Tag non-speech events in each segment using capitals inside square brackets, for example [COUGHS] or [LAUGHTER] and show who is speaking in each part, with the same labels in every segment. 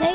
Speaker 1: 哎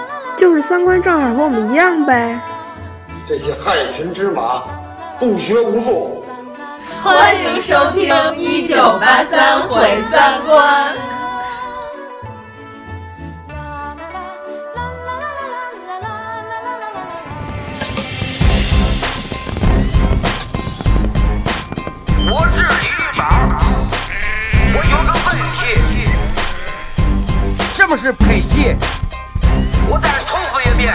Speaker 2: 就是三观正好和我们一样呗。
Speaker 3: 这些害群之马，不学无术。
Speaker 4: 欢迎收听《一九八三毁三观》。
Speaker 5: 我是李玉宝，我有个问题，是不是配器？我再重复一遍，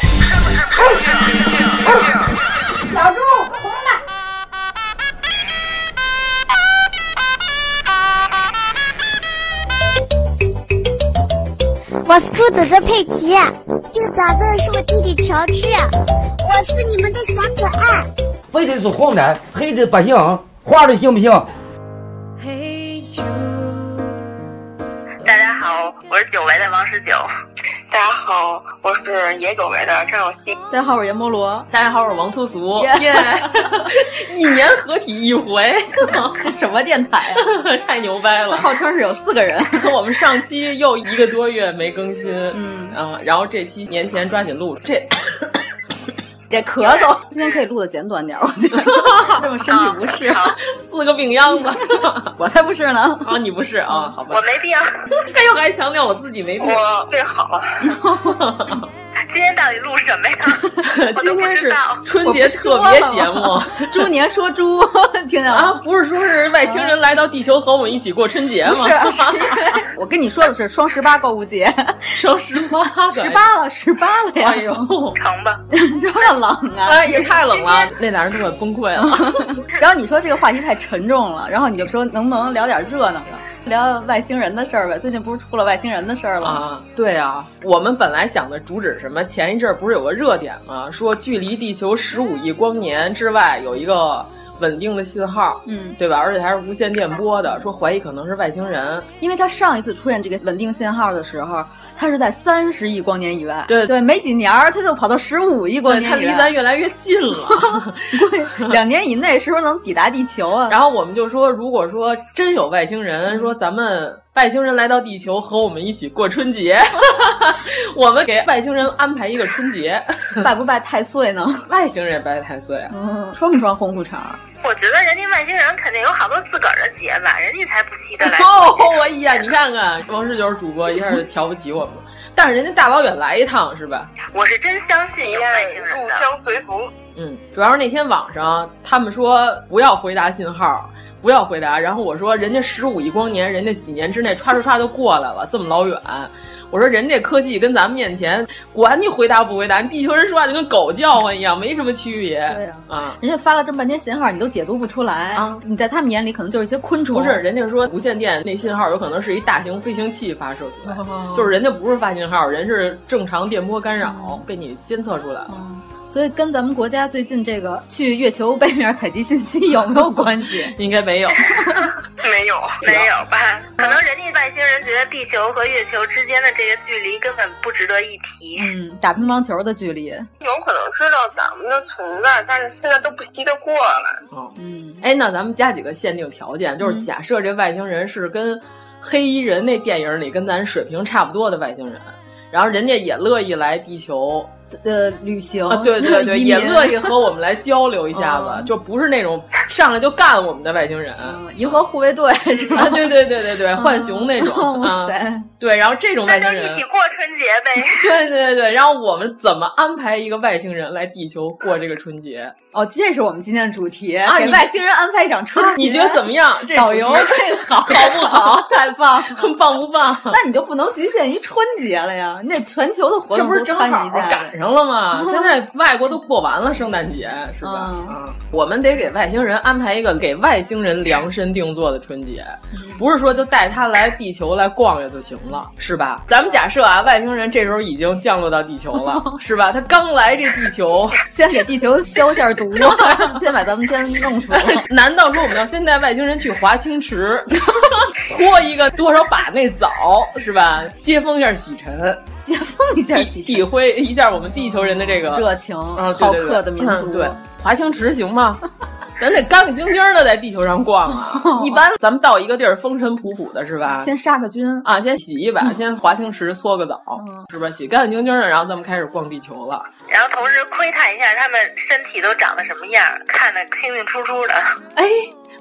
Speaker 5: 是不是配器？
Speaker 6: 小猪，红的。
Speaker 7: 我是猪仔仔佩奇，
Speaker 8: 这个枣子是我弟弟乔治，
Speaker 7: 我是你们的小可爱。
Speaker 9: 非得是黄的，黑的不行，花的行不行？
Speaker 10: 大家好，我是久违的王十九。
Speaker 11: 大家好，我是也久违的张小希。
Speaker 12: 大家好，我是阎摩罗。
Speaker 13: 大家好，我是王苏苏。
Speaker 12: 耶、yeah. [LAUGHS] 一年合体一 [LAUGHS] 回，
Speaker 13: 这什么电台啊？
Speaker 12: [LAUGHS] 太牛掰了！
Speaker 13: 号称是有四个人。
Speaker 12: [LAUGHS] 我们上期又一个多月没更新，嗯啊，然后这期年前抓紧录这。 [COUGHS]
Speaker 13: 得咳嗽，哎今天可以录的简短点，我 [LAUGHS] 觉得这么身体不适、
Speaker 12: 啊，四个病秧 [LAUGHS] 子，
Speaker 13: 我才不是 [LAUGHS] 呢。
Speaker 12: [LAUGHS] 啊，你不是啊？好吧，
Speaker 11: 我没病。
Speaker 12: [LAUGHS] 他又还强调我自己没病，
Speaker 11: 我最好。
Speaker 12: [LAUGHS]
Speaker 11: 今天到底录什么呀？
Speaker 12: 今天是春节特别节目，
Speaker 13: [LAUGHS] 猪年说猪，听见
Speaker 12: 啊？不是说是外星人来到地球和我们一起过春节吗？
Speaker 13: 不 [LAUGHS] 是，是啊因为我跟你说的是双十八购物节，
Speaker 12: [LAUGHS] 双十八，
Speaker 13: 十八了，十八了呀！哎
Speaker 12: 呦，
Speaker 11: 成吧，
Speaker 13: [LAUGHS] 这么冷啊！
Speaker 12: 哎，也太冷了，那俩人都快崩溃啊了。
Speaker 13: 然后你说这个话题太沉重了，然后你就说能不能聊点热闹的？聊外星人的事儿呗，最近不是出了外星人的事儿了
Speaker 12: 啊？对啊，我们本来想的主旨什么？前一阵儿不是有个热点吗？说距离地球十五亿光年之外有一个稳定的信号，
Speaker 13: 嗯，
Speaker 12: 对吧？而且还是无线电波的，说怀疑可能是外星人，
Speaker 13: 因为他上一次出现这个稳定信号的时候，他是在三十亿光年以外，
Speaker 12: 对
Speaker 13: 对，没几年儿他就跑到十五亿光年，
Speaker 12: 他离咱越来越近
Speaker 13: [LAUGHS]
Speaker 12: 了，
Speaker 13: 两年以内是不是能抵达地球啊？
Speaker 12: 然后我们就说，如果说真有外星
Speaker 13: 嗯
Speaker 12: 人，说咱们。外星人来到地球和我们一起过春节， [LAUGHS] 我们给外星人安排一个春节，
Speaker 13: 拜不拜太岁呢？
Speaker 12: [LAUGHS] 外星人也拜太岁啊？
Speaker 13: 嗯，穿不穿红裤衩？
Speaker 11: 我觉得人家外星人肯定有好多自个儿的节吧，人家才不稀得来。
Speaker 12: 哦，哎呀，你看看王十九主播一下就瞧不起我们，但是人家大老远来一趟是吧？
Speaker 11: 我是真相信有外星人
Speaker 12: 的。入乡随俗。嗯，主要是那天晚上他们说不要回答信号。不要回答。然后我说，人家十五亿光年，人家几年之内歘歘歘就过来了，这么老远。我说，人这科技跟咱们面前，管你回答不回答，地球人说话就跟狗叫唤一样，没什么区别。
Speaker 13: 对啊，
Speaker 12: 啊
Speaker 13: 人家发了这么半天信号，你都解读不出来
Speaker 12: 啊！
Speaker 13: 你在他们眼里可能就是一些昆虫。
Speaker 12: 不是，人家说无线电那信号有可能是一大型飞行器发射出来，哦、就是人家不是发信号，人是正常电波干扰、
Speaker 13: 哦
Speaker 12: 嗯、被你监测出来了。
Speaker 13: 嗯所以跟咱们国家最近这个去月球背面采集信息有没有关系？
Speaker 12: 应该没有，
Speaker 11: 没有，没有吧？可能人家外星人觉得地球和月球之间的这个距离根本不值得一提。
Speaker 13: 嗯，打乒乓球的距离，
Speaker 11: 有可能知道咱们的存在，但是现在都不稀得过来。
Speaker 12: 哦，嗯，哎，那咱们加几个限定条件，
Speaker 13: 嗯
Speaker 12: 就是假设这外星人是跟黑衣人那电影里跟咱水平差不多的外星人，然后人家也乐意来地球。
Speaker 13: 呃，旅行
Speaker 12: 啊，对对
Speaker 13: [LAUGHS]
Speaker 12: 对，也乐意和我们来交流一下
Speaker 13: 哦
Speaker 12: 子，就不是那种上来就干我们的外星人，啊
Speaker 13: 银河护卫队是吧？
Speaker 12: 对对对对对，浣熊那
Speaker 13: 哦
Speaker 12: 种啊，对，然后这种外星人
Speaker 11: 一起过春节呗。
Speaker 12: 对对对，然后我们怎么安排一个外星人来地球过这个春节？
Speaker 13: 哦，这是我们今天的主题啊，给外星人安排一场春节，
Speaker 12: 啊你觉得怎么样？这
Speaker 13: 导游这个好，
Speaker 12: 好不好？
Speaker 13: 太棒，
Speaker 12: [LAUGHS] 棒不棒？
Speaker 13: 那你就不能局限于春节了呀，你得全球的活动都参与一下。
Speaker 12: 上
Speaker 13: [LAUGHS]
Speaker 12: 了吗？现在外国都过完了圣诞节，是吧？嗯，我们得给外星人安排一个
Speaker 13: 嗯
Speaker 12: 给外星人量身定做的春节，不是说就带他来地球来逛逛就行了，是吧？咱们假设啊，外星人这时候已经降落到地球
Speaker 13: [LAUGHS]
Speaker 12: 了，是吧？他刚来这地球，
Speaker 13: 先给地球消下
Speaker 12: [LAUGHS]
Speaker 13: 毒，先把咱们先弄死。
Speaker 12: 难道说我们要先带外星人去华清池， [LAUGHS] 搓一个多少把那枣，是吧？接风一下洗尘，
Speaker 13: 接风一下洗，
Speaker 12: 体会一下我们地球人的这个
Speaker 13: 热情、
Speaker 12: 嗯、
Speaker 13: 好客的民族。
Speaker 12: 嗯、对，华清池行吗？ [LAUGHS] 咱得干干净净的在地球上
Speaker 13: [LAUGHS]
Speaker 12: 逛啊！一般咱们到一个地儿风尘仆仆的是吧？
Speaker 13: 先杀个
Speaker 12: [LAUGHS]
Speaker 13: 菌
Speaker 12: 啊，先洗一把，嗯、先划清池，搓个澡，嗯、是吧？洗干干净净的，然后咱们开始逛地球了。
Speaker 11: 然后同时窥探一下他们身体都长得什么样，看得清清楚楚的。
Speaker 12: 哎，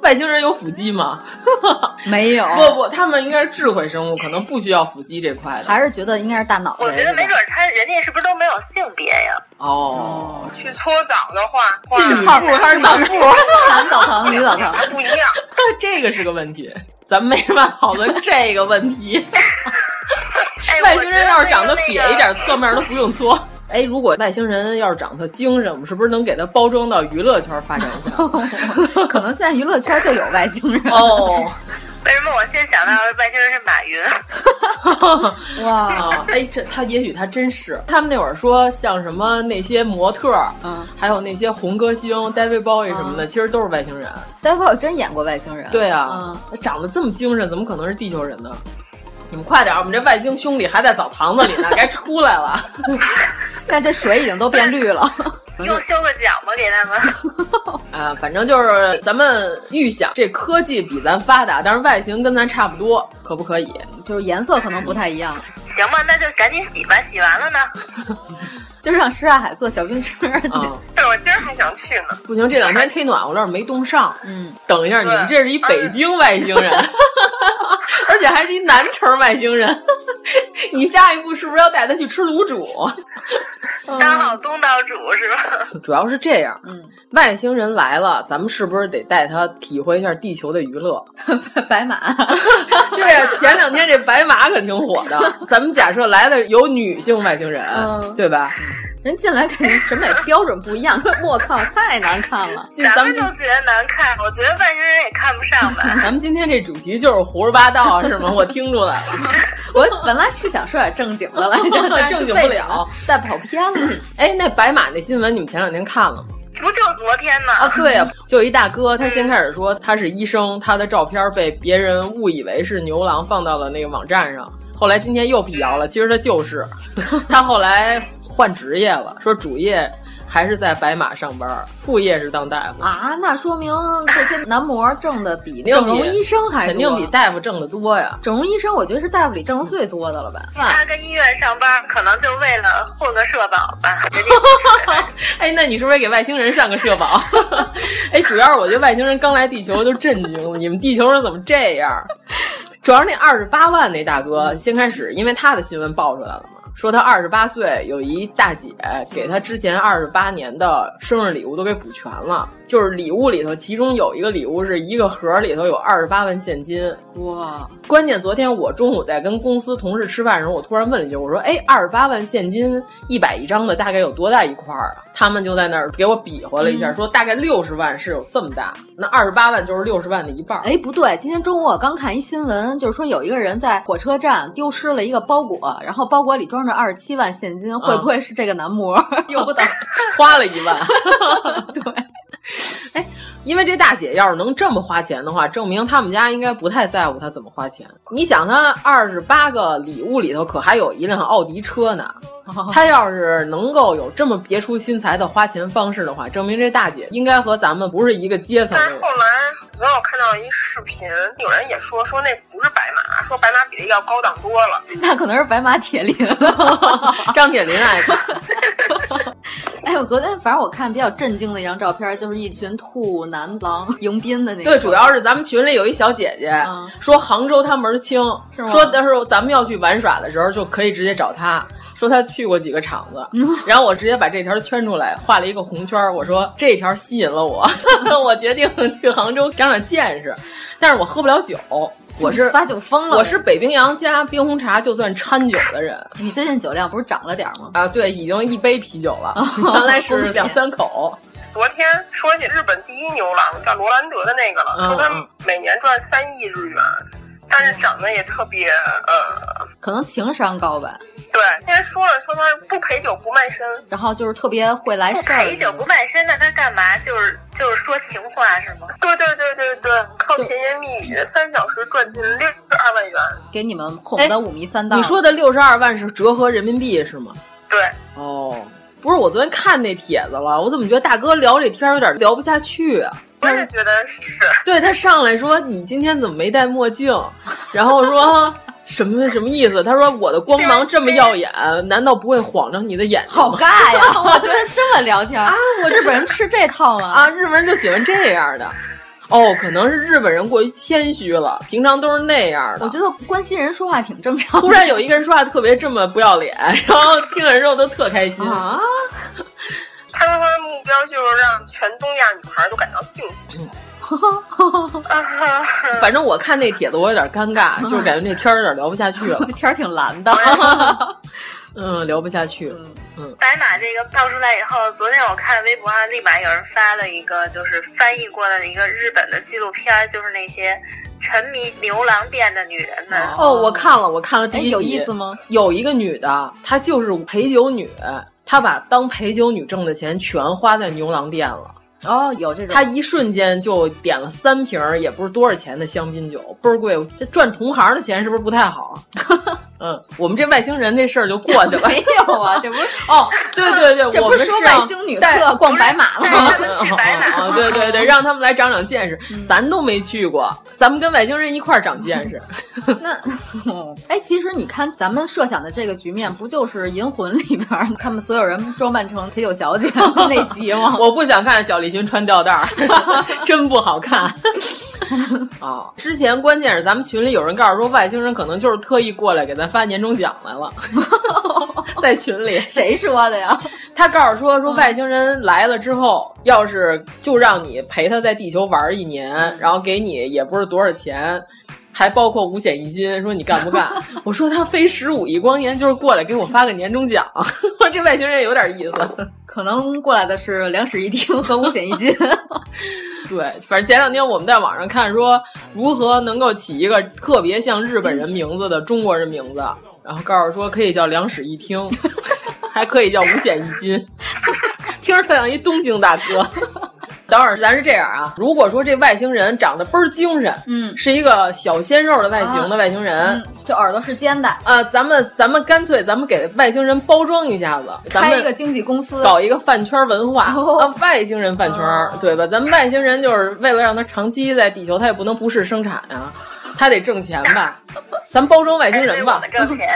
Speaker 12: 外星人有腹肌吗？ [LAUGHS]
Speaker 13: 没有，
Speaker 12: 不不，他们应该是智慧生物，可能不需要腹肌这块的。
Speaker 13: 还是觉得应该是大脑。
Speaker 11: 我觉得没准他人家是不是都没有性别呀？
Speaker 12: 哦，
Speaker 11: 去搓澡的话，
Speaker 12: 进泡还是
Speaker 13: [LAUGHS] 脑部？男澡堂、女澡堂
Speaker 11: 不一样，
Speaker 12: [LAUGHS] 这个是个问题，咱们没什么讨论这个问题。
Speaker 11: 哎、
Speaker 12: 外星人要是长得瘪一点，
Speaker 11: 那个、
Speaker 12: 侧面都不用搓。 [LAUGHS] 哎，如果外星人要是长得精神，我们是不是能给他包装到娱乐圈发展一 [LAUGHS]
Speaker 13: 下？ [LAUGHS] 可能现在娱乐圈就有外星人
Speaker 12: 哦。
Speaker 11: 为什么哎我先想到外星人是马
Speaker 12: 云？哇，哎，这他也许他真是。他们那会儿说像什么那些模特，嗯，还有那些红歌星 David Bowie 什么的，嗯、其实都是外星人。
Speaker 13: David Bowie 真演过外星人？
Speaker 12: 对啊，嗯、长得这么精神，怎么可能是地球人呢？你们快点，我们这外星兄弟还在澡堂子里 [LAUGHS] 呢，该出来了。
Speaker 13: 但这水已经都变绿了。 [LAUGHS]
Speaker 12: 嗯
Speaker 11: 又修个脚吗？
Speaker 12: [LAUGHS]
Speaker 11: 给他们？
Speaker 12: 啊，反正就是咱们预想，这科技比咱发达，但是外形跟咱差不多，可不可以？
Speaker 13: 就是颜色可能不太一样。
Speaker 11: 行吧，那就赶紧洗吧，洗完了呢。
Speaker 13: 就让施大海做小冰车去。
Speaker 12: 嗯、
Speaker 11: 对，哎我今儿还想去呢。
Speaker 12: 不行，这两天天暖和了，没冻上。
Speaker 13: 嗯，
Speaker 12: 等一下，你们这是一北京外星人， [LAUGHS] 嗯、而且还是一南城外星人。 [LAUGHS] 你下一步是不是要带他去吃卤煮？嗯
Speaker 11: 当好东道主是吧？
Speaker 12: [LAUGHS] 主要是这样，
Speaker 13: 嗯，
Speaker 12: 外星人来了，咱们是不是得带他体会一下地球的娱乐？ [LAUGHS]
Speaker 13: 白马， [LAUGHS]
Speaker 12: 对呀、啊，前两天这白马可挺火的。咱们假设来的有女性外星人，嗯、对吧？
Speaker 13: 人进来肯定审美标准不一样， [LAUGHS] 我靠，太难看了。
Speaker 11: 咱们就觉得难看，我觉得外星人也看不上吧。
Speaker 12: [LAUGHS] 咱们今天这主题就是胡说八道，是吗？我听出来了。
Speaker 13: 我本来是想说点正经的来
Speaker 12: [LAUGHS]
Speaker 13: 着，
Speaker 12: 正经不了，
Speaker 13: 但跑偏了。
Speaker 12: 哎，那白马那新闻你们前两天看了吗？
Speaker 11: 不就是昨天吗？
Speaker 12: 啊，对呀，就一大哥，他先开始说他是医生，他的照片被别人误以为是牛郎放到了那个网站上，后来今天又辟谣了，其实他就是， [LAUGHS] 他后来。换职业了，说主业还是在白马上班，副业是当大夫
Speaker 13: 啊。那说明这些男模挣的比整容医生还
Speaker 12: 肯定比大夫挣的多呀。
Speaker 13: 整容医生我觉得是大夫里挣的最多的了吧？
Speaker 12: 啊
Speaker 11: 他跟医院上班可能就为了混个社保
Speaker 12: [LAUGHS]
Speaker 11: 吧。
Speaker 12: [LAUGHS] 哎，那你是不是给外星人上个社保？ [LAUGHS] 哎，主要是我觉得外星人刚来地球就震惊了，你们地球人怎么这样？主要是那二十八万那大哥，先开始因为他的新闻爆出来了。说他二十八岁，有一大姐给他之前二十八年的生日礼物都给补全了，就是礼物里头，其中有一个礼物是一个盒里头有二十八万现金。
Speaker 13: 哇！
Speaker 12: 关键昨天我中午在跟公司同事吃饭的时候，我突然问了一句，我说：“哎，二十八万现金，一百一张的大概有多大一块儿啊？”他们就在那儿给我比划了一下，嗯、说大概六十万是有这么大，那二十八万就是六十万的一半。
Speaker 13: 哎，不对，今天中午我刚看一新闻，就是说有一个人在火车站丢失了一个包裹，然后包裹里装。这二十七万现金
Speaker 12: 嗯
Speaker 13: 会不会是这个男模
Speaker 12: [LAUGHS]
Speaker 13: 丢的？
Speaker 12: 花了一万， [LAUGHS]
Speaker 13: 对。
Speaker 12: 哎，因为这大姐要是能这么花钱的话，证明他们家应该不太在乎她怎么花钱。你想，她二十八个礼物里头可还有一辆奥迪车呢。她要是能够有这么别出心裁的花钱方式的话，证明这大姐应该和咱们不是一个阶层。 [LAUGHS]
Speaker 11: 但是后来，昨天我看到一视频，有人也说说那不是白马，说白马比这要高档多了。
Speaker 13: [LAUGHS] 那可能是白马铁林，
Speaker 12: [LAUGHS] 张铁林爱看。
Speaker 13: 哎，我昨天反正我看比较震惊的一张照片，就是一群兔男郎迎宾的那个。
Speaker 12: 对，主要是咱们群里有一小姐姐、嗯、说杭州她门清，说但是咱们要去玩耍的时候就可以直接找她。说她去过几个场子，嗯、然后我直接把这条圈出来，画了一个红圈。我说这条吸引了我， [LAUGHS] 我决定去杭州长长见识。但是我喝不了酒，我是
Speaker 13: 发酒疯了。
Speaker 12: 我是北冰洋加冰红茶就算掺酒的人。
Speaker 13: 你最近酒量不是涨了点吗？
Speaker 12: 啊，对，已经一杯啤酒了，
Speaker 13: 哦
Speaker 12: [LAUGHS] 原来是两三口。
Speaker 11: 昨天嗯说起日本第一牛郎叫罗兰德的那个了，说他每年赚三亿日元。但是长得也特别呃，
Speaker 13: 可能情商高吧。
Speaker 11: 对，人家说了，说他不陪酒不卖身，
Speaker 13: 然后就是特别会来事儿。
Speaker 11: 陪酒
Speaker 10: 哎
Speaker 11: 不卖身，那他干嘛？就是就是说情话是吗？对对对对对，靠甜言蜜语，三小时赚进六十二万元，
Speaker 13: 给你们哄的五迷三道。
Speaker 12: 哎你说的六十二万是折合人民币是吗？
Speaker 11: 对。
Speaker 12: 哦，不是，我昨天看那帖子了，我怎么觉得大哥聊这天有点聊不下去啊？
Speaker 11: 我也觉得是。
Speaker 12: 对他上来说你今天怎么没戴墨镜，然后说什么什么意思？他说我的光芒这么耀眼，难道不会晃着你的眼睛？
Speaker 13: 好 [LAUGHS] 尬呀！我觉得这么聊天啊，我日本人吃这套吗？
Speaker 12: 啊，日本人就喜欢这样的。哦，可能是日本人过于谦虚了，平常都是那样的。
Speaker 13: 我觉得关西人说话挺正常。
Speaker 12: 突然有一个人说话特别这么不要脸， [LAUGHS] 然后听了之后都特开心
Speaker 13: [LAUGHS] 啊。
Speaker 11: 他说他的目标就是让全东亚女孩都感到幸福。
Speaker 12: 嗯反正我看那帖子，我有点尴
Speaker 13: [LAUGHS]
Speaker 12: 尬，就是感觉这天儿有点聊不下去了。
Speaker 13: 天儿挺蓝的， [LAUGHS]
Speaker 12: 嗯，聊不下去了。嗯，
Speaker 11: [LAUGHS] 白马这个爆出来以后，昨天我看微博上立马有人发了一个，就是翻译过的一个日本的纪录片，就是那些。沉迷牛郎店的女人们
Speaker 12: 哦，我看了，我看了第一集，
Speaker 13: 哎有意思吗？
Speaker 12: 有一个女的，她就是陪酒女，她把当陪酒女挣的钱全花在牛郎店了。
Speaker 13: 哦，有这种，
Speaker 12: 她一瞬间就点了三瓶，也不是多少钱的香槟酒，倍儿贵。这赚同行的钱是不是不太
Speaker 13: [LAUGHS]
Speaker 12: 好？嗯，我们这外星人这事儿就过去了。
Speaker 13: 没有啊， [LAUGHS] 这不是
Speaker 12: [LAUGHS] 哦，对对对，
Speaker 13: [LAUGHS] 这不是说哎外星女客逛白马 [LAUGHS]
Speaker 11: 吗？白马，
Speaker 12: 啊对对对，让他们来长长见识，
Speaker 13: 嗯
Speaker 12: 咱都没去过，咱们跟外星人一块儿长见识。
Speaker 13: 那，哎，其实你看咱们设想的这个局面，不就是《银魂》里边他们所有人装扮成陪酒小 [LAUGHS] 姐那集 [LAUGHS] 吗？
Speaker 12: 我不想看小栗旬穿吊带儿，真不好看。哦，之前关键是咱们群里有人告诉说，外星人可能就是特意过来给咱发年终奖来了，在群里
Speaker 13: 谁说的呀？
Speaker 12: 他告诉说说外星人来了之后，嗯、要是就让你陪他在地球玩一年，然后给你也不是多少钱，还包括五险一金，说你干不干？我说他飞十五亿光年就是过来给我发个年终奖， [LAUGHS] 我这外星人有点意思，
Speaker 13: 可能过来的是两室一厅和五险一 [LAUGHS] 金。嗯
Speaker 12: [LAUGHS] 对，反正前两天我们在网上看说，如何能够起一个特别像日本人名字的中国人名字，然后告诉说可以叫两室一厅， [LAUGHS] 还可以叫五险一金， [LAUGHS] 听着特像一东京大哥。 [LAUGHS] 等会儿咱是这样啊，如果说这外星人长得倍儿精神，
Speaker 13: 嗯，
Speaker 12: 是一个小鲜肉的外形的外星人，
Speaker 13: 啊嗯、就耳朵是尖的，
Speaker 12: 呃，咱们咱们干脆咱们给外星人包装一下子，咱
Speaker 13: 们一个经纪公司，
Speaker 12: 搞一个饭圈文化，哦呃、外星人饭圈，哦、对吧？咱们外星人就是为了让他长期在地球，他也不能不是生产啊，他得挣钱
Speaker 13: [LAUGHS]
Speaker 12: 吧，咱包装外星人
Speaker 13: 哎
Speaker 12: 吧，
Speaker 11: 挣
Speaker 12: [LAUGHS]
Speaker 11: 钱。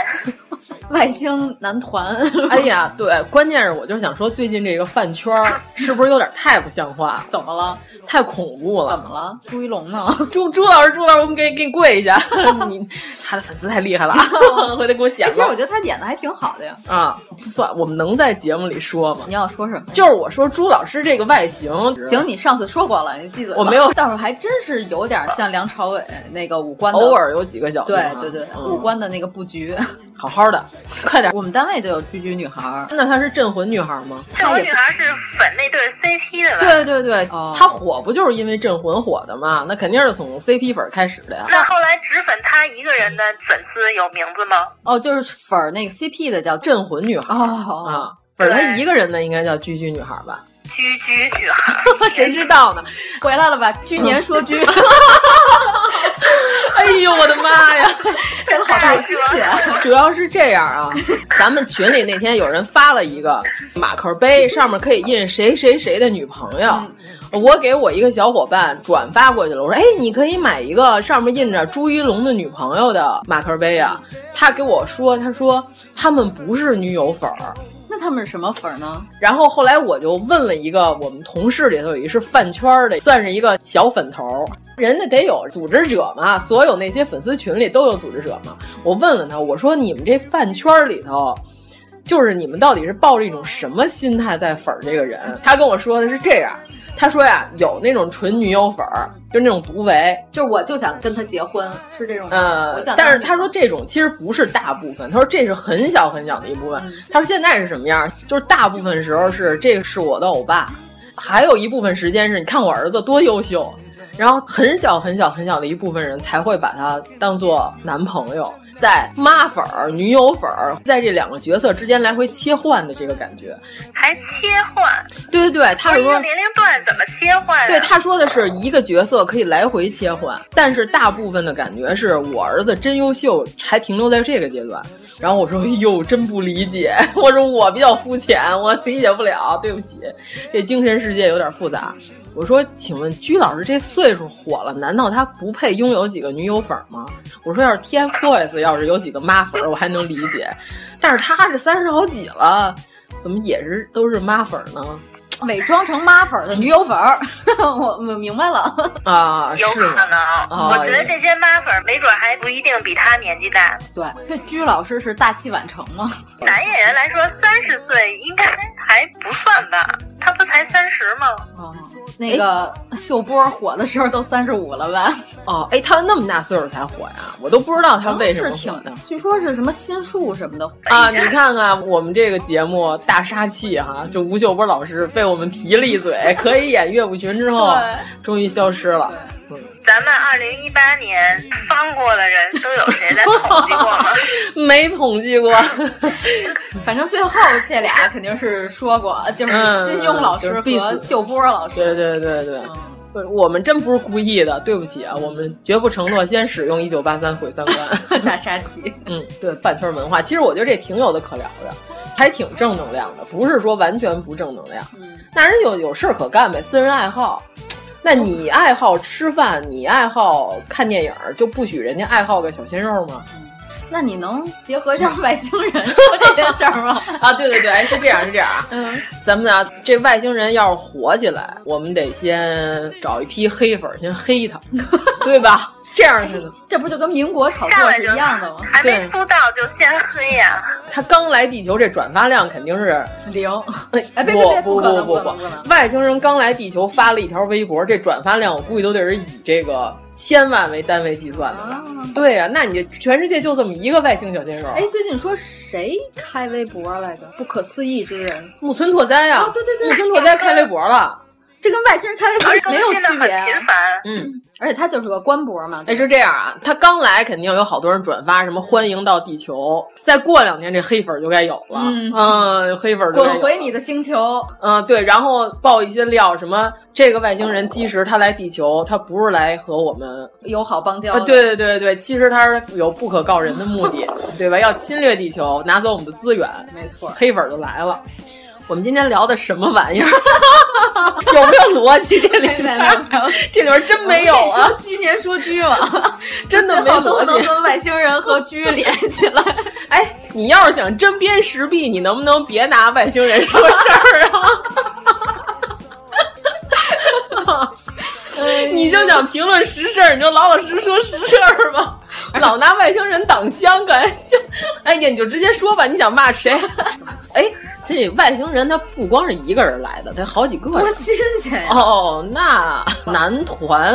Speaker 13: 外星男团，
Speaker 12: 哎呀，对，关键是我就想说，最近这个饭圈
Speaker 13: [LAUGHS]
Speaker 12: 是不是有点太不像话？
Speaker 13: 怎么了？
Speaker 12: 太恐怖了！
Speaker 13: [LAUGHS] 怎么了？朱一龙呢？
Speaker 12: 朱朱老师，朱老师，我们给给你跪一
Speaker 13: [LAUGHS]
Speaker 12: 下，你他的粉丝太厉害了，回头给我讲。
Speaker 13: 哎其实我觉得他演的还挺好的呀。
Speaker 12: 啊，不算，我们能在节目里说吗？
Speaker 13: 你要说什么？
Speaker 12: 就是我说朱老师这个外形，
Speaker 13: 行，你上次说过了，你闭嘴。
Speaker 12: 我没有，
Speaker 13: 到时候还真是有点像梁朝伟那个五官，
Speaker 12: 偶尔有啊嗯几个角度。
Speaker 13: 对对对，五官的那个布局，
Speaker 12: 好好的。 [LAUGHS] 快点！
Speaker 13: 我们单位就有居居女孩，
Speaker 12: 那她是镇魂女孩吗？
Speaker 11: 镇魂女孩是粉那对 CP 的吧？
Speaker 12: 对对对，哦、她火不就是因为镇魂火的吗？那肯定是从 CP 粉开始的呀。
Speaker 11: 那后来只粉她一个人的粉丝有名字吗？
Speaker 13: 哦，就是粉那个 CP 的叫
Speaker 12: 镇魂女孩、
Speaker 13: 哦、
Speaker 12: 啊，粉她一个人的应该叫居居女孩吧？ [LAUGHS]
Speaker 11: 居居女孩，
Speaker 12: 谁知道呢？
Speaker 13: 回来了吧？居年说
Speaker 12: [LAUGHS]
Speaker 13: 居。
Speaker 12: 哎呦我的妈呀！
Speaker 13: 这个好大心血，
Speaker 12: 主要是这样啊。咱们群里那天有人发了一个马克杯，上面可以印谁谁谁的女朋友。我给我一个小伙伴转发过去了，我说：“哎，你可以买一个上面印着朱一龙的女朋友的马克杯啊。”他给我说：“他说他们不是女友粉儿。”
Speaker 13: 那他们是什么粉呢？
Speaker 12: 然后后来我就问了一个我们同事里头有一是饭圈的，算是一个小粉头，人家得有组织者嘛，所有那些粉丝群里都有组织者嘛。我问了他，我说你们这饭圈里头，就是你们到底是抱着一种什么心态在粉这个人？他跟我说的是这样。他说呀，有那种纯女友粉儿，就是那种独唯，
Speaker 13: 就是我就想跟他结婚，是这种。
Speaker 12: 呃，但是他说这种其实不是大部分，他说这是很小很小的一部分。嗯、他说现在是什么样？就是大部分时候是这个是我的欧巴，还有一部分时间是你看我儿子多优秀，然后很小很小很小的一部分人才会把他当做男朋友，在妈粉儿、女友粉儿，在这两个角色之间来回切换的这个感觉，
Speaker 11: 还切换？哎
Speaker 12: 对对对，他是说
Speaker 11: 年龄段怎么切换、啊？
Speaker 12: 对，他说的是一个角色可以来回切换，但是大部分的感觉是我儿子真优秀，还停留在这个阶段。然后我说：“哎呦，真不理解。”我说：“我比较肤浅，我理解不了，对不起，这精神世界有点复杂。”我说：“请问居老师这岁数火了，难道他不配拥有几个女友粉吗？”我说：“要是 TFBOYS 要是有几个妈粉，我还能理解，但是他这三十好几了，怎么也是都是妈粉呢？”
Speaker 13: 伪装成妈粉的女友粉儿， [LAUGHS] 我我明白了
Speaker 12: 啊，
Speaker 11: 有可能、哦。我觉得这些妈粉没准还不一定比他年纪大。
Speaker 13: 对，这居老师是大器晚成吗？
Speaker 11: 男演员来说，三十岁应该还不算吧？他不才三十吗？
Speaker 13: 哦，那个秀波火的时候都三十五了吧？
Speaker 12: 哦，哎，他那么大岁数才火呀，我都不知道他啊为什么
Speaker 13: 火的。据说是什么心术什么的
Speaker 12: 啊！你看看我们这个节目大杀器哈、啊，就吴秀波老师被我们提了一嘴，可以演岳不群之后，终于消失了。
Speaker 11: 嗯、咱们二零一八年翻过的人都有谁在统计过
Speaker 13: [LAUGHS]
Speaker 11: 吗？
Speaker 12: 没统计过，
Speaker 13: 反正最后这俩肯定是说过，就是
Speaker 12: 嗯
Speaker 13: 金庸老师和秀波老师。
Speaker 12: 对 [LAUGHS] 对对对。嗯我们真不是故意的，对不起啊，我们绝不承诺先使用一九八三毁三
Speaker 13: [LAUGHS]
Speaker 12: 观
Speaker 13: 大杀器。
Speaker 12: 嗯，对，饭圈文化，其实我觉得这挺有的可聊的，还挺正能量的，不是说完全不正能量。嗯，哦那人有有事儿可干呗，私人爱好。那你爱好吃饭，你爱好看电影，就不许人家爱好个小鲜肉吗？
Speaker 13: 那你能结合上外星人说这件事儿吗？
Speaker 12: 啊，对对对，是这样，是这样啊。
Speaker 13: 嗯，
Speaker 12: [LAUGHS] 咱们啊，这外星人要是火起来，我们得先找一批黑粉，先黑 [LAUGHS] 他，对吧？这样才能。
Speaker 13: 这不就跟民国炒作是一样的吗？
Speaker 11: 还没出道就先黑呀、啊！
Speaker 12: 他刚来地球，这转发量肯定是
Speaker 13: 零。
Speaker 12: 哎，
Speaker 13: 不
Speaker 12: 不不不不，外星人刚来地球发了一条微博，这转发量我估计都得是以这个。千万为单位计算的，啊对呀、啊，那你全世界就这么一个外星小鲜肉。
Speaker 13: 哎，最近说谁开微博来着？不可思议之人
Speaker 12: 木村拓哉呀、
Speaker 13: 啊哦，对对对，
Speaker 12: 木村拓哉开微
Speaker 13: [LAUGHS]
Speaker 12: 博了，
Speaker 13: 这跟外星人开微哎博没有区别。啊
Speaker 11: 频繁，
Speaker 12: 嗯，
Speaker 13: 而且他就是个官博嘛。
Speaker 12: 哎，是这样啊，他刚来肯定有好多人转发什么欢迎到地球，再过两年这黑粉就该有了，嗯，嗯黑粉
Speaker 13: 滚回你的星球，
Speaker 12: 嗯，对，然后爆一些料，什么这个外星人其实他来地球，他不是来和我们。
Speaker 13: 友好邦交
Speaker 12: 啊，
Speaker 13: [LAUGHS]
Speaker 12: 对对对对，其实他是有不可告人的目的，对吧？要侵略地球，拿走我们的资源，
Speaker 13: 没错，
Speaker 12: 黑粉就来了。我们今天聊的什么玩意儿？ [LAUGHS] 有没有逻辑？这里边这里边真没有啊！
Speaker 13: 居年说居了，
Speaker 12: [LAUGHS] 真的没
Speaker 13: 都能跟外星人和居连起
Speaker 12: [LAUGHS]
Speaker 13: 来。
Speaker 12: 哎，你要是想针砭时弊，你能不能别拿外星人说事儿啊？ [LAUGHS] 你就想评论实事儿，你就老老实实说实事儿吧，老拿外星人挡枪，感觉哎呀，你就直接说吧，你想骂 [LAUGHS] 谁？哎，这外星人他不光是一个人来的，他好几个人，
Speaker 13: 多新鲜呀！
Speaker 12: 哦，那男团，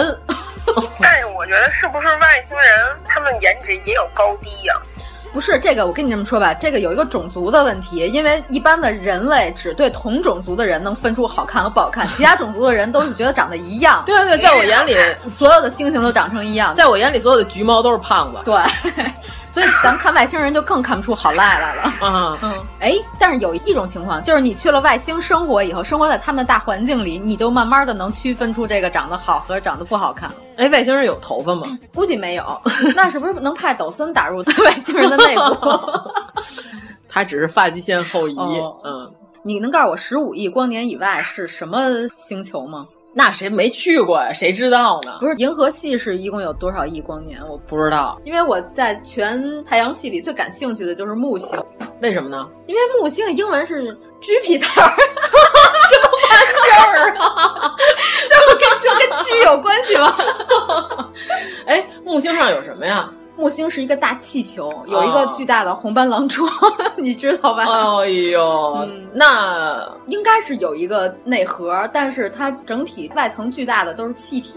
Speaker 11: 但是我觉得是不是外星人他们颜值也有高低呀、啊？
Speaker 13: 不是这个，我跟你这么说吧，这个有一个种族的问题，因为一般的人类只对同种族的人能分出好看和不好看，其他种族的人都是觉得长得一样。
Speaker 12: 对对，在我眼里，
Speaker 13: 所有的猩猩都长成一样，
Speaker 12: [LAUGHS] 在我眼里，所有的橘猫都是胖子。
Speaker 13: 对。所以咱看外星人就更看不出好赖来了
Speaker 12: [LAUGHS] 啊！
Speaker 13: 嗯，哎，但是有一种情况，就是你去了外星生活以后，生活在他们的大环境里，你就慢慢的能区分出这个长得好和长得不好看了。
Speaker 12: 哎，外星人有头发吗？
Speaker 13: 估计没有， [LAUGHS] 那是不是能派抖森打入 [LAUGHS] 外星人的内部？ [LAUGHS]
Speaker 12: 他只是发际线后移。哦、嗯，
Speaker 13: 你能告诉我十五亿光年以外是什么星球吗？
Speaker 12: 那谁没去过呀？谁知道呢？
Speaker 13: 不是银河系是一共有多少亿光年？我
Speaker 12: 不知道，
Speaker 13: 因为我在全太阳系里最感兴趣的就是木星。
Speaker 12: 为什么呢？
Speaker 13: 因为木星英文是 Jupiter， [LAUGHS]
Speaker 12: 什么玩意儿啊？
Speaker 13: 这不跟说跟 G 有关系吗？
Speaker 12: 哎，木星上有什么呀？
Speaker 13: 木星是一个大气球，有一个巨大的红斑狼疮， [LAUGHS] 哦、你知道吧？
Speaker 12: 哎呦，嗯、那
Speaker 13: 应该是有一个内核，但是它整体外层巨大的都是气体，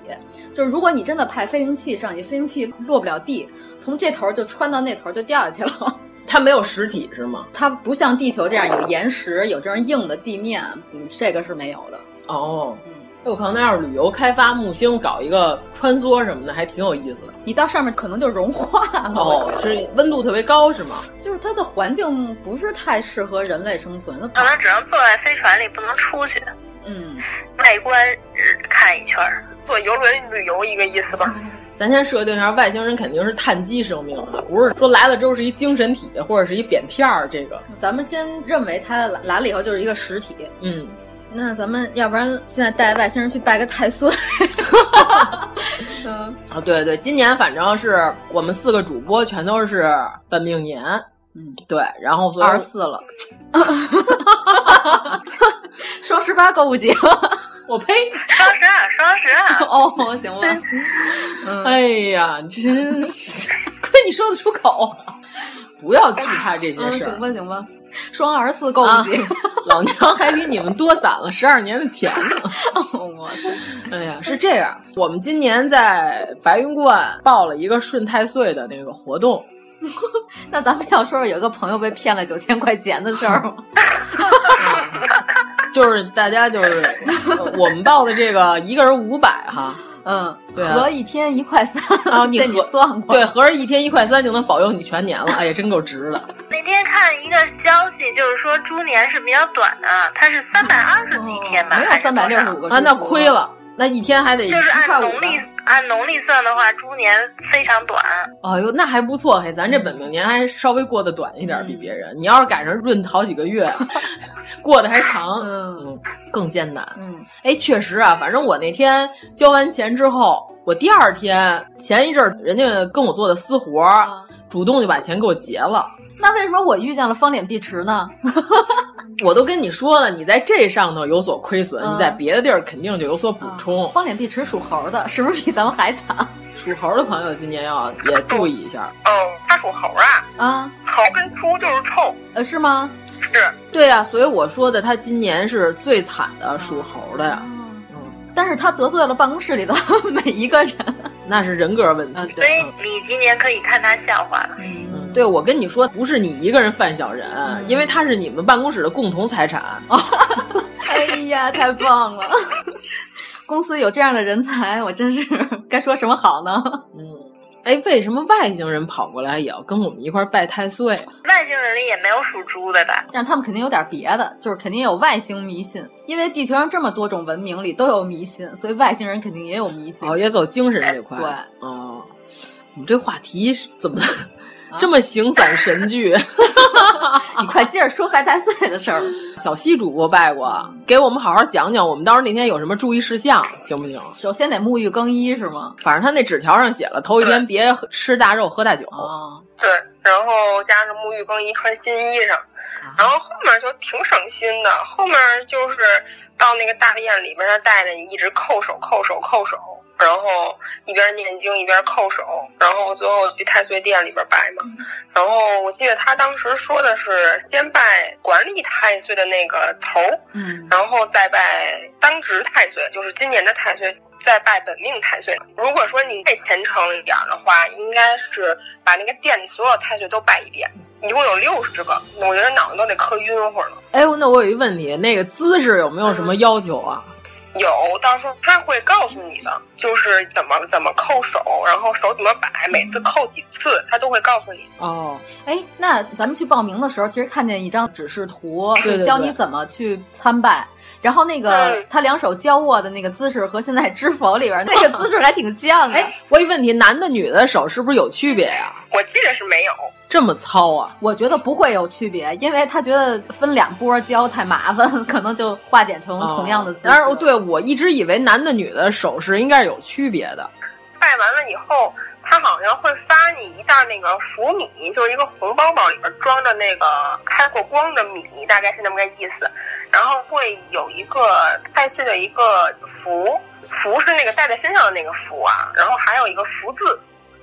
Speaker 13: 就是如果你真的派飞行器上去，飞行器落不了地，从这头就穿到那头就掉下去了。 [LAUGHS]
Speaker 12: 它没有实体是吗？
Speaker 13: 它不像地球这样有岩石、有这样硬的地面，嗯，这个是没有的。
Speaker 12: 哦。我靠，那要是旅游开发木星搞一个穿梭什么的，还挺有意思的。
Speaker 13: 你到上面可能就融化了。
Speaker 12: 哦，是温度特别高是吗？
Speaker 13: 就是它的环境不是太适合人类生存的。
Speaker 10: 可能只能坐在飞船里，不能出去。
Speaker 13: 嗯，
Speaker 10: 外观看一圈儿，坐游轮旅游一个意思吧。
Speaker 13: 嗯
Speaker 12: 咱先设定一下，外星人肯定是碳基生命啊，不是说来了之后是一精神体或者是一扁片儿。这个，
Speaker 13: 咱们先认为它来了以后就是一个实体。
Speaker 12: 嗯，
Speaker 13: 那咱们要不然现在带外星人去拜个太岁。嗯
Speaker 12: 啊，对对，今年反正是我们四个主播全都是本命年。
Speaker 13: 嗯，
Speaker 12: 对，然后
Speaker 13: 二十四
Speaker 12: [LAUGHS]
Speaker 13: 了，双十八购物节了。
Speaker 12: 我呸！
Speaker 10: 双十二，双十二
Speaker 13: 哦，行吧。嗯、
Speaker 12: 哎呀，真是亏你说得出口，不要惧怕这些事
Speaker 13: 儿、嗯。行吧，行吧。双二十四购物节，
Speaker 12: 老娘还比你们多攒了十二年的钱呢。
Speaker 13: 哦我
Speaker 12: 哎呀，是这样，我们今年在白云观报了一个顺太岁的那个活动。
Speaker 13: [LAUGHS] 那咱们要说说有个朋友被骗了九千块钱的事儿 [LAUGHS] 吗？
Speaker 12: 就是大家就是
Speaker 10: [LAUGHS]
Speaker 12: 我们报的这个一个人五百哈，
Speaker 13: 嗯，
Speaker 12: 对、啊，
Speaker 13: 合一天一块三，
Speaker 12: 啊，你
Speaker 13: 你算过，
Speaker 12: 对，合着一天一块三就能保佑你全年了，哎呀，真够值的。
Speaker 10: 那天看一个消息，就是说猪年是比较短的，它是三百二十几天吧，
Speaker 13: 哦没有三百六十五个
Speaker 12: 啊，那亏了。那一天还得
Speaker 10: 就是按农历按农历算的话，猪年非常短。
Speaker 12: 哎呦，那还不错，嘿，
Speaker 10: 嗯
Speaker 12: 咱这本命年还稍微过得短一点，比别人。嗯、你要是赶上闰好几个月， [LAUGHS] 过得还长，
Speaker 13: 嗯,
Speaker 12: 嗯，更艰难。
Speaker 13: 嗯，
Speaker 12: 哎，确实啊，反正我那天交完钱之后，我第二天前一阵人家跟我做的私活，
Speaker 13: 嗯、
Speaker 12: 主动就把钱给我结了。
Speaker 13: 那为什么我遇见了方脸碧池呢？
Speaker 12: 我都跟你说了，你在这上头有所亏损，嗯、你在别的地儿肯定就有所补充。
Speaker 13: 嗯、方脸碧池属猴的，是不是比咱们还惨？
Speaker 12: 属猴的朋友今年要也注意一下。
Speaker 10: 哦，他属猴啊
Speaker 13: 啊，
Speaker 10: 猴跟猪就是臭，
Speaker 13: 呃，是吗？
Speaker 10: 是，
Speaker 12: 对呀、啊，所以我说的，他今年是最惨的，属猴的呀。
Speaker 13: 嗯，但是他得罪了办公室里的 [LAUGHS] 每一个人，
Speaker 12: 那是人格问题。嗯
Speaker 13: 啊、
Speaker 10: 所以你今年可以看他笑话了。
Speaker 13: 嗯
Speaker 12: 对，我跟你说，不是你一个人犯小人，嗯、因为他是你们办公室的共同财产。啊
Speaker 13: 哎呀，太棒 [LAUGHS] 了！公司有这样的人才，我真是 [LAUGHS] 该说什么好呢？
Speaker 12: 嗯， [LAUGHS] 哎，为什么外星人跑过来也要跟我们一块拜太岁？啊
Speaker 10: 外星人里也没有属猪的吧？
Speaker 13: 但他们肯定有点别的，就是肯定有外星迷信，因为地球上这么多种文明里都有迷信，所以外星人肯定也有迷信。
Speaker 12: 哦，也走精神这块。
Speaker 13: 对，
Speaker 12: 哦，我们这话题怎么？
Speaker 13: 啊
Speaker 12: 这么形散神剧，
Speaker 13: 你快接着说拜太岁的事
Speaker 12: [LAUGHS]
Speaker 13: 儿。
Speaker 12: 小西主播拜过，给我们好好讲讲，我们到时候那天有什么注意事项，行不行？
Speaker 13: 首先得沐浴更衣是吗？
Speaker 12: 反正他那纸条上写了，头一天别吃大肉，喝大酒。
Speaker 13: 哦，
Speaker 10: 对，然后加上沐浴更衣，穿新衣裳，然后后面就挺省心的。后面就是到那个大殿里边，他带着你一直叩首，叩首，叩首。然后一边念经一边叩首，然后最后去太岁殿里边拜嘛。然后我记得他当时说的是先拜管理太岁的那个头，
Speaker 13: 嗯，
Speaker 10: 然后再拜当值太岁，就是今年的太岁，再拜本命太岁。如果说你再虔诚一点的话，应该是把那个店里所有太岁都拜一遍，一共有六十个，我觉得脑子都得磕晕乎了。
Speaker 12: 哎，那我有一问题，那个姿势有没有什么要求啊？嗯
Speaker 10: 有，到时候他会告诉你的，就是怎么怎么扣手，然后手怎么摆，每次扣几次，他都会告诉你。
Speaker 12: 哦，
Speaker 13: 哎，那咱们去报名的时候，其实看见一张指示图，
Speaker 12: 对对对
Speaker 13: 教你怎么去参拜。然后那个、
Speaker 10: 嗯、
Speaker 13: 他两手交握的那个姿势和现在知否里边那个姿势还挺像的。
Speaker 12: [LAUGHS] 哎，我有问题，男的女的手是不是有区别呀、
Speaker 10: 啊？我记得是没有。
Speaker 12: 这么糙啊？
Speaker 13: 我觉得不会有区别，因为他觉得分两波教太麻烦， [LAUGHS] 可能就化简成同样的姿势。
Speaker 12: 但是、哦、对我一直以为男的女的手势应该是有区别的。
Speaker 10: 拜完了以后，他好像会发你一袋那个福米，就是一个红包包，里边装着那个开过光的米，大概是那么个意思。然后会有一个太岁的一呃个符，符是那个戴在身上的那个符啊，然后还有一个福字。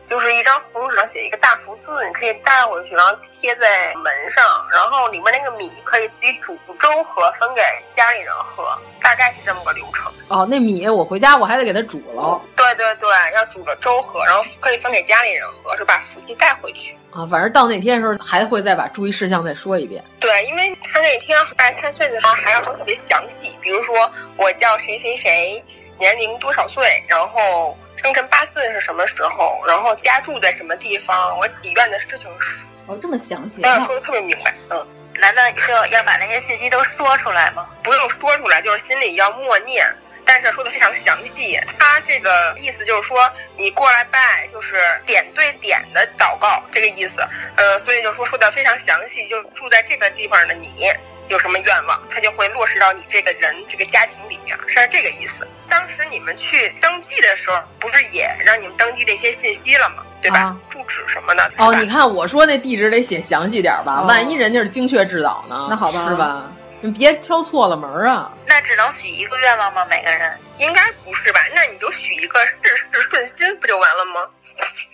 Speaker 10: 就是一张红纸上写一个大福字，你可以带回去，然后贴在门上，然后里面那个米可以自己煮粥喝，分给家里人喝，大概是这么个流程。
Speaker 12: 哦，那米我回家我还得给它煮了。
Speaker 10: 对对对，要煮了粥喝，然后可以分给家里人喝，是把福气带回去。
Speaker 12: 啊，反正到那天的时候还会再把注意事项再说一遍。
Speaker 10: 对，因为哎他那天办太岁的时候还要说特别详细，比如说我叫谁谁谁，年龄多少岁，然后生辰八字是什么时候，然后家住在什么地方，我祈愿的事情是。
Speaker 13: 哦，这么详细、
Speaker 10: 啊。要说的特别明白，嗯。
Speaker 14: 难道就要把那些信息都说出来吗？
Speaker 10: 不用说出来，就是心里要默念。但是说的非常详细，他这个意思就是说，你过来拜就是点对点的祷告，这个意思。呃，所以就说说的非常详细，就住在这个地方的你有什么愿望，他就会落实到你这个人这个家庭里面，是这个意思。当时你们去登记的时候，不是也让你们登记这些信息了吗？对吧？啊、住址什么
Speaker 12: [LAUGHS]
Speaker 10: 的。
Speaker 12: 哦，你看我说那地址得写详细点吧，哦、万一人家是精确制导呢？
Speaker 13: 那好
Speaker 12: 吧，是吧？你别挑错了门 [LAUGHS] 啊！
Speaker 14: 那只能许一个愿望吗？每个人
Speaker 10: 应该不是吧？那你就许一个事事顺心，不就完了吗？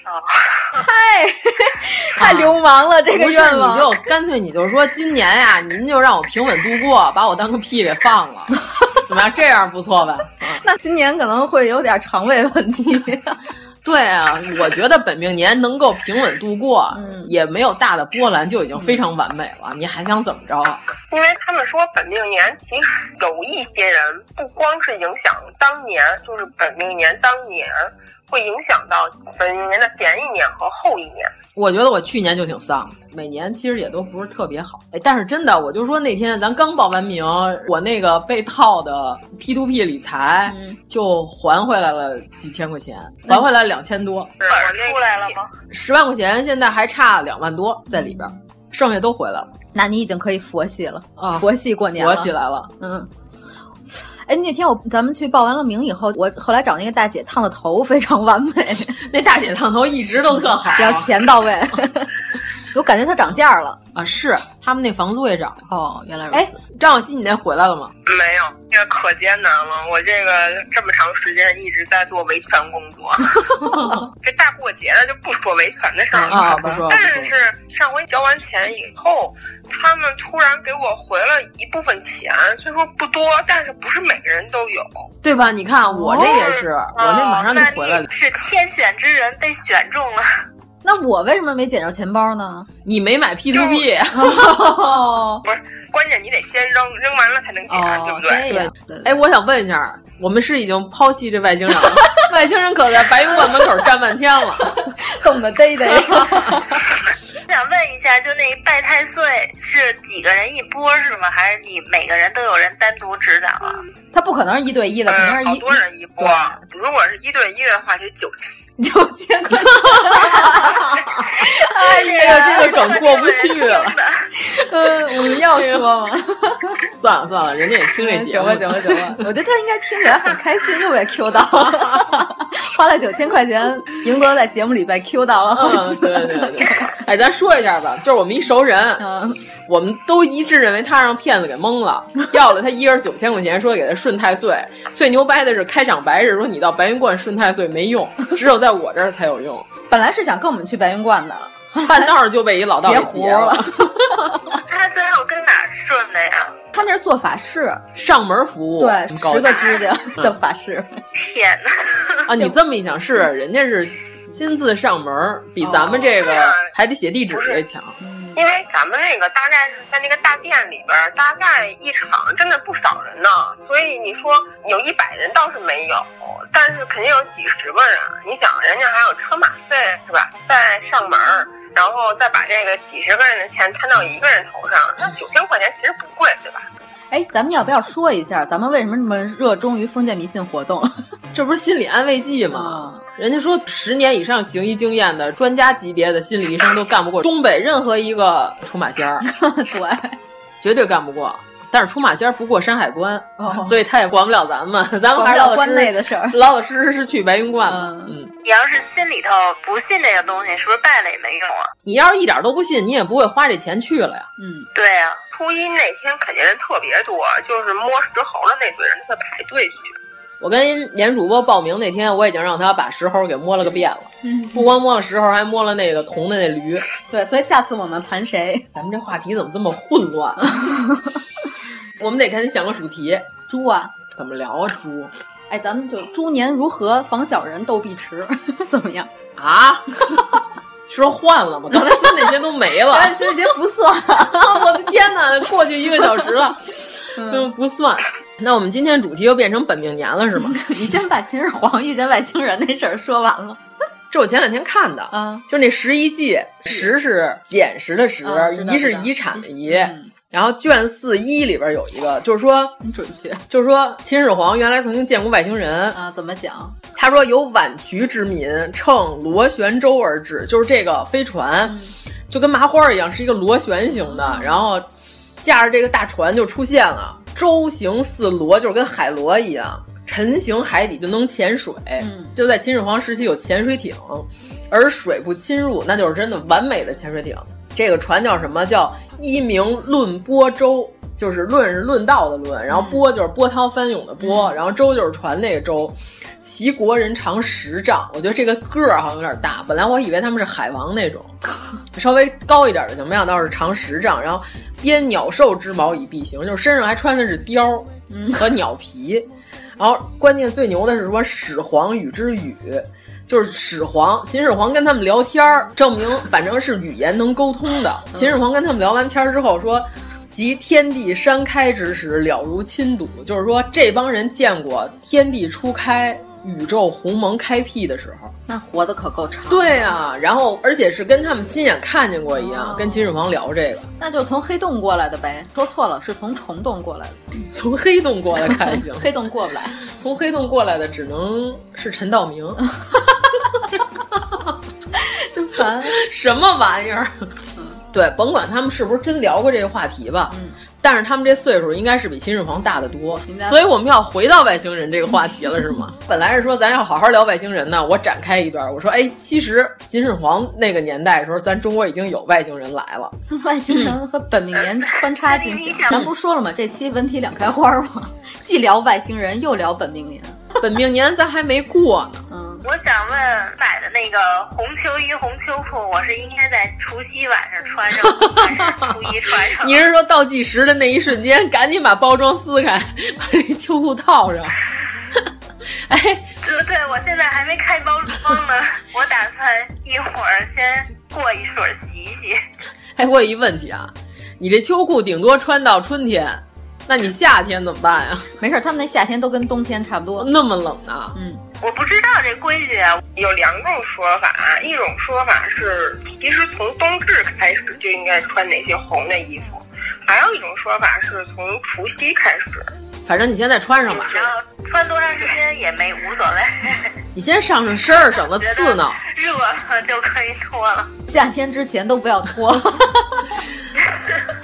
Speaker 14: 哦，
Speaker 13: 太太流氓了，啊、这个愿
Speaker 12: 望你就 [LAUGHS] 干脆你就说今年呀、啊，您就让我平稳度过，把我当个屁给放 [LAUGHS] 了，怎么样？这样不错吧？
Speaker 13: [LAUGHS] 那今年可能会有点肠胃问 [LAUGHS] 题。
Speaker 12: 对啊，我觉得本命年能够平稳度过，嗯、也没有大的波澜，就已经非常完美了。你还想怎么着？啊
Speaker 10: 因为他们说本命年其实有一些人不光是影响当年，就是本命年当年会影响到本命年的前一年和后一年。
Speaker 12: 我觉得我去年就挺丧，每年其实也都不是特别好。哎，但是真的，我就说那天咱刚报完名，我那个被套的 P to P 理财
Speaker 13: 嗯
Speaker 12: 就还回来了几千块钱，还回来两千多，
Speaker 14: 本出来了吗？
Speaker 12: 十万块钱现在还差两万多在里边，剩下都回来了。
Speaker 13: 那你已经可以佛系了
Speaker 12: 啊！
Speaker 13: 哦佛系过年了，
Speaker 12: 佛起来了，
Speaker 13: 嗯。哎，那天我咱们去报完了名以后，我后来找那个大姐烫的头非常完美， [LAUGHS]
Speaker 12: 那大姐烫头一直都特好，
Speaker 13: 只要钱到 [LAUGHS] 位，我感觉她涨价了
Speaker 12: 啊！是，他们那房租也涨
Speaker 13: 哦，原来如
Speaker 12: 此。哎，张小希，你那回来了吗？
Speaker 10: 没有，这个可艰难了，我这个这么长时间一直在做维权工
Speaker 12: [LAUGHS]
Speaker 10: 作，这大过节的就不说维权的事儿了
Speaker 12: 啊，不说。
Speaker 10: 但是上回交完钱以后。他们突然给我回了一部分钱，虽说不多，但是不是每个人都有，
Speaker 12: 对吧？你看我这也是，哦、我这马上就回来了。
Speaker 14: 是天选之人被选中了。
Speaker 13: 那我为什么没捡着钱包 [LAUGHS] 呢？
Speaker 12: 你没买 P to
Speaker 10: P，不是，关键你得先扔，扔完了才能捡，
Speaker 13: 哦、
Speaker 10: 对不对？
Speaker 13: 对。
Speaker 12: 对哎，我想问一下，我们是已经抛弃这外星人了？ [LAUGHS] 外星人可在白云观门口站半天了，
Speaker 13: 冻得 [LAUGHS] 嘚嘚。
Speaker 14: 想问一下，就那拜太岁是几个人一波是吗？还是你每个人都有人单独指导啊？呃
Speaker 13: 他不可能是一对一的，肯定是
Speaker 10: 哎好
Speaker 13: [LAUGHS]
Speaker 10: 多人一波。如果是一对一的话，就九
Speaker 13: 九千 [LAUGHS] 块。
Speaker 12: 哎呀，这个梗过不去了。 [LAUGHS]
Speaker 13: 嗯，我们要说吗？
Speaker 12: 算了算了，人家也听这节
Speaker 13: 哎目。行吧行吧行吧， [LAUGHS] 我觉得他应该听起来很开心，又被 Q 到了。 [LAUGHS] 花了九千块钱，赢得在节目里被 Q 到了好
Speaker 12: 几次。嗯对对对，哎，咱说一下吧，就是我们一熟人，
Speaker 13: 嗯、
Speaker 12: 我们都一致认为他让骗子给蒙了，要了他一人九千块钱，说给他顺太岁。最牛掰的是开场白日说你到白云观顺太岁没用，只有在我这儿才
Speaker 13: [LAUGHS]
Speaker 12: 有用。
Speaker 13: 本来是想跟我们去白云观的，
Speaker 12: 半道就被一老道给
Speaker 13: 截了。
Speaker 14: 他最后跟哪顺的呀？
Speaker 13: 他那是做法事，
Speaker 12: [LAUGHS] 上门服务，
Speaker 13: 对，十个指甲
Speaker 12: 嗯
Speaker 13: 的法事。
Speaker 14: 天哪！
Speaker 12: 啊，你这么一想是，人家是亲自上门，比
Speaker 13: 哦
Speaker 12: 咱们这个还得写地址这强。
Speaker 10: 因为咱们那个大概是在那个大殿里边，大概一场真的不少人呢，所以你说有一百人倒是没有，但是肯定有几十个人。啊你想，人家还有车马费是吧？再上门。然后再把这个几十个人的钱摊到一个人头上，
Speaker 14: 嗯
Speaker 10: 那九千块钱其实不贵，对吧？
Speaker 13: 哎，咱们要不要说一下，咱们为什么这么热衷于封建迷信活动？
Speaker 12: 这不是心理安慰剂吗？嗯、人家说十年以上行医经验的专家级别的心理医生都干不过东北任何一个出马仙儿，
Speaker 13: [LAUGHS] 对，
Speaker 12: 绝对干不过。但是出马仙儿不过山海关，
Speaker 13: 哦、
Speaker 12: 所以他也管不了咱们，咱们还是老
Speaker 13: 关内的事儿，
Speaker 12: 老老实实是去白云观吧。嗯，
Speaker 14: 嗯你要是心里头不信这个东西，是不是拜了也没用啊？
Speaker 12: 你要是一点都不信，你也不会花这钱去了呀。
Speaker 13: 嗯，
Speaker 14: 对呀、啊，
Speaker 10: 初一那天肯定人特别多，就是摸石猴的那堆人会排队去。
Speaker 12: 我跟年主播报名那天，我已经让他把石猴给摸了个遍了，
Speaker 13: 嗯，
Speaker 12: 不光摸了石猴，还摸了那个铜的那驴。
Speaker 13: 对，所以下次我们盘谁？
Speaker 12: 咱们这话题怎么这么混乱？啊 [LAUGHS] 我们得赶紧想个主题。
Speaker 13: 猪啊，
Speaker 12: 怎么聊啊猪？
Speaker 13: 哎，咱们就猪年如何防小人斗碧池， [LAUGHS] 怎么样？
Speaker 12: 啊？ [LAUGHS] 说换了吗？刚才说那些都没了，
Speaker 13: 情人节不算。
Speaker 12: 哎我的天哪，过去一个小时了， [LAUGHS] 嗯，不算。那我们今天主题又变成本命年了，是吗？ [LAUGHS]
Speaker 13: [LAUGHS] 你先把秦始皇遇见外星人那事儿说完了。
Speaker 12: 这我前两天看的，
Speaker 13: 嗯，
Speaker 12: 就那十一季，十是捡拾的拾，
Speaker 13: 嗯知道
Speaker 12: 遗是
Speaker 13: 知道
Speaker 12: 遗产的遗。
Speaker 13: 嗯
Speaker 12: 然后卷四一里边有一个，就是说，
Speaker 13: 很准确
Speaker 12: 就是说秦始皇原来曾经见过外星人，
Speaker 13: 啊？怎么讲？
Speaker 12: 他说有宛渠之民乘螺旋舟而至，就是这个飞船，就跟麻花一样，是一个螺旋形的，然后驾着这个大船就出现了。舟行似螺，就是跟海螺一样，沉行海底就能潜水。就在秦始皇时期有潜水艇，而水不侵入，那就是真的完美的潜水艇。这个船叫什么？叫一鸣论波舟，就是论是论道的论，然后波就是波涛翻涌的波，然后舟就是船那个舟。齐国人长十丈，我觉得这个个儿好像有点大。本来我以为他们是海王那种，稍微高一点就行，没想到是长十丈。然后编鸟兽之毛以蔽形，就是身上还穿的是貂和鸟皮。然后关键最牛的是说始皇与之语。就是始皇，秦始皇跟他们聊天儿，证明反正是语言能沟通的。秦始皇跟他们聊完天儿之后说，及天地山开之时，了如亲睹。就是说，这帮人见过天地初开、宇宙鸿蒙开辟的时候。
Speaker 13: 那活得可够长。
Speaker 12: 对啊，然后而且是跟他们亲眼看见过一样，跟秦始皇聊这个，
Speaker 13: 那就从黑洞过来的呗。说错了，是从虫洞过来的。，
Speaker 12: 从黑洞过来看行
Speaker 13: [LAUGHS] 黑洞过不
Speaker 12: [LAUGHS]
Speaker 13: 来。
Speaker 12: 从黑洞过来的只能是陈道明，
Speaker 13: 真烦。
Speaker 12: 什么玩意儿？ [LAUGHS] 对，甭管他们是不是真聊过这个话题吧，但是他们这岁数应该是比嗯秦始皇大得多嗯
Speaker 13: 明白，了
Speaker 12: 所以我们要回到外星人这个话题了，是吗？本来是说咱要好好聊外星人呢，我展开一段，我说，哎，其实秦始皇那个年代的时候，咱中国已经有外星人来了，
Speaker 13: 外星人和本命年穿插进
Speaker 12: [LAUGHS]
Speaker 13: 行，咱不说了吗？这期文体两开花儿嘛， [LAUGHS] 既聊外星人又聊本命年。
Speaker 12: 本命年咱还没过呢，
Speaker 10: 我想问，买的那个红秋衣、红秋裤，我是应该在除夕晚上穿上，还是初一穿
Speaker 12: [LAUGHS]
Speaker 10: 上？
Speaker 12: 你是说倒计时的那一瞬间，赶紧把包装撕开，把这秋裤套上？ [LAUGHS] 哎
Speaker 10: 呃对对，我现在还没开包装呢，我打算一会儿先过一水儿洗一洗。
Speaker 12: [LAUGHS] 哎，我有一问题啊，你这秋裤顶多穿到春天，那你夏天怎么办呀？ [LAUGHS]
Speaker 13: 没事儿，他们那夏天都跟冬天差不多。
Speaker 12: 那么冷啊呢？
Speaker 13: 嗯，
Speaker 10: 我不知道这规矩啊，
Speaker 11: 有两种说法，一种说法是，其实从冬至开始就应该穿那些红的衣服，还有一种说法是从除夕开始，
Speaker 12: 反正你现在穿上吧，
Speaker 10: 然后穿多长时间也没无所谓，
Speaker 12: 你先上上身儿，省得刺挠。
Speaker 10: 热了就可以脱了。
Speaker 13: 夏天之前都不要
Speaker 12: [LAUGHS]
Speaker 13: 脱，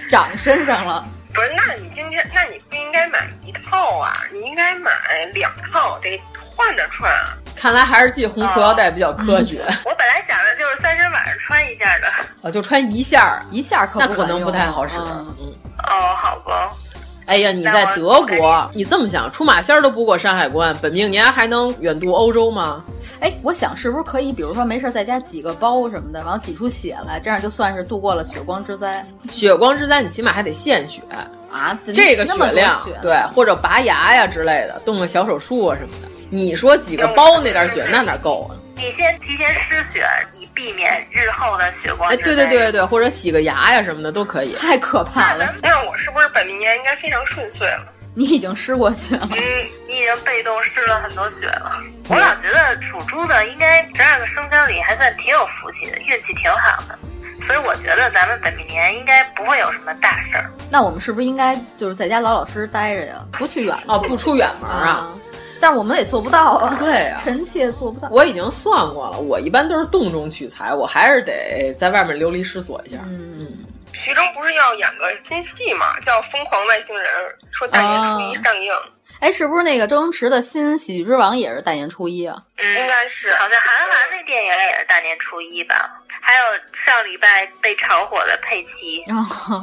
Speaker 13: 长身上了。
Speaker 11: 不是，那你今天，那你不应该买一套啊，你应该买两套，得换着穿啊。
Speaker 12: 看来还是系红裤腰带比较
Speaker 13: 嗯
Speaker 12: 科学， [LAUGHS]
Speaker 10: 我本来想着就是三十晚上穿一下
Speaker 11: [LAUGHS]
Speaker 10: 的。
Speaker 12: 啊，就穿一下儿，
Speaker 13: 一下可
Speaker 12: 那
Speaker 13: 不
Speaker 12: 可
Speaker 13: 管
Speaker 12: 能
Speaker 13: 用
Speaker 12: 不太好使。
Speaker 13: 嗯
Speaker 12: 嗯，
Speaker 10: 哦，好吧，
Speaker 12: 哎呀，你
Speaker 10: 那
Speaker 12: 在
Speaker 10: 我
Speaker 12: 德
Speaker 10: 我
Speaker 12: 国，你这么想，出马仙儿都不过山海关，本命年还能远渡欧洲吗？
Speaker 13: 哎，我想是不是可以，比如说没事儿在家挤个包什么的，然后挤出血来，这样就算是度过了血光之灾
Speaker 12: 血光之灾，你起码还得献血，
Speaker 13: 啊？
Speaker 12: 这个
Speaker 13: 那么
Speaker 12: 血
Speaker 13: 多
Speaker 12: 量
Speaker 13: 血，
Speaker 12: 对，或者拔牙呀之类的，动个小手术啊什么的。你说几个包那点血，那哪够啊？
Speaker 10: 你先提前失血，以避免日后的血光
Speaker 12: 哎，对
Speaker 10: 之灾。
Speaker 12: 对对对对，或者洗个牙呀什么的都可以。
Speaker 13: 太可怕了！
Speaker 11: 那我是不是本命年应该非常顺遂了？
Speaker 13: 你已经失过血了，
Speaker 10: 嗯，你已经被动失了很多血了。我老觉得属猪的应该十二个生肖里还算挺有福气的，运气挺好的，所以我觉得咱们本命年应该不会有什么大事儿。
Speaker 13: 那我们是不是应该就是在家老老实实待着呀，不去远
Speaker 12: 哦，不出远门
Speaker 13: 门
Speaker 12: 啊。？
Speaker 13: 但我们也做不到啊，
Speaker 12: [LAUGHS] 对呀、
Speaker 13: 臣妾做不到。
Speaker 12: 我已经算过了，我一般都是洞中取财，我还是得在外面流离失所一下。
Speaker 11: 徐峥不是要演个新戏嘛，叫《疯狂外星人》，说大年初一上映，
Speaker 10: 哦
Speaker 13: 哎，是不是那个周星驰的新《喜剧之王》也是大年初一啊？
Speaker 10: 嗯，
Speaker 11: 应该是
Speaker 10: 好像韩寒那电影也是大年初一吧？还有上礼拜被炒火的佩奇，
Speaker 13: 然后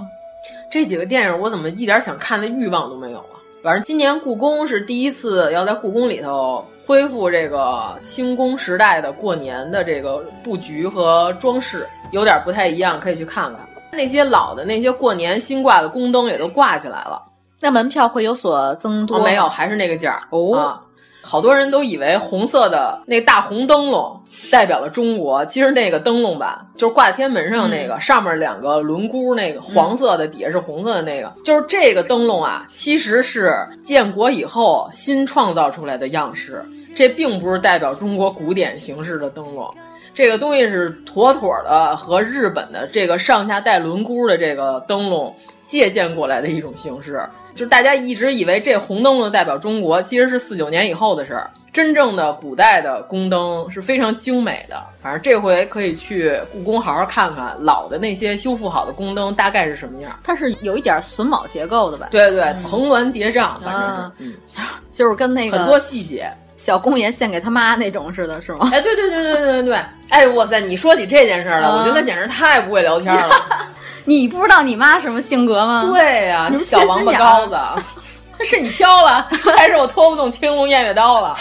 Speaker 12: 这几个电影我怎么一点想看的欲望都没有啊？反正今年故宫是第一次要在故宫里头恢复这个清宫时代的过年的这个布局和装饰，有点不太一样，可以去看看。那些老的那些过年新挂的宫灯也都挂起来了。
Speaker 13: 那门票会有所增多、
Speaker 12: 哦？没有，还是那个价儿哦、啊。好多人都以为红色的那大红灯笼代表了中国，其实那个灯笼吧，就是挂在天安门上那个，
Speaker 13: 嗯、
Speaker 12: 上面两个轮箍，那个黄色的，底下是红色的那个，嗯、就是这个灯笼啊，其实是建国以后新创造出来的样式，这并不是代表中国古典形式的灯笼。这个东西是妥妥的和日本的这个上下带轮箍的这个灯笼借鉴过来的一种形式，就是大家一直以为这红灯笼代表中国，其实是四九年以后的事儿。真正的古代的宫灯是非常精美的，反正这回可以去故宫好好看看老的那些修复好的宫灯大概是什么样。
Speaker 13: 它是有一点榫卯结构的吧？
Speaker 12: 对对，嗯、层峦叠嶂，反正是，啊、嗯，
Speaker 13: 就是跟那个
Speaker 12: 很多细节。
Speaker 13: 小公爷献给他妈那种似的，是吗？
Speaker 12: 哎，对对对对对对对！哎，哇塞，你说起这件事儿来，嗯、我觉得简直太不会聊天了。
Speaker 13: 你不知道你妈什么性格吗？
Speaker 12: 对呀、啊，你小王八羔子， [LAUGHS] 是你飘了，还是我拖不动青龙偃月刀了？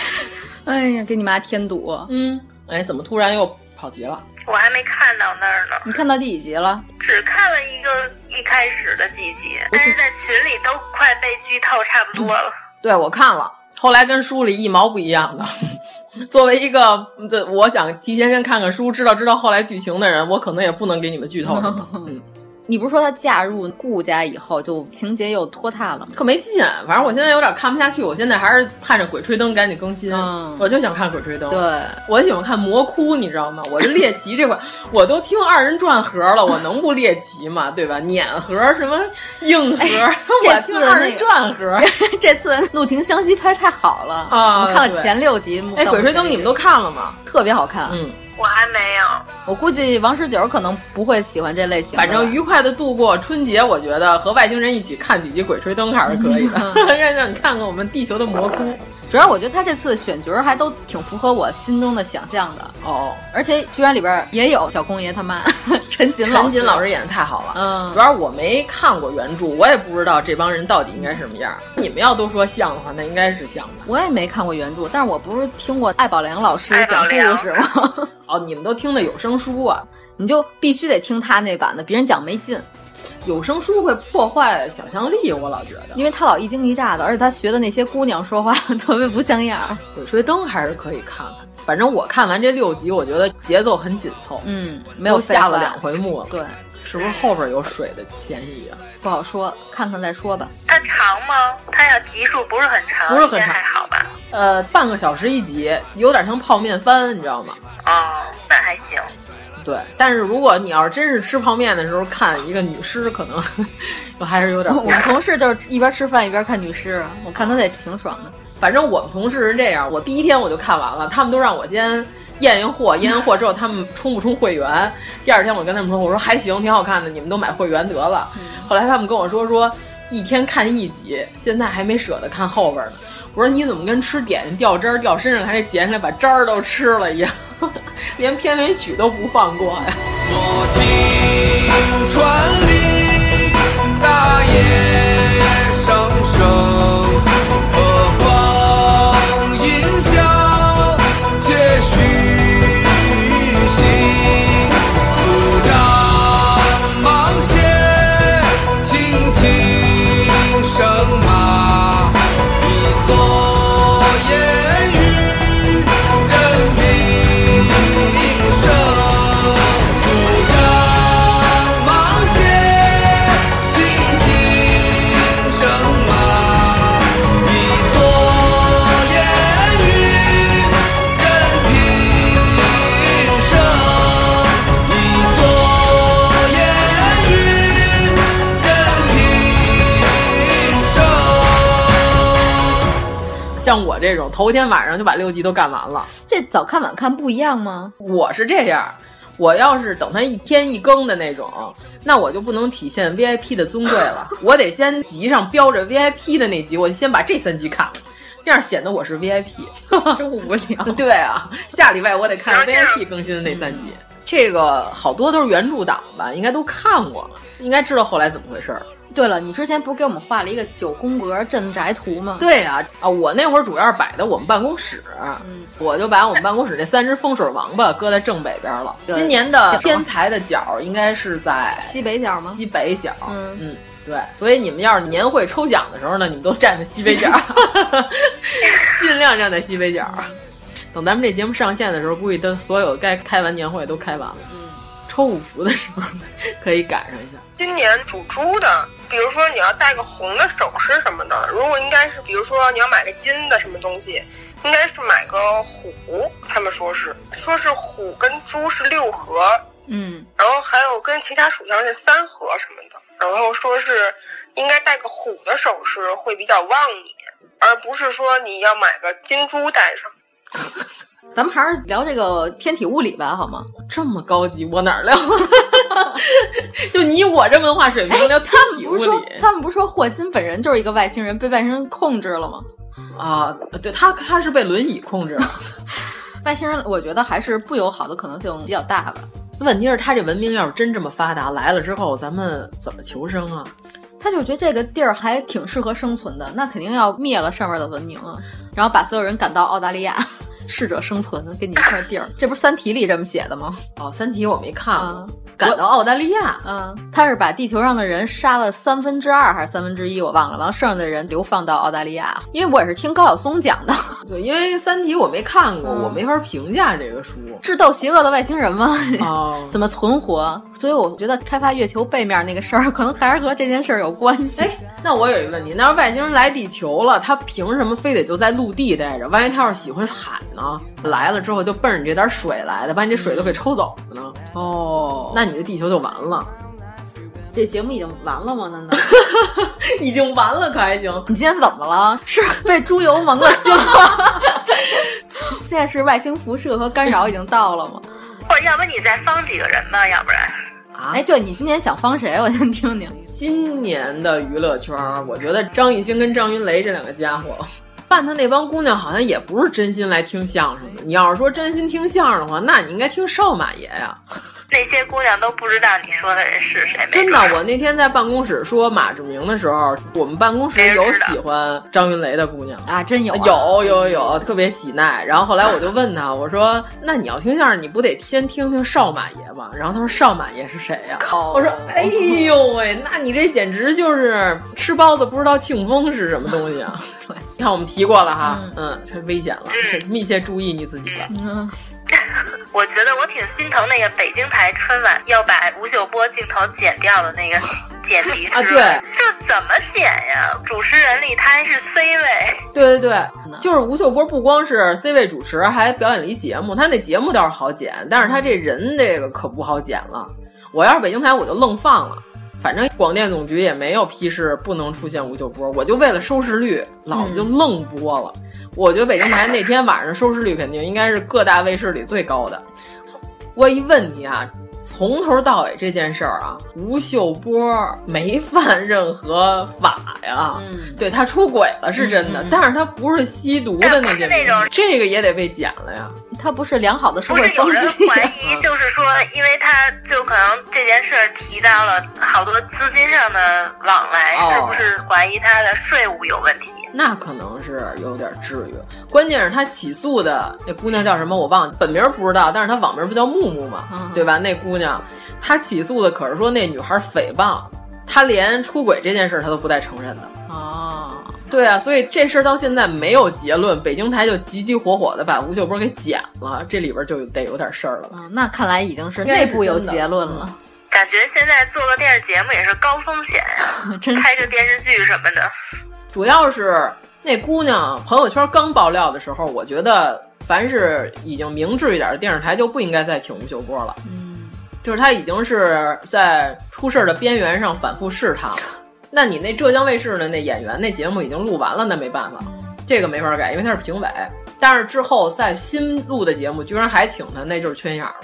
Speaker 13: 哎呀，给你妈添堵！
Speaker 12: 嗯，哎，怎么突然又跑题了？
Speaker 10: 我还没看到那儿呢。
Speaker 13: 你看到第几集了？
Speaker 10: 只看了一个一开始的几集，但是在群里都快被剧透差不多了。
Speaker 12: 对，我看了。后来跟书里一毛不一样的。 [LAUGHS] 作为一个，我想提前先看看书，知道知道后来剧情的人，我可能也不能给你们剧透什 [LAUGHS] 么。嗯，
Speaker 13: 你不是说她嫁入顾家以后，就情节又拖沓了吗？
Speaker 12: 可没劲、啊。反正我现在有点看不下去，我现在还是盼着《鬼吹灯》赶紧更新。嗯、我就想看《鬼吹灯》。
Speaker 13: 对，
Speaker 12: 我喜欢看魔窟，你知道吗？我这猎奇这块，我都听二人转盒了，我能不猎奇吗？对吧？碾盒什么硬盒，哎、
Speaker 13: 这次
Speaker 12: 我听二人转盒。
Speaker 13: [LAUGHS]
Speaker 12: [LAUGHS]
Speaker 13: 这次陆婷湘西拍太好了
Speaker 12: 啊！
Speaker 13: 我看了前六集。
Speaker 12: 哎，《鬼吹灯》你们都看了吗？
Speaker 13: 特别好看。
Speaker 12: 嗯。
Speaker 10: 我还没有，
Speaker 13: 我估计王十九可能不会喜欢这类型。
Speaker 12: 反正愉快的度过春节，我觉得和外星人一起看几集《鬼吹灯》还是可以的， [LAUGHS] 让让你看看我们地球的魔窟。
Speaker 13: 主要我觉得他这次选角还都挺符合我心中的想象的
Speaker 12: 哦，
Speaker 13: 而且居然里边也有小公爷他妈 [LAUGHS]
Speaker 12: 陈
Speaker 13: 瑾
Speaker 12: 陈瑾老师演的太好了。嗯，主要我没看过原著，我也不知道这帮人到底应该什么样。你们要都说像的话，那应该是像的。
Speaker 13: 我也没看过原著，但是我不是听过艾宝良老师讲故事吗？ [LAUGHS]
Speaker 12: 哦，你们都听的有声书啊，
Speaker 13: 你就必须得听他那版的，别人讲没劲。
Speaker 12: 有声书会破坏想象力，我老觉得，
Speaker 13: 因为他老一惊一乍的，而且他学的那些姑娘说话特别不像样。
Speaker 12: 鬼吹灯还是可以看看，反正我看完这六集，我觉得节奏很紧凑，
Speaker 13: 嗯，没有
Speaker 12: 下了两回幕了，
Speaker 13: 对，
Speaker 12: 是不是后边有水的嫌疑啊？
Speaker 13: 不好说，看看再说吧。
Speaker 10: 它长吗？它要集数不是很长，
Speaker 12: 不是很长，
Speaker 10: 还好吧？
Speaker 12: 呃，半个小时一集，有点像泡面番，你知道吗？
Speaker 10: 哦，那还行。
Speaker 12: 对，但是如果你要是真是吃泡面的时候看一个女尸，可能 [LAUGHS] 我还是有
Speaker 13: [LAUGHS]
Speaker 12: 点。
Speaker 13: 我们同事就是一边吃饭一边看女尸，啊我看他得挺爽的。
Speaker 12: 反正我们同事是这样，我第一天我就看完了，他们都让我先验验货，验完货之后他们充不充会员。 [LAUGHS] 第二天我跟他们说，我说还行，挺好看的，你们都买会员得了。后来他们跟我说说一天看一集，现在还没舍得看后边呢。我说你怎么跟吃点心掉汁儿掉身上还得捡起来把汁儿都吃了一样， [LAUGHS] 连片尾曲都不放过呀、啊！
Speaker 15: 我听船里大雁声声和风吟啸，且徐行，拄杖芒鞋，轻轻声马。
Speaker 12: 像我这种头天晚上就把六集都干完了，
Speaker 13: 这早看晚看不一样吗？
Speaker 12: 我是这样，我要是等他一天一更的那种，那我就不能体现 VIP 的尊贵了，我得先集上标着 VIP 的那集，我就先把这三集看了，这样显得我是 VIP。
Speaker 13: [LAUGHS] 真无聊。
Speaker 12: [LAUGHS] 对啊，下礼拜我得看 VIP 更新的那三集。
Speaker 13: 嗯
Speaker 12: 这个好多都是原著党吧，应该都看过了，应该知道后来怎么回事儿。
Speaker 13: 对了，你之前不是给我们画了一个九宫格镇宅图吗？
Speaker 12: 对啊，啊，我那会儿主要是摆的我们办公室，
Speaker 13: 嗯，
Speaker 12: 我就把我们办公室那三只风水王八搁在正北边了。今年的天才的角应该是在
Speaker 13: 西北角吗？
Speaker 12: 西北角，
Speaker 13: 嗯
Speaker 12: 嗯，对，所以你们要是年会抽奖的时候呢，你们都站在西北角，
Speaker 13: [LAUGHS]
Speaker 12: 尽量站在西北角。
Speaker 13: 嗯
Speaker 12: 等咱们这节目上线的时候，估计都所有该开完年会都开完了。
Speaker 13: 嗯，
Speaker 12: 抽五福的时候可以赶上一下。
Speaker 11: 今年属猪的，比如说你要戴个红的首饰什么的，如果应该是，比如说你要买个金的什么东西，应该是买个虎。他们说是，说是虎跟猪是六合，
Speaker 13: 嗯，
Speaker 11: 然后还有跟其他属相是三合什么的，然后说是应该戴个虎的首饰会比较旺你，而不是说你要买个金珠戴上。
Speaker 13: 咱们还是聊这个天体物理吧，好吗？
Speaker 12: 这么高级，我哪儿聊？ [LAUGHS] 就你我这文化水平聊天体
Speaker 13: 物理，哎他们不是说霍金本人就是一个外星人，被外星人控制了吗？
Speaker 12: 啊，对他他是被轮椅控制了。
Speaker 13: [LAUGHS] 外星人，我觉得还是不友好的可能性比较大吧。
Speaker 12: 问题是，他这文明要是真这么发达，来了之后咱们怎么求生啊？
Speaker 13: 他就觉得这个地儿还挺适合生存的，那肯定要灭了上面的文明啊，然后把所有人赶到澳大利亚， [LAUGHS] 适者生存，给你一块地儿。这不是《三体》里这么写的吗？
Speaker 12: 哦，《三体》我没看过。啊、赶到澳大利亚，
Speaker 13: 嗯，他是把地球上的人杀了三分之二还是三分之一，我忘了，完剩下的人流放到澳大利亚。因为我也是听高晓松讲的， [LAUGHS]
Speaker 12: 对，因为《三体》我没看过，嗯、我没法评价这
Speaker 13: [LAUGHS]
Speaker 12: 个书。
Speaker 13: 智斗邪恶的外星人吗？
Speaker 12: 哦，
Speaker 13: [LAUGHS] 怎么存活？所以我觉得开发月球背面那个事儿，可能还是和这件事儿有。关系
Speaker 12: 哎，那我有一个问题，那要是外星人来地球了，他凭什么非得就在陆地待着？万一他要是喜欢海呢？来了之后就奔着你这点水来的，把你这水都给抽走了呢？
Speaker 13: 哦，
Speaker 12: 那你这地球就完了。 [LAUGHS]
Speaker 13: 这节目已经完了吗？ [LAUGHS] 难道
Speaker 12: 已经完了可还行？
Speaker 13: 你今天怎么了？是 [LAUGHS] 被猪油蒙了心吗？ [LAUGHS] 现在是外星辐射和干扰已经到了吗？
Speaker 10: 或者要不你再放几个人吧，要不然。
Speaker 12: 啊，
Speaker 13: 哎，对你今年想方谁？我先听听。
Speaker 12: 今年的娱乐圈，我觉得张艺兴跟张云雷这两个家伙，办他那帮姑娘好像也不是真心来听相声的。你要是说真心听相声的话，那你应该听少马爷呀、
Speaker 10: 啊。那些姑娘都不知道你说的人是谁。
Speaker 12: 真的，我那天在办公室说马志明的时候，我们办公室有喜欢张云雷的姑娘
Speaker 13: 啊，真有、啊，
Speaker 12: 有有有，特别喜奈。然后后来我就问他，我说：“那你要听相声，你不得先听听少马爷吗？”然后他说：“少马爷是谁呀、啊？”我说：“哎呦喂，那你这简直就是吃包子不知道庆丰是什么东西 [LAUGHS] 啊！”
Speaker 13: 对，
Speaker 12: 你看我们提过了哈，嗯，
Speaker 13: 这、
Speaker 12: 嗯、危险了，密切注意你自己吧。
Speaker 13: 嗯。
Speaker 10: 我觉得我挺心疼那个北京台春晚要把吴秀波镜头剪掉的那个剪辑师
Speaker 12: 啊，对，
Speaker 10: 这怎么剪呀？主持人里他还是 C 位，
Speaker 13: [LAUGHS]
Speaker 12: 对对对，就是吴秀波不光是 C 位主持，还表演了一节目。他那节目倒是好剪，但是他这人这个可不好剪了。我要是北京台，我就愣放了。反正广电总局也没有批示不能出现吴秀波，我就为了收视率，老子就愣播了。嗯、我觉得北京台那天晚上收视率肯定应该是各大卫视里最高的。我一问你啊，从头到尾这件事儿啊，吴秀波没 [LAUGHS] 犯任何法呀，
Speaker 13: 嗯、
Speaker 12: 对他出轨了是真的，
Speaker 13: 嗯
Speaker 12: 但是他不是吸毒的那些，
Speaker 10: 哎那种
Speaker 12: 这个也得被剪了呀。
Speaker 13: 他不是良好的社会不
Speaker 10: 风气。
Speaker 13: 是有
Speaker 10: 人怀疑，就是说，因为他就可能这件事提到了好多资金上的往来，
Speaker 12: 哦、
Speaker 10: 是不是怀疑他的税务有问题？
Speaker 12: 那可能是有点至于。关键是他起诉的那姑娘叫什么？我忘了，本名不知道，但是她网名不叫木木嘛，
Speaker 13: 嗯、
Speaker 12: 对吧？那姑娘，她起诉的可是说那女孩诽谤，她连出轨这件事她都不带承认的。
Speaker 13: [LAUGHS] 哦。
Speaker 12: 对啊，所以这事儿到现在没有结论，北京台就急急火火的把吴秀波给剪了，这里边就得有点事儿了。
Speaker 13: 嗯，那看来已经是内部有结论了。嗯、
Speaker 10: 感觉现在做个电视节目也是高风险
Speaker 13: [LAUGHS]
Speaker 10: 呀、啊，
Speaker 13: 真
Speaker 10: 开个电视剧什么的。
Speaker 12: 主要是那姑娘朋友圈刚爆料的时候，我觉得凡是已经明智一点的电视台就不应该再请吴秀波了。
Speaker 13: 嗯，
Speaker 12: 就是他已经是在出事儿的边缘上反复试
Speaker 13: [LAUGHS]
Speaker 12: 探了。那你那浙江卫视的那演员那节目已经录完了，那没办法，这个没法改，因为他是评委。但是之后在新录的节目居然还请他，那就是缺眼了。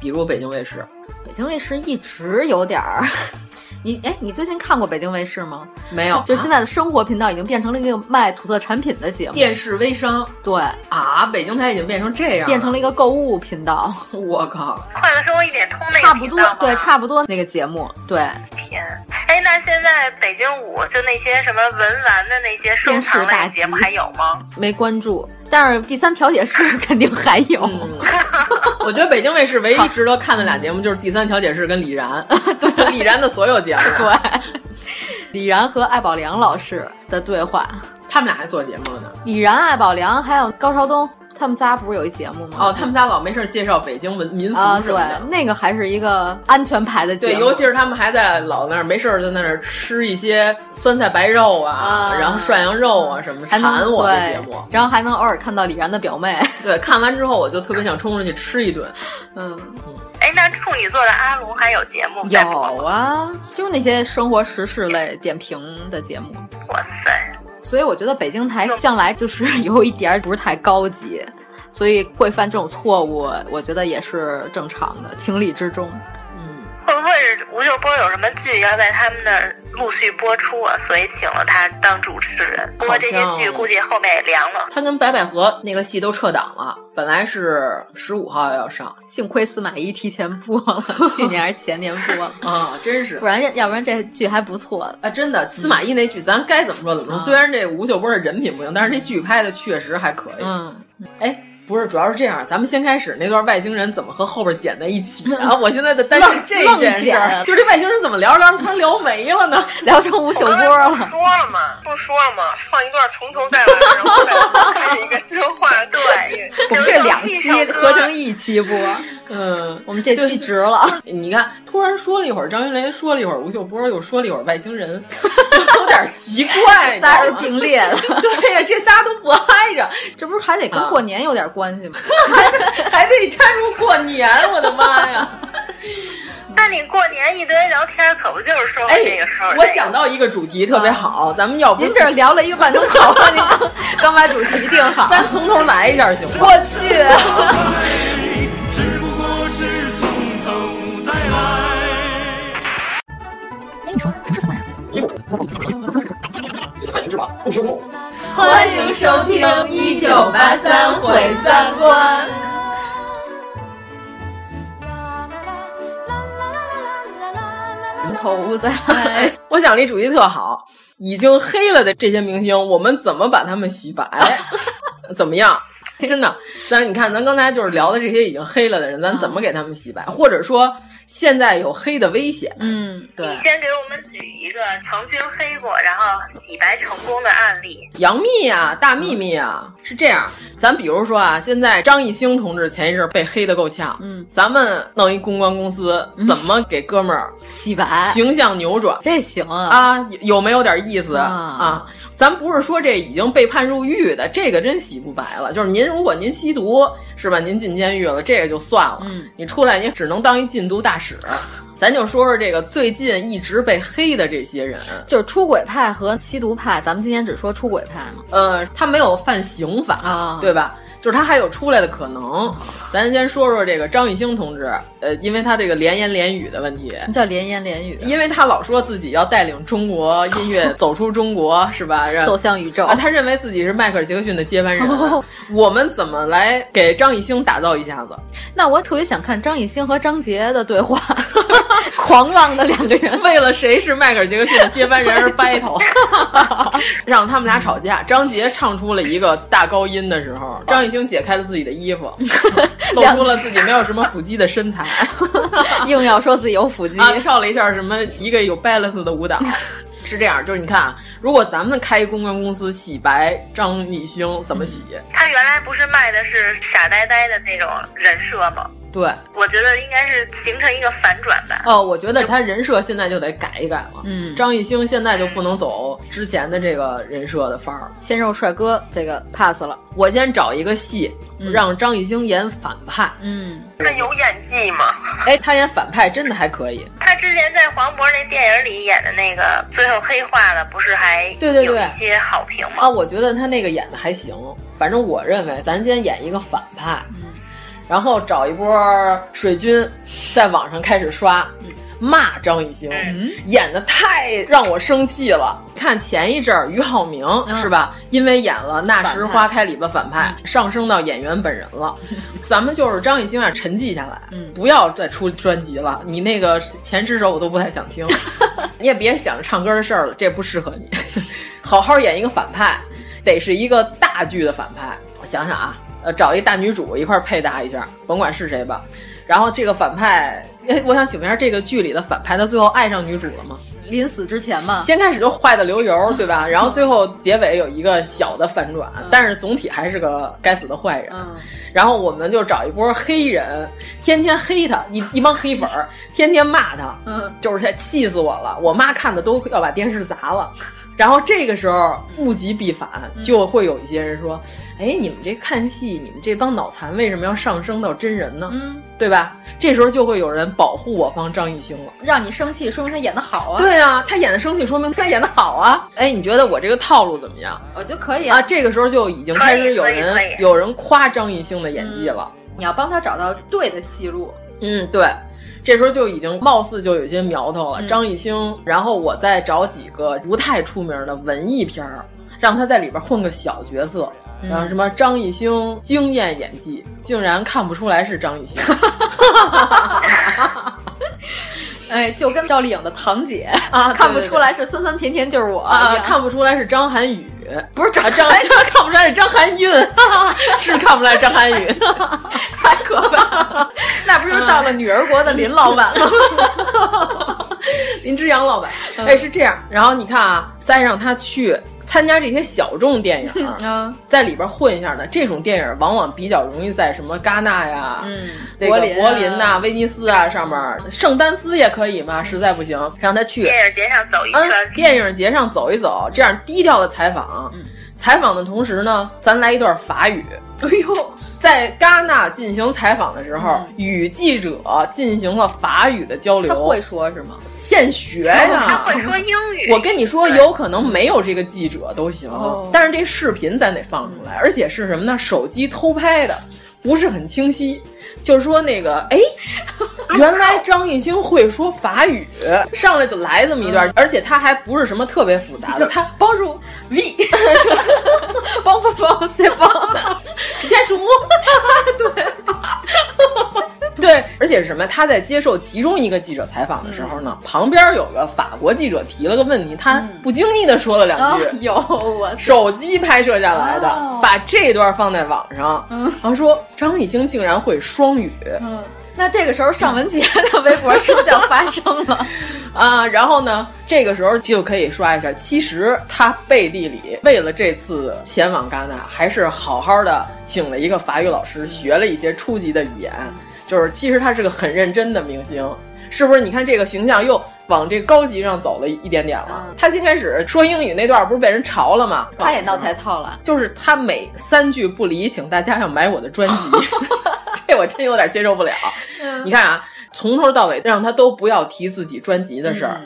Speaker 12: 比如北京卫视，
Speaker 13: 北京卫视一直有点儿， [LAUGHS] 你哎，你最近看过北京卫视吗？
Speaker 12: 没有，
Speaker 13: 就现在的生活频道已经变成了一个卖土特产品的节目，
Speaker 12: 电视微商。
Speaker 13: 对
Speaker 12: 啊，北京台已经变成这样，
Speaker 13: 变成了一个购物频道。
Speaker 12: 我靠，
Speaker 10: 快乐生活一点通那
Speaker 13: 差不多，对，差不多那个节目。对，
Speaker 10: 天，哎，那现在北京五就那些什么文玩的那些收藏类节目还有吗？
Speaker 13: 没关注，但是第 [LAUGHS] 三调解室肯定还
Speaker 12: 哦
Speaker 13: 有。嗯
Speaker 12: [LAUGHS] 我觉得北京卫视唯一值得看的俩节目就是《第三调解室》跟李然， [LAUGHS] 对李然的所有节目，
Speaker 13: [LAUGHS] 对，李然和艾宝良老师的对话，
Speaker 12: 他们俩还做节目呢。
Speaker 13: 李然、艾宝良还有高绍东，他们仨不是有一节目吗？
Speaker 12: 哦，他们仨老没事介绍北京文民俗
Speaker 13: 啊，
Speaker 12: 对，
Speaker 13: 那个还是一个安全牌的节
Speaker 12: 目，对，尤其是他们还在老那儿没事在那儿吃一些酸菜白肉啊，啊然后涮羊肉啊什么，馋我的节目，
Speaker 13: 然后还能偶尔看到李然的表妹。
Speaker 12: 对，看完之后我就特别想冲出去吃一顿。
Speaker 13: 嗯，
Speaker 10: 哎，那处女座的阿卢还有节目？
Speaker 13: 有啊， [LAUGHS] 就是那些生活时事类点评的节目。
Speaker 10: 哇塞！
Speaker 13: 所以我觉得北京台向来就是 [LAUGHS] 有一点不是太高级，所以会犯这种错误，我觉得也是正常的，情理之中。
Speaker 12: 嗯，
Speaker 10: 会不会是吴秀波有什么剧要在他们那儿陆续播出啊？所以请了他当主持人。不过这些剧估计后面也凉了。
Speaker 12: 他跟白百合那个戏都撤档了，本来是十五号要上，
Speaker 13: 幸亏司马懿提前播了，去年还是前年播 [LAUGHS] 了
Speaker 12: 啊，真是，
Speaker 13: 不然要不然这剧还不错。
Speaker 12: 啊，真的，司马懿那剧咱该怎么说怎么
Speaker 13: 嗯
Speaker 12: 说。虽然这吴秀波的人品不行，但是那剧拍的确实还可以。
Speaker 13: 嗯，
Speaker 12: 哎。不是，主要是这样，咱们先开始那段外星人怎么和后边剪在一起
Speaker 13: [LAUGHS]
Speaker 12: 啊？我现在在担心这件事儿，就这外星人怎么聊着聊着突然聊没
Speaker 13: [LAUGHS]
Speaker 12: 了呢？
Speaker 13: 聊成吴秀波
Speaker 10: 了。说了嘛，不说了嘛，放一段从头再来，然后开始一 [LAUGHS] 个新话。对，
Speaker 13: 我们这两期合成一期播。
Speaker 12: 嗯，
Speaker 13: 我们这期值了。
Speaker 12: 你看，突然说了一会儿张云雷，说了一会儿吴秀波，又说了一会儿外星人， [LAUGHS] 有点奇
Speaker 13: [LAUGHS]
Speaker 12: 怪。
Speaker 13: 仨人并列的，
Speaker 12: [LAUGHS] 对呀，这仨都不挨着， [LAUGHS]
Speaker 13: 这不是还得跟过年有点。关系吗？
Speaker 12: 还得掺入过年，我的妈呀！
Speaker 10: 那你过年一堆聊天，可不就是说
Speaker 13: 哎
Speaker 10: 这个事儿？
Speaker 12: 哎我想到一个主题特别
Speaker 4: 哎
Speaker 12: 好，咱们要不
Speaker 13: 您这聊了一个半钟 [LAUGHS] 头，您刚把主题定好，
Speaker 12: 咱从头来一下行吗？
Speaker 13: 我去！
Speaker 1: 哎，你说什么是三观呀？
Speaker 4: 欢迎收听一九八三毁三观。
Speaker 13: 从头再来，
Speaker 12: 我想这主题特好。已经黑了的这些明星，我们怎么把他们洗白？ [LAUGHS] 怎么样？真的，咱你看，咱刚才就是聊的这些已经黑了的人，咱怎么给他们洗白？或者说？现在有黑的危险，
Speaker 13: 嗯，对。
Speaker 10: 你先给我们举一个曾经黑过，然后洗白成功的案例。
Speaker 12: 杨幂啊，大幂幂
Speaker 13: 嗯
Speaker 12: 啊，是这样。咱比如说啊，现在张艺兴同志前一阵被黑的够呛，
Speaker 13: 嗯，
Speaker 12: 咱们弄一公关公司，怎么给哥们儿
Speaker 13: 洗白、
Speaker 12: 形象扭转？
Speaker 13: 这行
Speaker 12: 啊，有没有点意思啊？咱不是说这已经被判入狱的，这个真洗不白了。就是您，如果您吸毒是吧，您进监狱了，这个就算了。
Speaker 13: 嗯，
Speaker 12: 你出来，你只能当一禁毒大使。咱就说说这个最近一直被黑的这些人，
Speaker 13: 就是出轨派和吸毒派。咱们今天只说出轨派嘛。
Speaker 12: 呃，他没有犯刑法，
Speaker 13: 啊、
Speaker 12: 对吧？就是他还有出来的可能。咱先说说这个张艺兴同志，呃，因为他这个连言连语的问题，
Speaker 13: 什么叫连言连语？
Speaker 12: 因为他老说自己要带领中国音乐走出中国，
Speaker 13: [LAUGHS]
Speaker 12: 是吧？
Speaker 13: 走向宇宙
Speaker 12: 啊！他认为自己是迈克尔·杰克逊的接
Speaker 13: [LAUGHS]
Speaker 12: 班人。我们怎么来给张艺兴打造一下子？
Speaker 13: 那我特别想看张艺兴和张杰的对 [LAUGHS] 话，狂妄的两个人
Speaker 12: 为了谁是迈克尔·杰克逊的接班人而 battle，让他们俩吵架。张杰唱出了一个大高音的时候，张艺兴解开了自己的
Speaker 13: [LAUGHS]
Speaker 12: 衣服，露出了自己没有什么腹肌的身材，
Speaker 13: [LAUGHS] 硬要说自己有腹肌，
Speaker 12: 啊、跳了一下什么一个有 balance 的舞蹈。 [LAUGHS] 是这样，就是你看啊，如果咱们开公关公司洗白张艺兴，怎么洗？
Speaker 10: 他原来不是卖的是傻呆呆的那种人设吗？
Speaker 12: 对，
Speaker 10: 我觉得应该是形成一个反转吧。
Speaker 12: 哦，我觉得他人设现在就得改一改了。
Speaker 13: 嗯，
Speaker 12: 张艺兴现在就不能走之前的这个人设的范儿了，
Speaker 13: 鲜肉帅哥这个 pass 了。
Speaker 12: 我先找一个戏，
Speaker 13: 嗯、
Speaker 12: 让张艺兴演反派。
Speaker 13: 嗯。
Speaker 10: 那有演技吗？
Speaker 12: 哎，他演反派真的还可以。
Speaker 10: 他之前在黄渤那电影里演的那个最后黑化了，不是还
Speaker 12: 对对对
Speaker 10: 一些好评吗？
Speaker 12: 啊，我觉得他那个演的还行。反正我认为，咱先演一个反派，
Speaker 13: 嗯、
Speaker 12: 然后找一波水军，在网上开始刷。
Speaker 13: 嗯哎
Speaker 12: 骂张艺兴，演的太让我生气了。看前一阵儿俞灏明
Speaker 13: 嗯
Speaker 12: 是吧，因为演了《那时花开》里边反派，上升到演员本人 [LAUGHS] 了。咱们就是张艺兴啊，沉寂下来，不要再出专辑了。你那个前十首我都不太 [LAUGHS] 想听，你也别想着唱歌的事儿了，这不适合你。 [LAUGHS] 好好演一个反派，得是一个大剧的反派。我想想啊，呃，找一大女主一块儿配搭一下，甭管是谁吧。然后这个反派，哎我想请问一下，这个剧里的反派他最后爱上女主了吗？
Speaker 13: 临死之前嘛，
Speaker 12: 先开始就坏的流油，对吧？然后最后结尾有一个小的反转，
Speaker 13: 嗯
Speaker 12: 但是总体还是个该死的坏人。然后我们就找一波黑人，天天黑他，一一帮黑粉儿，天天骂他，
Speaker 13: 嗯，
Speaker 12: 就是他气死我了，我妈看的都要把电视砸了。然后这个时候物极必反，
Speaker 13: 嗯
Speaker 12: 就会有一些人说：“哎，你们这看戏，你们这帮脑残为什么要上升到真人呢？
Speaker 13: 嗯，
Speaker 12: 对吧？”这时候就会有人保护我方张艺兴了。
Speaker 13: 让你生气，说明他演的好啊。
Speaker 12: 对啊，他演的生气，说明他演的好啊。哎，你觉得我这个套路怎么样？
Speaker 13: 我觉得可以
Speaker 12: 啊，这个时候就已经开始有人
Speaker 13: 哎可以可以可以
Speaker 12: 有人夸张艺兴的演技了。
Speaker 13: 你要帮他找到对的戏路。
Speaker 12: 嗯，对，这时候就已经貌似就有些苗头了。
Speaker 13: 嗯
Speaker 12: 张艺兴，然后我再找几个不太出名的文艺片儿，让他在里边混个小角色。
Speaker 13: 嗯
Speaker 12: 然后什么张艺兴惊艳演技，竟然看不出来是张艺兴。
Speaker 13: 啊哎，就跟赵丽颖的堂姐
Speaker 12: 啊
Speaker 13: [LAUGHS] 看不
Speaker 12: 对对
Speaker 13: 出来是酸酸甜甜就是我
Speaker 12: 啊
Speaker 13: 一样
Speaker 12: 看不出来是张涵予，
Speaker 13: 不是张
Speaker 12: 啊张，张 [LAUGHS] 看不出来是张含
Speaker 13: [LAUGHS]
Speaker 12: 韵，是看不出来张涵予。
Speaker 13: [LAUGHS] 那不是到了女儿国的林老板了？
Speaker 12: 林之阳老板，
Speaker 13: 嗯
Speaker 12: 哎，是这样。然后你看啊，再让他去参加这些小众电影，
Speaker 13: [LAUGHS] 啊，
Speaker 12: 在里边混一下呢，这种电影往往比较容易在什么戛纳呀、
Speaker 13: 嗯，
Speaker 12: 那
Speaker 13: 柏
Speaker 12: 个
Speaker 13: 林啊嗯
Speaker 12: 柏林呐、威尼斯啊上面，圣丹斯也可以嘛，实在不行让他去
Speaker 10: 电影节上走一圈，
Speaker 12: 嗯，电影节上走一走，这样低调的采访。
Speaker 13: 嗯
Speaker 12: 采访的同时呢，咱来一段法语。哎呦，在戛纳进行采访的时候，与记者进行了法语的交
Speaker 13: 嗯
Speaker 12: 流。
Speaker 13: 他会说是吗？
Speaker 12: 现学呀、
Speaker 10: 他会说英语。
Speaker 12: 我跟你说，有可能没有这个记者都行，但是这视频咱得放出来，而且是什么呢？手机偷拍的，不是很清晰。就是说那个，哎，原来张艺兴会说法语，上来就来这么一段，而且他还不是什么特别复杂的，他
Speaker 13: 帮助 V，帮 [LAUGHS] 帮帮谁帮？
Speaker 12: [LAUGHS] 皮太鼠目，
Speaker 13: [LAUGHS]
Speaker 12: [LAUGHS] 对对，而且是什么？他在接受其中一个记者采访的时候
Speaker 13: 嗯
Speaker 12: 呢，旁边有个法国记者提了个问题，他不经意的说了两句，
Speaker 13: 啊有我
Speaker 12: 手机拍摄下来的，
Speaker 13: 哦
Speaker 12: 把这段放在网上，然后说张艺兴竟然会双语，
Speaker 13: 嗯，那这个时候尚雯婕的微博是不是就要发声
Speaker 12: [LAUGHS]
Speaker 13: 了？ [LAUGHS]
Speaker 12: 啊，然后呢，这个时候就可以刷一下，其实他背地里为了这次前往戛纳，还是好好的请了一个法语老师学了一些初级的语言，就是其实他是个很认真的明星，是不是？你看这个形象又。往这高级上走了一点点了。他先开始说英语那段不是被人嘲了吗？
Speaker 13: 嗯他也闹台套了。
Speaker 12: 就是他每三句不离，请大家要买我的
Speaker 13: [LAUGHS]
Speaker 12: 专辑，这我真有点接受不了。
Speaker 13: 嗯
Speaker 12: 你看啊，从头到尾让他都不要提自己专辑的事
Speaker 13: 嗯
Speaker 12: 儿。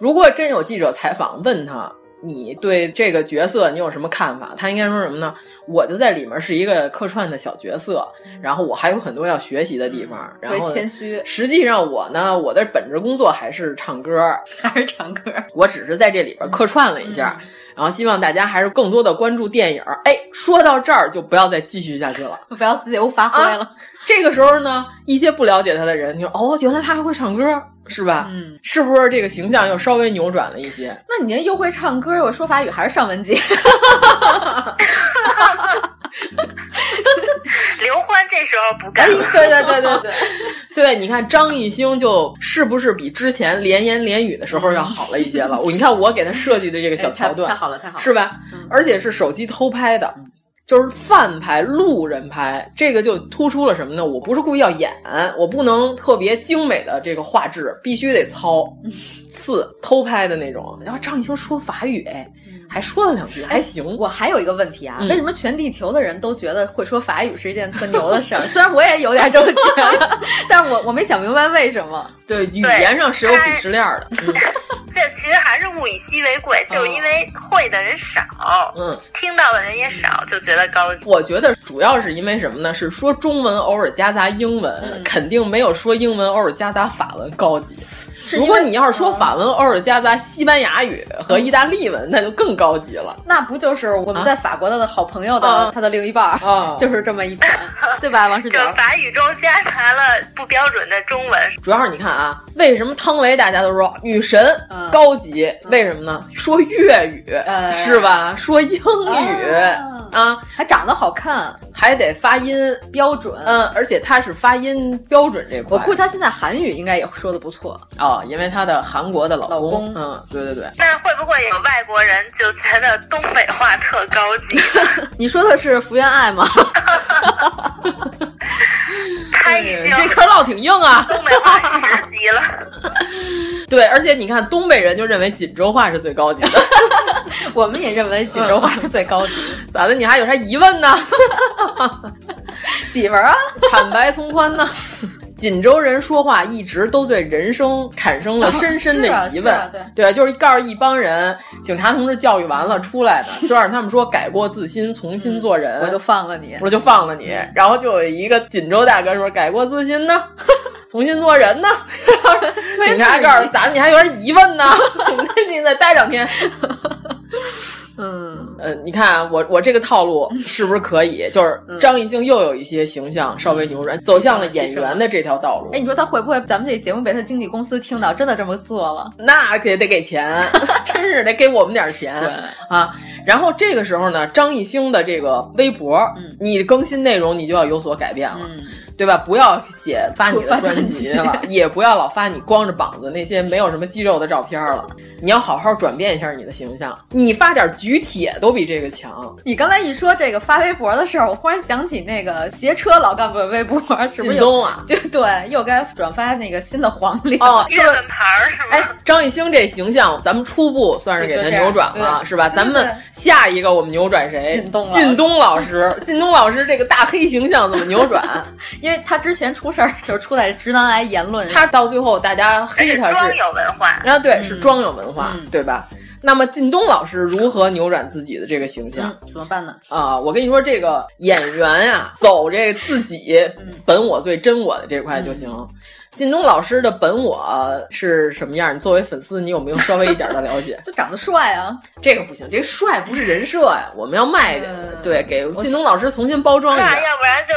Speaker 12: 如果真有记者采访问他，你对这个角色你有什么看法？他应该说什么呢？我就在里面是一个客串的小角色，然后我还有很多要学习的地方。然
Speaker 13: 为
Speaker 12: 后
Speaker 13: 嗯谦虚
Speaker 12: 实际上我呢，我的本职工作还是唱歌，
Speaker 13: 还是唱歌。
Speaker 12: 我只是在这里
Speaker 13: 嗯
Speaker 12: 边客串了一下，然后希望大家还是更多的关注电影。哎，说到这儿就不要再继续下去了。
Speaker 13: 不要自由
Speaker 12: 啊
Speaker 13: 发挥了。
Speaker 12: 这个时候呢，一些不了解他的人就说：“哦，原来他还会唱歌，是吧？嗯，是不是这个形象又稍微扭转了一些？
Speaker 13: 那你这又会唱歌又说法语，还是尚雯婕？
Speaker 10: 刘欢这时候不
Speaker 12: 哎，
Speaker 10: 干了，
Speaker 12: [LAUGHS] 对对对对对，
Speaker 13: 哎
Speaker 12: 对，你看张艺兴就是不是比之前连言连语的时候要好了一些了？我你看我给他设计的这个小桥段，
Speaker 13: 哎太太好了太好了嗯
Speaker 12: 是吧？而且是手机偷拍的。就是饭拍、路人拍，这个就突出了什么呢？我不是故意要演，我不能特别精美的这个画质，必须得糙、
Speaker 13: 嗯
Speaker 12: 次偷拍的那种。然后张艺兴说法语，哎，还说了两句，还行。
Speaker 13: 嗯哎我还有一个问题啊，
Speaker 12: 嗯
Speaker 13: 为什么全地球的人都觉得会说法语是一件特牛的事
Speaker 12: [LAUGHS]
Speaker 13: 儿？虽然我也有点这么觉得，但是我我没想明白为什么。
Speaker 12: 对，语言上是有鄙视链的。嗯
Speaker 10: 这其实还是物物以稀为贵，就是因为会的人少，
Speaker 12: 嗯，
Speaker 10: 听到的人也少，就觉得高级。
Speaker 12: 我觉得主要是因为什么呢？是说中文偶尔夹杂英文，
Speaker 13: 嗯
Speaker 12: 肯定没有说英文偶尔夹杂法文高级。如果你要是说法文偶尔夹杂西班牙语和意大利
Speaker 13: 嗯
Speaker 12: 文，那就更高级了。
Speaker 13: 那不就是我们在法国的好朋友的、
Speaker 12: 啊
Speaker 13: 他的另一半儿、
Speaker 12: 啊
Speaker 13: 就是这么一款，对吧，王十九
Speaker 10: 就？法语中夹杂了不标准的中文，
Speaker 12: 主要是你看啊，为什么汤唯大家都说女神
Speaker 13: 嗯
Speaker 12: 高级？为什么呢？说粤语、
Speaker 13: 呃
Speaker 12: 是吧？说英语啊，
Speaker 13: 还长得好看，
Speaker 12: 还得发音
Speaker 13: 标准。
Speaker 12: 嗯，而且她是发音标准这块。
Speaker 13: 我估计他现在韩语应该也说的不错。
Speaker 12: 哦，因为她的韩国的老公，
Speaker 13: 老公
Speaker 12: 嗯，对对对。
Speaker 10: 那会不会有外国人就觉得东北话特高
Speaker 12: [LAUGHS]
Speaker 10: 级？
Speaker 13: 你说的是福原爱吗？ [LAUGHS]
Speaker 10: 他已经
Speaker 12: 这嗑唠挺硬啊， [LAUGHS]
Speaker 10: 东北话十级了。
Speaker 12: 对，而且你看，东北人就认为锦州话是最高级
Speaker 13: [LAUGHS]
Speaker 12: 的，
Speaker 13: 我们也认为锦州话
Speaker 12: 嗯
Speaker 13: 是最高级的。
Speaker 12: 咋的？你还有啥疑问呢？ [LAUGHS]
Speaker 13: 媳妇儿啊，
Speaker 12: 坦白从宽呢？锦州人说话一直都对人生产
Speaker 13: [LAUGHS]
Speaker 12: 生了深深的疑问，
Speaker 13: 是啊是啊
Speaker 12: 对就是告诉一帮人，警察同志教育完了出来的，就让他们说改过自新，重
Speaker 13: 嗯
Speaker 12: 新做人，
Speaker 13: 我就放了你。
Speaker 12: 我就放了你。然后就有一个锦州大哥说：“改过自新呢，重新做人呢。”警察告诉咱，你还有点疑问呢，你赶紧再待两天。
Speaker 13: 嗯，
Speaker 12: 呃，你看啊我我这个套路是不是可以？就是张艺兴又有一些形象稍微扭转，走向了演员的这条道路
Speaker 13: 哎，。你说他会不会咱们这节目被他经纪公司听到，真的这么做了？
Speaker 12: 那得得给钱，真是得给我们点钱啊！然后这个时候呢，张艺兴的这个微博，你更新内容你就要有所改变了，
Speaker 13: 嗯
Speaker 12: 对吧？不要写发你
Speaker 13: 发
Speaker 12: 的
Speaker 13: 专
Speaker 12: 专辑
Speaker 13: 辑
Speaker 12: 了，也不要老发你光着膀子那些没有什么肌肉的照片了。你要好好转变一下你的形象，你发点举铁都比这个强。
Speaker 13: 你刚才一说这个发微博的事儿，我忽然想起那个斜车老干部微博，是不是
Speaker 12: 靳
Speaker 13: 有
Speaker 12: 东啊？
Speaker 13: 对 [LAUGHS] 对，又该转发那个新的黄历
Speaker 12: 哦
Speaker 10: 月份牌儿是吗？
Speaker 12: 哎，张艺兴这形象，咱们初步算是给他扭转
Speaker 13: 就这样
Speaker 12: 了，
Speaker 13: 对
Speaker 12: 是吧？
Speaker 13: 对
Speaker 12: 咱们下一个我们扭转谁？
Speaker 13: 靳东老师
Speaker 12: 靳东老师，靳东老师这个大黑形象怎么扭转？
Speaker 13: [LAUGHS] 因为他之前出事儿就是出在直男癌言论上，
Speaker 12: 他到最后大家黑他
Speaker 10: 哎装
Speaker 12: 是，
Speaker 10: 有文化，
Speaker 12: 啊，对，
Speaker 13: 嗯
Speaker 12: 是装有文化，对吧？那么靳东老师如何扭转自己的这个形象？
Speaker 13: 嗯，怎么办呢？
Speaker 12: 啊、我跟你说，这个演员啊，走这自己
Speaker 13: 嗯
Speaker 12: 本我最真我的这块就行。靳东老师的本我是什么样？你作为粉丝，你有没有稍微一点的了
Speaker 13: [LAUGHS]？
Speaker 12: 解
Speaker 13: 就长得帅啊，
Speaker 12: 这个不行，这个帅不是人设呀、我们要卖这个，
Speaker 13: 嗯哎
Speaker 12: 对，给靳东老师重新包装一下
Speaker 10: 那。要不然就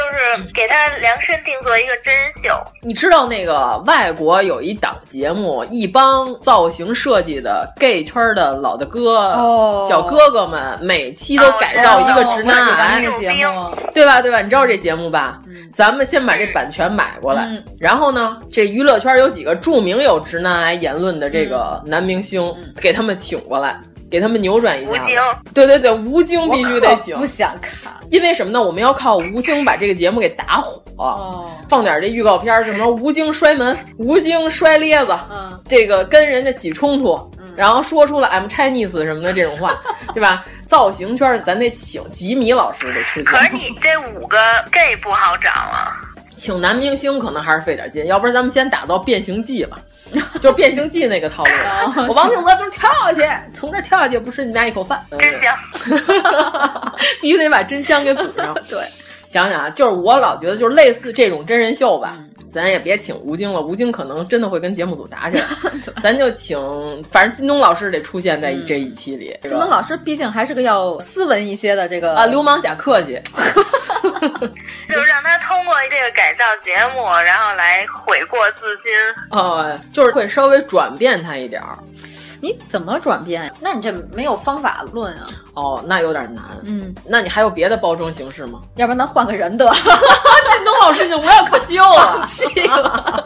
Speaker 10: 是给他量身定做一个真人秀。
Speaker 12: 你知道那个外国有一档节目，一帮造型设计的 gay 圈的老大哥、
Speaker 13: 哦
Speaker 12: 小哥哥们，每期都改造哦一个直男癌，
Speaker 13: 这节
Speaker 12: [LAUGHS]
Speaker 13: 目，
Speaker 12: 对吧？对吧？你知道这节目吧？
Speaker 10: 嗯
Speaker 12: 咱们先把这版权买过来，
Speaker 13: 嗯
Speaker 12: 然后呢，这娱乐圈有几个著名有直男癌言论的这
Speaker 10: 嗯
Speaker 12: 个男明星，给他们请过来，给他们扭转一下。
Speaker 10: 吴京，
Speaker 12: 对对对，吴京必须得
Speaker 10: [LAUGHS]
Speaker 12: 请
Speaker 13: 我可不，想看
Speaker 12: 因为什么呢？我们要靠吴京把这个节目给打火，
Speaker 10: 哦
Speaker 12: 放点这预告片儿，
Speaker 10: 嗯
Speaker 12: 什么吴京摔门、吴京摔咧子，
Speaker 13: 嗯
Speaker 12: 这个跟人家起冲突，
Speaker 10: 嗯
Speaker 12: 然后说出了 I'm Chinese 什么的这种
Speaker 10: [LAUGHS]
Speaker 12: 话，对吧？造型圈儿咱得请吉米老师得出
Speaker 10: 可是
Speaker 12: 现，
Speaker 10: 你这五个 gay 不好找啊。
Speaker 12: 请男明星可能还是费点劲，要不然咱们先打造变形计吧。 [LAUGHS] 就是变形计那个
Speaker 13: [LAUGHS]
Speaker 12: 套路，我王静泽就是跳下去，从这儿跳下去不吃你们家一口饭，
Speaker 13: 嗯
Speaker 10: 真香！
Speaker 12: [LAUGHS] 必须得把真香给补
Speaker 13: [LAUGHS]
Speaker 12: 上。
Speaker 13: [LAUGHS] 对，
Speaker 12: 想想啊，就是我老觉得就是类似这种真人秀吧，
Speaker 13: 嗯
Speaker 12: 咱也别请吴京了，吴京可能真的会跟节目组打
Speaker 13: [LAUGHS]
Speaker 12: 起来，咱就请，反正靳东老师得出现在这一期里。
Speaker 13: 靳嗯东老师毕竟还是个要斯文一些的这个
Speaker 12: 啊，流氓假客气， [LAUGHS]
Speaker 10: 就是让他通过这个改造节目，然后来悔过自新。
Speaker 12: 呃，就是会稍微转变他一点儿。
Speaker 13: 你怎么转变呀？那你这没有方法论啊？
Speaker 12: 哦，那有点难。
Speaker 13: 嗯，
Speaker 12: 那你还有别的包装形式吗？
Speaker 13: 要不然咱换个人
Speaker 12: [LAUGHS]
Speaker 13: 得了，
Speaker 12: 靳东老师就无药可救
Speaker 13: [LAUGHS]
Speaker 12: 了，
Speaker 13: 气了。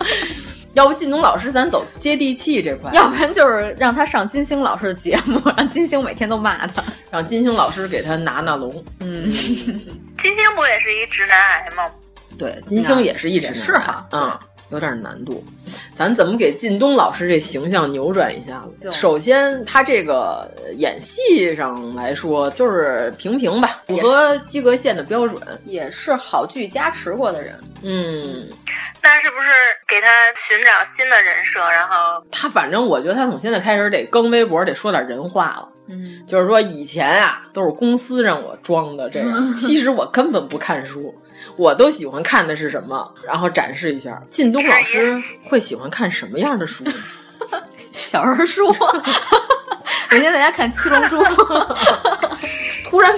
Speaker 12: 要不靳东老师咱走接地气这块，
Speaker 13: 要不然就是让他上金星老师的节目，让金星每天都骂他。
Speaker 12: 让金星老师给他拿拿龙。
Speaker 13: 嗯，
Speaker 10: 金星不也是一直男癌吗？
Speaker 12: 对，金星也是一直
Speaker 13: 也
Speaker 12: 拿
Speaker 13: 是哈
Speaker 12: 啊嗯，有点难度。咱怎么给靳东老师这形象扭转一下子？首先，他这个演戏上来说，就是平平吧，符合及格线的标准，
Speaker 13: 也是好剧加持过的人。
Speaker 12: 嗯，
Speaker 10: 那是不是给他寻找新的人设？然后
Speaker 12: 他反正我觉得他从现在开始得更微博，得说点人话了。
Speaker 13: 嗯，
Speaker 12: 就是说以前啊，都是公司让我装的这样，其实我根本不看书，我都喜欢看的是什么，然后展示一下。靳东老师会喜欢看什么样的书？
Speaker 13: 小人书。每天在家看《七龙珠》
Speaker 12: 突然，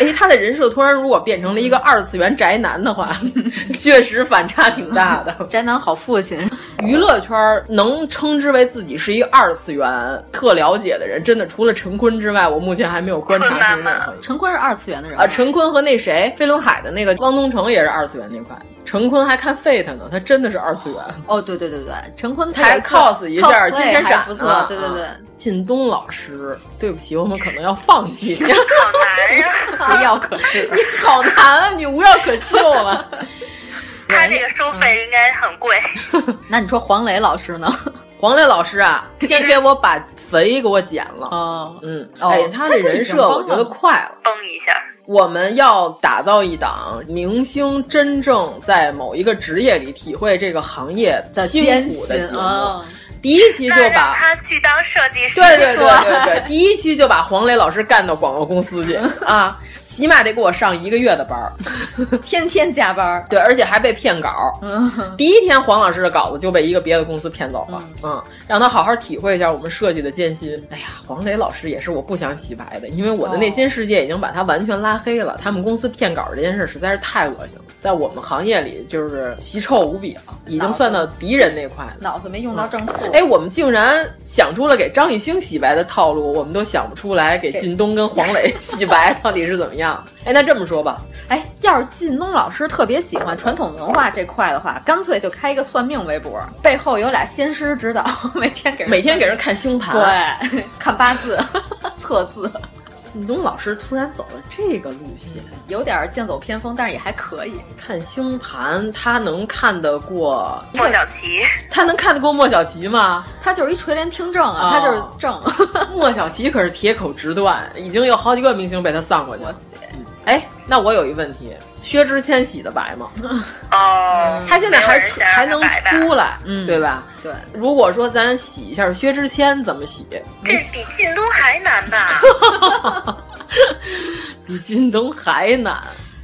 Speaker 12: 哎，他的人设突然如果变成了一个二次元宅男的话， [LAUGHS] 确实反差挺大
Speaker 13: [LAUGHS]
Speaker 12: 的。
Speaker 13: 宅男好父亲，
Speaker 12: 娱乐圈能称之为自己是一个二次元特了解的人，真的除了陈坤之外，我目前还没有观察出任何。
Speaker 13: 陈坤是二次元的人
Speaker 12: 啊，陈坤和那谁飞轮海的那个汪东城也是二次元那块。陈坤还看 Fate 呢，他真的是二次元。
Speaker 13: 哦，对对对对，陈坤
Speaker 12: 还
Speaker 13: cos
Speaker 12: 一下金啊闪闪，
Speaker 13: 不错，对对对。
Speaker 12: [LAUGHS] 靳东老师，对不起，我们可 [LAUGHS] 能要放弃你。
Speaker 10: 好难呀、
Speaker 12: [LAUGHS]
Speaker 13: 啊，无药可治。
Speaker 12: 你好难啊，你无药可救啊 [LAUGHS] 了。
Speaker 10: 他这个收
Speaker 12: 嗯
Speaker 10: 费应该很贵。
Speaker 13: 那你说黄磊老师呢？
Speaker 12: 黄磊老师啊，先给我把肥给我剪了。
Speaker 13: 哦，
Speaker 12: 嗯，
Speaker 13: 哦、
Speaker 12: 哎，他这人设我觉得快了，
Speaker 10: 崩一下。
Speaker 12: 我们要打造一档明星真正在某一个职业里体会这个行业辛啊苦的节目。
Speaker 13: 哦、
Speaker 12: 第一期就把
Speaker 10: 他去当设计师，
Speaker 12: 对对对对对，第一期就把黄磊老师干到广告公司去啊，起码得给我上一个月的班儿，
Speaker 13: 天天加班儿。
Speaker 12: 对，而且还被骗稿。
Speaker 13: 嗯、
Speaker 12: 第一天黄老师的稿子就被一个别的公司骗走了，嗯,嗯，让他好好体会一下我们设计的艰辛。哎呀，黄磊老师也是我不想洗白的，因为我的内心世界已经把他完全拉。拉黑了，他们公司骗稿这件事实在是太恶心了，在我们行业里就是奇臭无比了，已经算到敌人那块了。
Speaker 13: 脑子没用到正处。
Speaker 12: 哎、嗯，我们竟然想出了给张艺兴洗白的套路，我们都想不出来给靳东跟黄磊 [LAUGHS] 洗白到底是怎么样。哎，那这么说吧，
Speaker 13: 哎，要是靳东老师特别喜欢传统文化这块的话，干脆就开一个算命微博，背后有俩仙师指导， [LAUGHS] 每天给人
Speaker 12: 每天给人看星
Speaker 13: 盘，对， [LAUGHS] 看八字、测字。
Speaker 12: 靳东老师突然走了这个路线，
Speaker 13: 有点剑走偏锋，但是也还可以。
Speaker 12: 看星盘，他能看得过
Speaker 10: 莫小琪？
Speaker 12: 他能看得过莫小琪吗？ [LAUGHS]
Speaker 13: 他就是一垂帘听政啊，哦、他就是正。 [LAUGHS]
Speaker 12: 莫小琪可是铁口直断，已经有好几个明星被他丧过去了。哎，那我有一问题，薛之谦洗的白吗？
Speaker 10: 哦，
Speaker 12: 嗯他现在还还能出来，
Speaker 13: 嗯，
Speaker 12: 对吧？
Speaker 13: 对。
Speaker 12: 如果说咱洗一下薛之谦，怎么洗？
Speaker 10: 这比靳东还
Speaker 12: [LAUGHS]
Speaker 10: 难吧？
Speaker 12: 比靳东还难。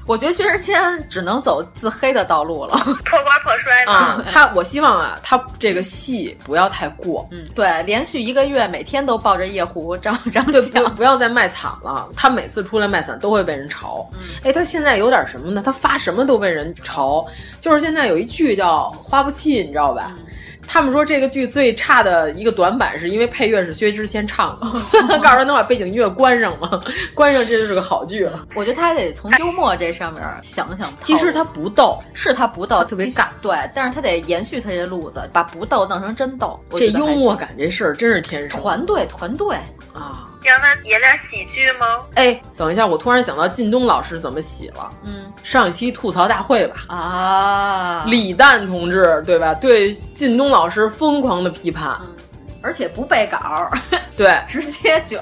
Speaker 13: 我觉得薛之谦只能走自黑的道路了，
Speaker 10: 破罐破摔嘛。
Speaker 12: 嗯、他，我希望啊，他这个戏不要太过。
Speaker 13: 嗯， [LAUGHS] 对，连续一个月每天都抱着夜壶照照
Speaker 12: 对，不不要再卖惨了。他每次出来卖惨都会被人嘲。哎、
Speaker 13: 嗯，
Speaker 12: 他现在有点什么呢？他发什么都被人嘲。就是现在有一剧叫《花不弃》，你知道吧？嗯他们说这个剧最差的一个短板，是因为配乐是薛之谦唱的。 [LAUGHS] 告诉他能把背景音乐关上吗？关上，这就是个好剧了。
Speaker 13: 我觉得他还得从幽默这上面想想。
Speaker 12: 其实他不逗，
Speaker 13: 是他不逗，
Speaker 12: 特别尬。
Speaker 13: 对，但是他得延续他这路子，把不逗弄成真逗。
Speaker 12: 这幽默感这事儿真是天生。
Speaker 13: 团队，团队
Speaker 12: 啊。
Speaker 10: 让他演点喜剧吗？
Speaker 12: 哎，等一下，我突然想到靳东老师怎么洗了。
Speaker 13: 嗯，
Speaker 12: 上一期吐槽大会吧。
Speaker 13: 啊，
Speaker 12: 李诞同志对吧？对靳东老师疯狂的批判，
Speaker 13: 嗯、而且不背稿，
Speaker 12: 对，
Speaker 13: [LAUGHS] 直接卷。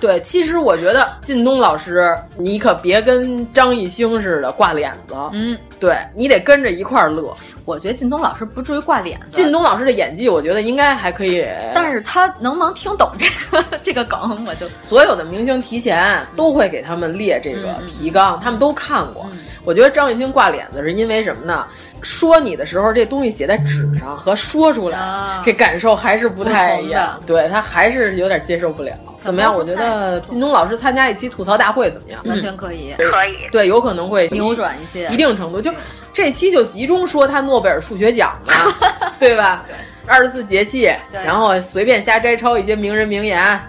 Speaker 12: 对，其实我觉得靳东老师，你可别跟张艺兴似的挂脸子。
Speaker 13: 嗯，
Speaker 12: 对你得跟着一块儿乐。
Speaker 13: 我觉得靳东老师不至于挂脸子。
Speaker 12: 靳东老师的演技，我觉得应该还可以。
Speaker 13: 但是他能不能听懂这个 [LAUGHS] 这个梗，我就
Speaker 12: 所有的明星提前都会给他们列这个提纲，
Speaker 13: 嗯、
Speaker 12: 他们都看过。嗯、我觉得张艺兴挂脸子是因为什么呢？说你的时候，这东西写在纸上和说出来，
Speaker 13: 啊、
Speaker 12: 这感受还是不太一样。对他还是有点接受不了。怎么样？我觉得靳东老师参加一期吐槽大会怎么样？
Speaker 13: 完全可以，
Speaker 10: 可以。
Speaker 12: 嗯对，有可能会
Speaker 13: 扭转一些，
Speaker 12: 一定程度。就这期就集中说他诺贝尔数学奖 [LAUGHS] 了，对吧？二十四节气，然后随便瞎摘抄一些名人名言，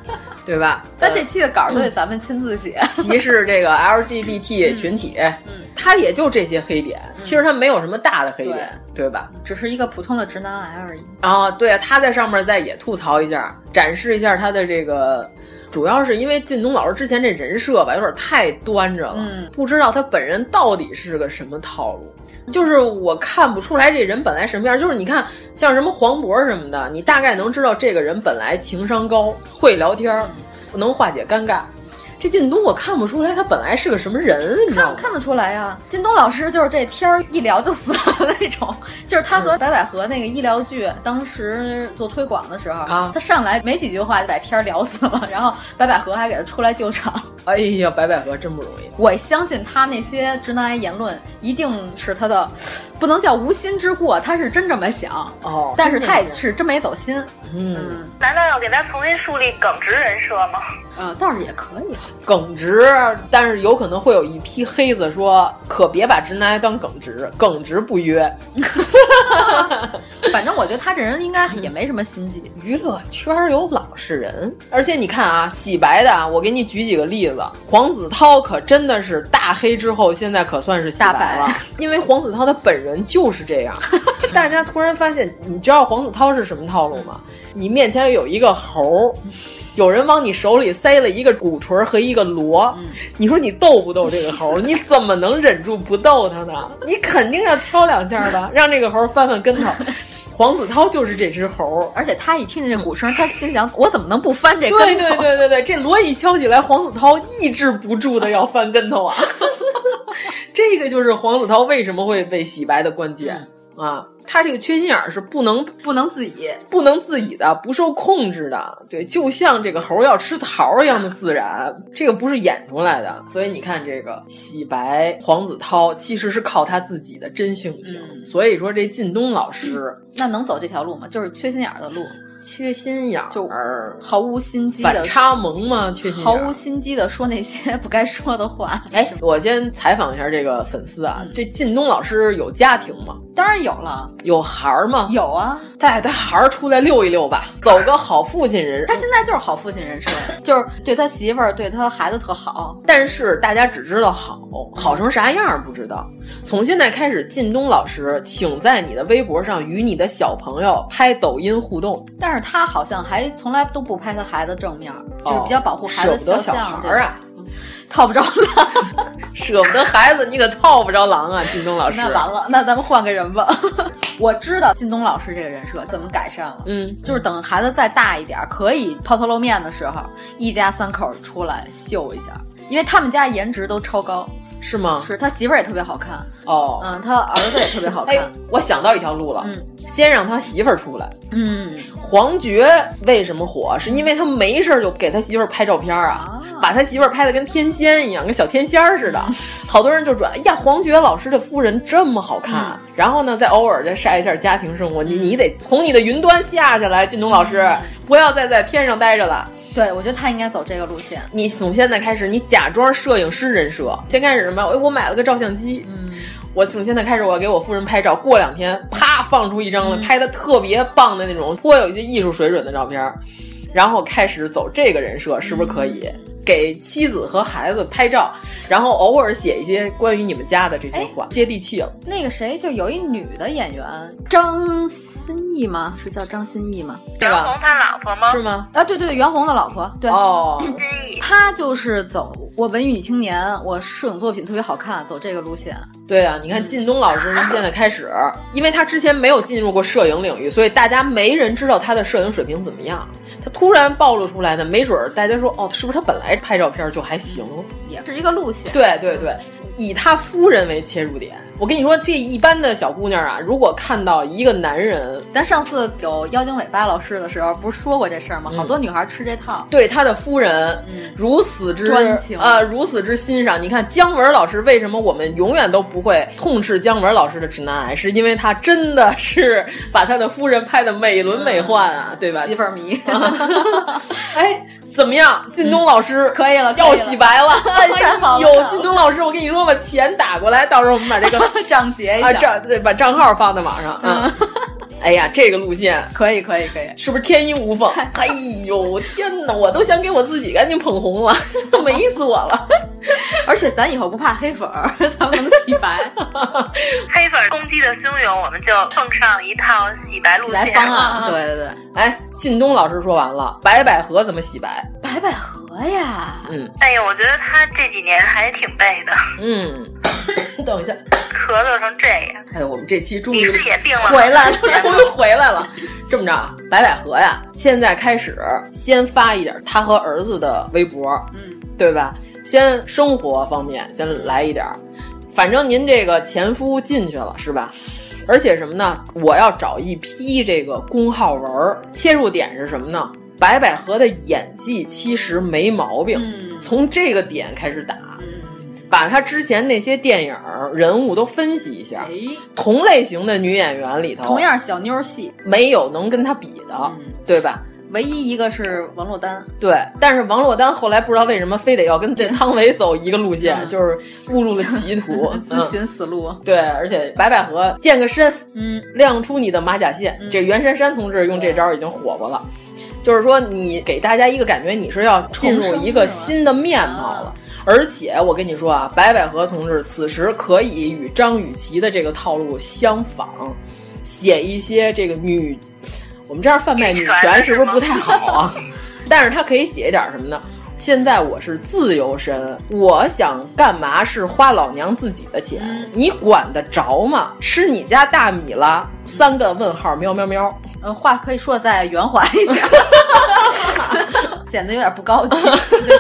Speaker 12: 对吧？呃
Speaker 13: 但这期的稿
Speaker 12: 嗯
Speaker 13: 都得咱们亲自写，
Speaker 12: 歧视这个 LGBT 群体。
Speaker 13: 嗯，
Speaker 12: 他也就这些黑点，其实他没有什么大的黑点，对吧？
Speaker 13: 只是一个普通的直男癌而已。
Speaker 12: 啊，对啊，他在上面再也吐槽一下，展示一下他的这个。主要是因为靳东老师之前这人设吧，有点太端着了，
Speaker 13: 嗯、
Speaker 12: 不知道他本人到底是个什么套路。就是我看不出来这人本来什么样。就是你看，像什么黄渤什么的，你大概能知道这个人本来情商高，会聊天儿，能化解尴尬。这靳东我看不出来他本来是个什么人，你知道
Speaker 13: 看
Speaker 12: 吗？
Speaker 13: 看得出来呀，靳东老师就是这天儿一聊就死的那种， [LAUGHS] 就是他和白百合那个医疗剧，当时做推广的时候，
Speaker 12: 啊
Speaker 13: 他上来没几句话就把天儿聊死了， [LAUGHS] 然后白百合还给他出来救场。 [LAUGHS]
Speaker 12: 哎呀，白百合真不容易。
Speaker 13: 我相信他那些直男癌言论一定是他的，不能叫无心之过，他是真这么想
Speaker 12: 哦
Speaker 13: 但是他也是真没走心，
Speaker 12: 嗯，
Speaker 10: 难道要给他重新树立耿直人设吗？
Speaker 13: 嗯，倒是也可以。
Speaker 12: 耿直，但是有可能会有一批黑子说，可别把直男癌当耿直，耿直不约。
Speaker 13: [LAUGHS] 反正我觉得他这人应该也没什么心计。
Speaker 12: 娱乐圈儿有老实人，而且你看啊，洗白的啊，我给你举几个例子。黄子韬可真的是大黑之后，现在可算是洗白了
Speaker 13: 大白，
Speaker 12: [LAUGHS] 因为黄子韬他本人就是这 [LAUGHS] 样。大家突然发现，你知道黄子韬是什么套路吗？你面前有一个猴儿，有人往你手里塞了一个鼓槌儿和一个锣，你说你逗不逗这个猴儿？你怎么能忍住不逗他呢？ [LAUGHS] 你肯定要敲两下的，让这个猴儿翻翻跟头。 [LAUGHS] 黄子韬就是这只猴儿，
Speaker 13: 而且他一听见这鼓声，他心想：我怎么能不翻这跟头？
Speaker 12: 对对对对对，这锣一敲起来，黄子韬抑制不住的要翻跟
Speaker 13: [LAUGHS]
Speaker 12: 头啊！这个就是黄子韬为什么会被洗白的关键、
Speaker 13: 嗯
Speaker 12: 啊！他这个缺心眼儿是不能
Speaker 13: 不能自己。
Speaker 12: 不能自己的，不受控制的，对，就像这个猴要吃桃儿一样的自然，这个不是演出来的。所以你看，这个洗白黄子韬其实是靠他自己的真性情。
Speaker 13: 嗯
Speaker 12: 所以说，这靳东老师
Speaker 13: 那能走这条路吗？就是缺心眼儿的路，
Speaker 12: 缺心眼儿，
Speaker 13: 毫无心机
Speaker 12: 反
Speaker 13: 的，
Speaker 12: 差萌嘛，缺心眼
Speaker 13: 毫
Speaker 12: 儿
Speaker 13: 无心机的说那些 [LAUGHS] 不该说的话。
Speaker 12: 哎，我先采访一下这个粉丝
Speaker 13: 嗯
Speaker 12: 啊，这靳东老师有家庭吗？
Speaker 13: 当然有了，
Speaker 12: 有孩儿吗？
Speaker 13: 有啊，
Speaker 12: 带带孩儿出来溜一溜
Speaker 13: [LAUGHS]
Speaker 12: 吧，走个好父亲人。
Speaker 13: 他现在就是好父亲人设，就是对他媳妇儿、对他孩子特好。
Speaker 12: 但是大家只知道好，好成啥样儿不知道。从现在开始，靳东老师，请在你的微博上与你的小朋友拍抖音互动，
Speaker 13: 但是他好像还从来都不拍他孩子正面儿，就是
Speaker 12: 哦
Speaker 13: 比较保护孩
Speaker 12: 舍
Speaker 13: 子
Speaker 12: 不得
Speaker 13: 肖
Speaker 12: 小
Speaker 13: 像。
Speaker 12: 孩儿啊，
Speaker 13: 对，套不着了，
Speaker 12: 舍不得孩子，你可套不着狼啊，靳东老
Speaker 13: [LAUGHS]
Speaker 12: 师。
Speaker 13: 那完了，那咱们换个人吧。 [LAUGHS] 我知道靳东老师这个人设怎么改善了，
Speaker 12: 嗯，
Speaker 13: 就是等孩子再大一点儿，可以抛头露面的时候，一家三口出来秀一下，因为他们家颜值都超高，
Speaker 12: 是吗？
Speaker 13: 是他媳妇儿也特别好看，
Speaker 12: 哦，
Speaker 13: 嗯，他儿子也特别好看，
Speaker 12: 哎，我想到一条路了，
Speaker 13: 嗯
Speaker 12: 先让他媳妇儿出来。
Speaker 13: 嗯，
Speaker 12: 黄觉为什么火？是因为他没事儿就给他媳妇儿拍照片儿啊，把他媳妇儿拍的跟天仙一样，跟小天仙儿似的。好多人就转，哎呀，黄觉老师的夫人这么好看。然后呢，再偶尔再晒一下家庭生活。你你得从你的云端下下来，靳东老师，不要再在天上待着了。
Speaker 13: 对，我觉得他应该走这个路线，
Speaker 12: 你从现在开始，你假装摄影师人设，先开始什么？哎，我买了个照相机，嗯，我从现在开始，我要给我夫人拍照。过两天，啪放出一张来，拍的特别棒的那种，颇有一些艺术水准的照片儿，然后开始走这个人设，是不是可以、给妻子和孩子拍照，然后偶尔写一些关于你们家的这些话，接地气了。
Speaker 13: 那个谁，就有一女的演员张歆艺吗？是叫张歆艺吗？
Speaker 12: 这
Speaker 10: 袁
Speaker 12: 个
Speaker 10: 弘他老婆吗？
Speaker 12: 是？吗？
Speaker 13: 啊，对对，袁弘的老婆，对，
Speaker 12: 哦，
Speaker 13: 她就是走我文艺女青年，我摄影作品特别好看，走这个路线。
Speaker 12: 对啊，你看靳东老师从现在开始，因为他之前没有进入过摄影领域，所以大家没人知道他的摄影水平怎么样。他突然暴露出来呢，没准儿大家说哦，是不是他本来拍照片就还行？
Speaker 13: 也是一个路线。
Speaker 12: 对对对，以他夫人为切入点，我跟你说，这一般的小姑娘啊，如果看到一个男人
Speaker 13: 咱上次有妖精尾巴老师的时候，不是说过这事儿吗？
Speaker 12: 嗯
Speaker 13: 好多女孩吃这套。嗯
Speaker 12: 对他的夫人如此之
Speaker 13: 专情
Speaker 12: 呃，如此之欣赏。你看姜文老师为什么我们永远都不会痛斥姜文老师的直男癌，是因为他真的是把他的夫人拍的美轮美奂啊，
Speaker 13: [LAUGHS]
Speaker 12: 对吧
Speaker 13: 媳？妇儿
Speaker 12: [LAUGHS]
Speaker 13: 迷，
Speaker 12: 哎，怎么样，靳东老师、
Speaker 13: 可以了，可以
Speaker 12: 要
Speaker 13: 了
Speaker 12: 洗白了，
Speaker 13: [LAUGHS] 哎太好了
Speaker 12: 有靳东老师，我跟你说吧，钱打过来，到时候我们把这个
Speaker 13: 张杰一
Speaker 12: [LAUGHS] 啊
Speaker 13: 下，
Speaker 12: 账对把账号放在网上
Speaker 13: [LAUGHS]
Speaker 12: 啊。哎呀，这个路线
Speaker 13: 可以可以可以。
Speaker 12: 是不是天衣无 [LAUGHS] 缝？哎呦，天哪！我都想给我自己赶紧捧红了， [LAUGHS] 美死我 [LAUGHS] 了！
Speaker 13: 而且咱以后不怕黑粉儿， [LAUGHS] 咱们能洗
Speaker 12: [LAUGHS]
Speaker 13: 白。
Speaker 10: 黑粉攻击的汹涌，我们就奉上一套洗白路
Speaker 13: 洗
Speaker 10: 线
Speaker 13: 白方
Speaker 12: [LAUGHS]
Speaker 13: 案，对对对，
Speaker 12: 哎，靳东老师说完了，白百合怎么洗白？
Speaker 13: 白百合呀，
Speaker 12: 嗯
Speaker 10: 哎呀，我觉得他这几年还挺背的，
Speaker 12: [LAUGHS] 嗯，等一下，
Speaker 10: 咳嗽成这样。
Speaker 12: 哎呦，我们这期终
Speaker 10: 你
Speaker 12: 于
Speaker 10: 是也病了吗，
Speaker 12: 回 [LAUGHS] 来了，终于回来了。这么着啊，白百合呀，现在开始先发一点他和儿子的微博，
Speaker 13: 嗯，
Speaker 12: 对吧？先生活方面先来一点儿，反正您这个前夫进去了是吧？而且什么呢？我要找一批这个公号文儿，切入点是什么呢？白百合的演技其实没毛病，
Speaker 13: 嗯
Speaker 12: 从这个点开始打，把她之前那些电影儿人物都分析一下。同类型的女演员里头，
Speaker 13: 哎同样嗯小妞儿戏，
Speaker 12: 没有能跟她比的，对吧？
Speaker 13: 唯一一个是王珞丹，，
Speaker 12: 对，但是王珞丹后来不知道为什么非得要跟这汤唯走一个路线，就是误入了歧途
Speaker 13: 嗯 [LAUGHS] 自寻死路。
Speaker 12: 嗯。对，而且白百合健个身，
Speaker 13: 嗯，
Speaker 12: 亮出你的马甲线。这袁姗姗同志用这招已经火爆了，就是说你给大家一个感觉，你是要进入一个新的面貌了。
Speaker 13: 嗯
Speaker 12: 而且我跟你说啊，白百合同志此时可以与张雨绮的这个套路相仿，写一些这个女，我们这样贩卖女权是不是不太好 [LAUGHS] 啊？但是她可以写一点什么呢？现在我是自由身，我想干嘛是花老娘自己的钱，你管得着吗？吃你家大米了？三个问号，喵喵喵。
Speaker 13: 呃，话可以说得再圆滑一点， [LAUGHS]
Speaker 12: [LAUGHS]
Speaker 13: 显得有点不高级，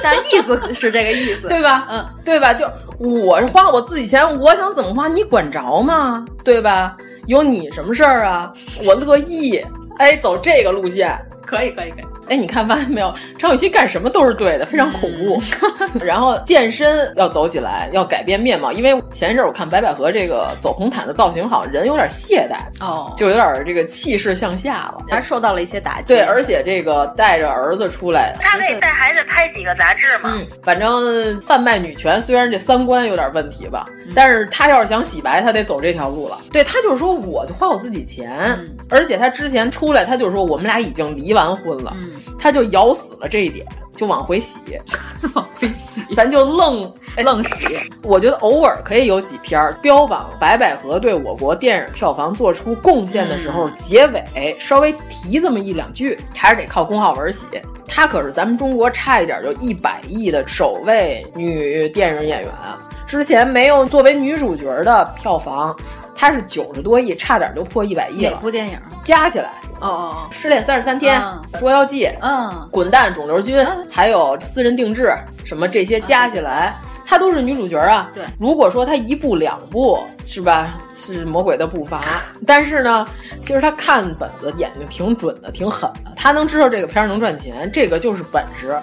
Speaker 13: 但是意思是这个意思，
Speaker 12: 对吧？
Speaker 13: 嗯，
Speaker 12: 对吧？就我是花我自己钱，我想怎么花你管着吗？对吧？有你什么事儿啊？我乐意。哎，走这个路线，
Speaker 13: 可以，可以，可以。
Speaker 12: 哎，你看发现没有，张雨绮干什么都是对的，非常恐怖。
Speaker 13: 嗯
Speaker 12: [LAUGHS] 然后健身要走起来，要改变面貌，因为前一阵儿我看白百合这个走红毯的造型，好像人有点懈怠，
Speaker 13: 哦，
Speaker 12: 就有点这个气势向下了。
Speaker 13: 还是受到了一些打击。
Speaker 12: 对，而且这个带着儿子出来，
Speaker 10: 他得带孩子拍几个杂志嘛。
Speaker 12: 嗯反正贩卖女权，虽然这三观有点问题吧，但是他要是想洗白，他得走这条路了。对他就是说，我就花我自己钱，而且他之前出来，他就是说我们俩已经离完婚
Speaker 13: 嗯
Speaker 12: 了，他就咬死了这一点，就往回洗， [LAUGHS] 往回洗，哎咱就愣
Speaker 13: 愣
Speaker 12: [LAUGHS]
Speaker 13: 洗。
Speaker 12: 我觉得偶尔可以有几篇儿标榜白百合对我国电影票房做出贡献的时候，结尾稍微提这么一两句，还是得靠龚浩文写。她可是咱们中国差一点就一百亿的首位女电影演员啊！之前没有作为女主角的票房，她是九十多亿，差点就破一百亿
Speaker 13: 哪
Speaker 12: 了
Speaker 13: 部。电影？
Speaker 12: 加起来，
Speaker 13: 哦哦，哦，
Speaker 12: 失恋三十三天、捉妖记、
Speaker 13: 嗯，
Speaker 12: 滚蛋肿瘤君，还有私人定制什么这些加起来，她都是女主角啊。
Speaker 13: 对
Speaker 12: 如果说她一部两部是吧，是魔鬼的步伐，但是呢，其实她看本子眼睛挺准的，挺狠的，她能知道这个片儿能赚钱，这个就是本事。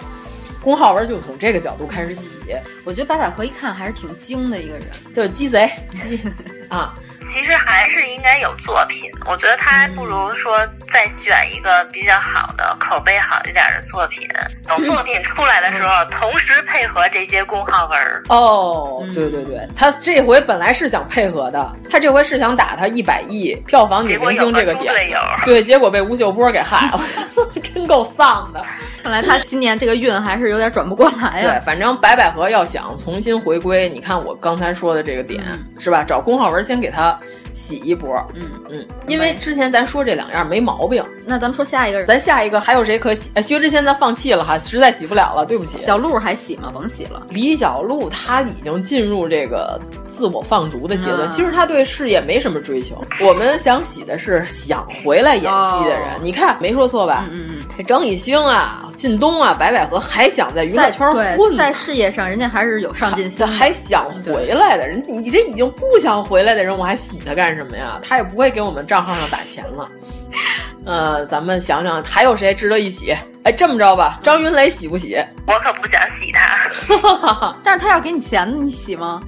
Speaker 12: 龚浩文就从这个角度开始写，
Speaker 13: 嗯我觉得白百合一看还是挺精的一个人，
Speaker 12: 就是鸡贼啊，
Speaker 10: 其实还是应该有作品，我觉得他还不如说再选一个比较好的、口碑好一点的作品，等
Speaker 12: 嗯
Speaker 10: 作品出来的时候，同时配合这些公号文儿。
Speaker 12: 哦，对对对，他这回本来是想配合的，他这回是想打他一百亿票房嗯女明星这
Speaker 10: 结果有个猪
Speaker 12: 点，
Speaker 10: 队友
Speaker 12: [LAUGHS] 对，结果被吴秀波给害 [LAUGHS] 了，真够丧的。
Speaker 13: 看来他今年这个运还是有点转不过来
Speaker 12: 对，
Speaker 13: 呀。
Speaker 12: 反正白百合要想重新回归，你看我刚才说的这个点、是吧？找龚浩文先给他洗一波，
Speaker 13: 嗯
Speaker 12: 嗯，因为之前咱说这两样没毛病，
Speaker 13: 那咱们说下一个人，
Speaker 12: 咱下一个还有谁可洗？哎，薛之谦咱放弃了哈，实在洗不了了，对不起。
Speaker 13: 小鹿还洗吗？甭洗了。
Speaker 12: 李小璐她已经进入这个自我放逐的阶段，
Speaker 13: 啊
Speaker 12: 其实她对事业没什么追求。我们想洗的是想回来演戏的人，
Speaker 13: 哦
Speaker 12: 你看没说错吧？
Speaker 13: 嗯嗯
Speaker 12: 这张艺兴啊、靳东啊、白百合还想在娱乐
Speaker 13: 在
Speaker 12: 圈混
Speaker 13: 对，
Speaker 12: 呢
Speaker 13: 在事业上人家还是有上进心的，
Speaker 12: 还想回来的人，你这已经不想回来的人，我还洗他干什么呀？他也不会给我们账号上打钱了。呃，咱们想想还有谁值得一洗？哎，这么着吧，张云雷洗不洗？
Speaker 10: 我可不想
Speaker 12: [LAUGHS]
Speaker 10: 洗他，
Speaker 13: 但是他要给你钱，你洗吗？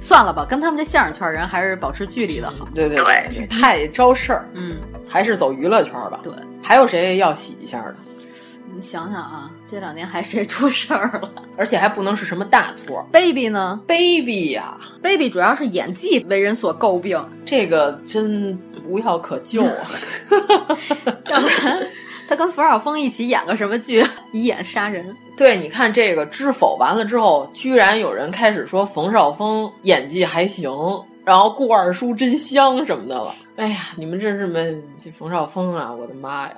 Speaker 13: 算了吧，跟他们这相声圈人还是保持距离的好。
Speaker 12: 对对对，太招事儿，
Speaker 13: 嗯，
Speaker 12: 还是走娱乐圈吧。
Speaker 13: 对，
Speaker 12: 还有谁要洗一下的？
Speaker 13: 你想想啊，这两年还谁出事儿了
Speaker 12: 而且还不能是什么大错。
Speaker 13: ？Baby 呢
Speaker 12: Baby 呀、
Speaker 13: ？Baby 主要是演技为人所诟病，
Speaker 12: 这个真无药可
Speaker 13: [LAUGHS]
Speaker 12: 救啊！
Speaker 13: 要不然他跟冯绍峰一起演个什么剧， [LAUGHS] 以演杀人。
Speaker 12: 对，你看这个《知否》完了之后，居然有人开始说冯绍峰演技还行，然后顾二叔真香什么的了。哎呀，你们真是们这冯绍峰啊，我的妈呀，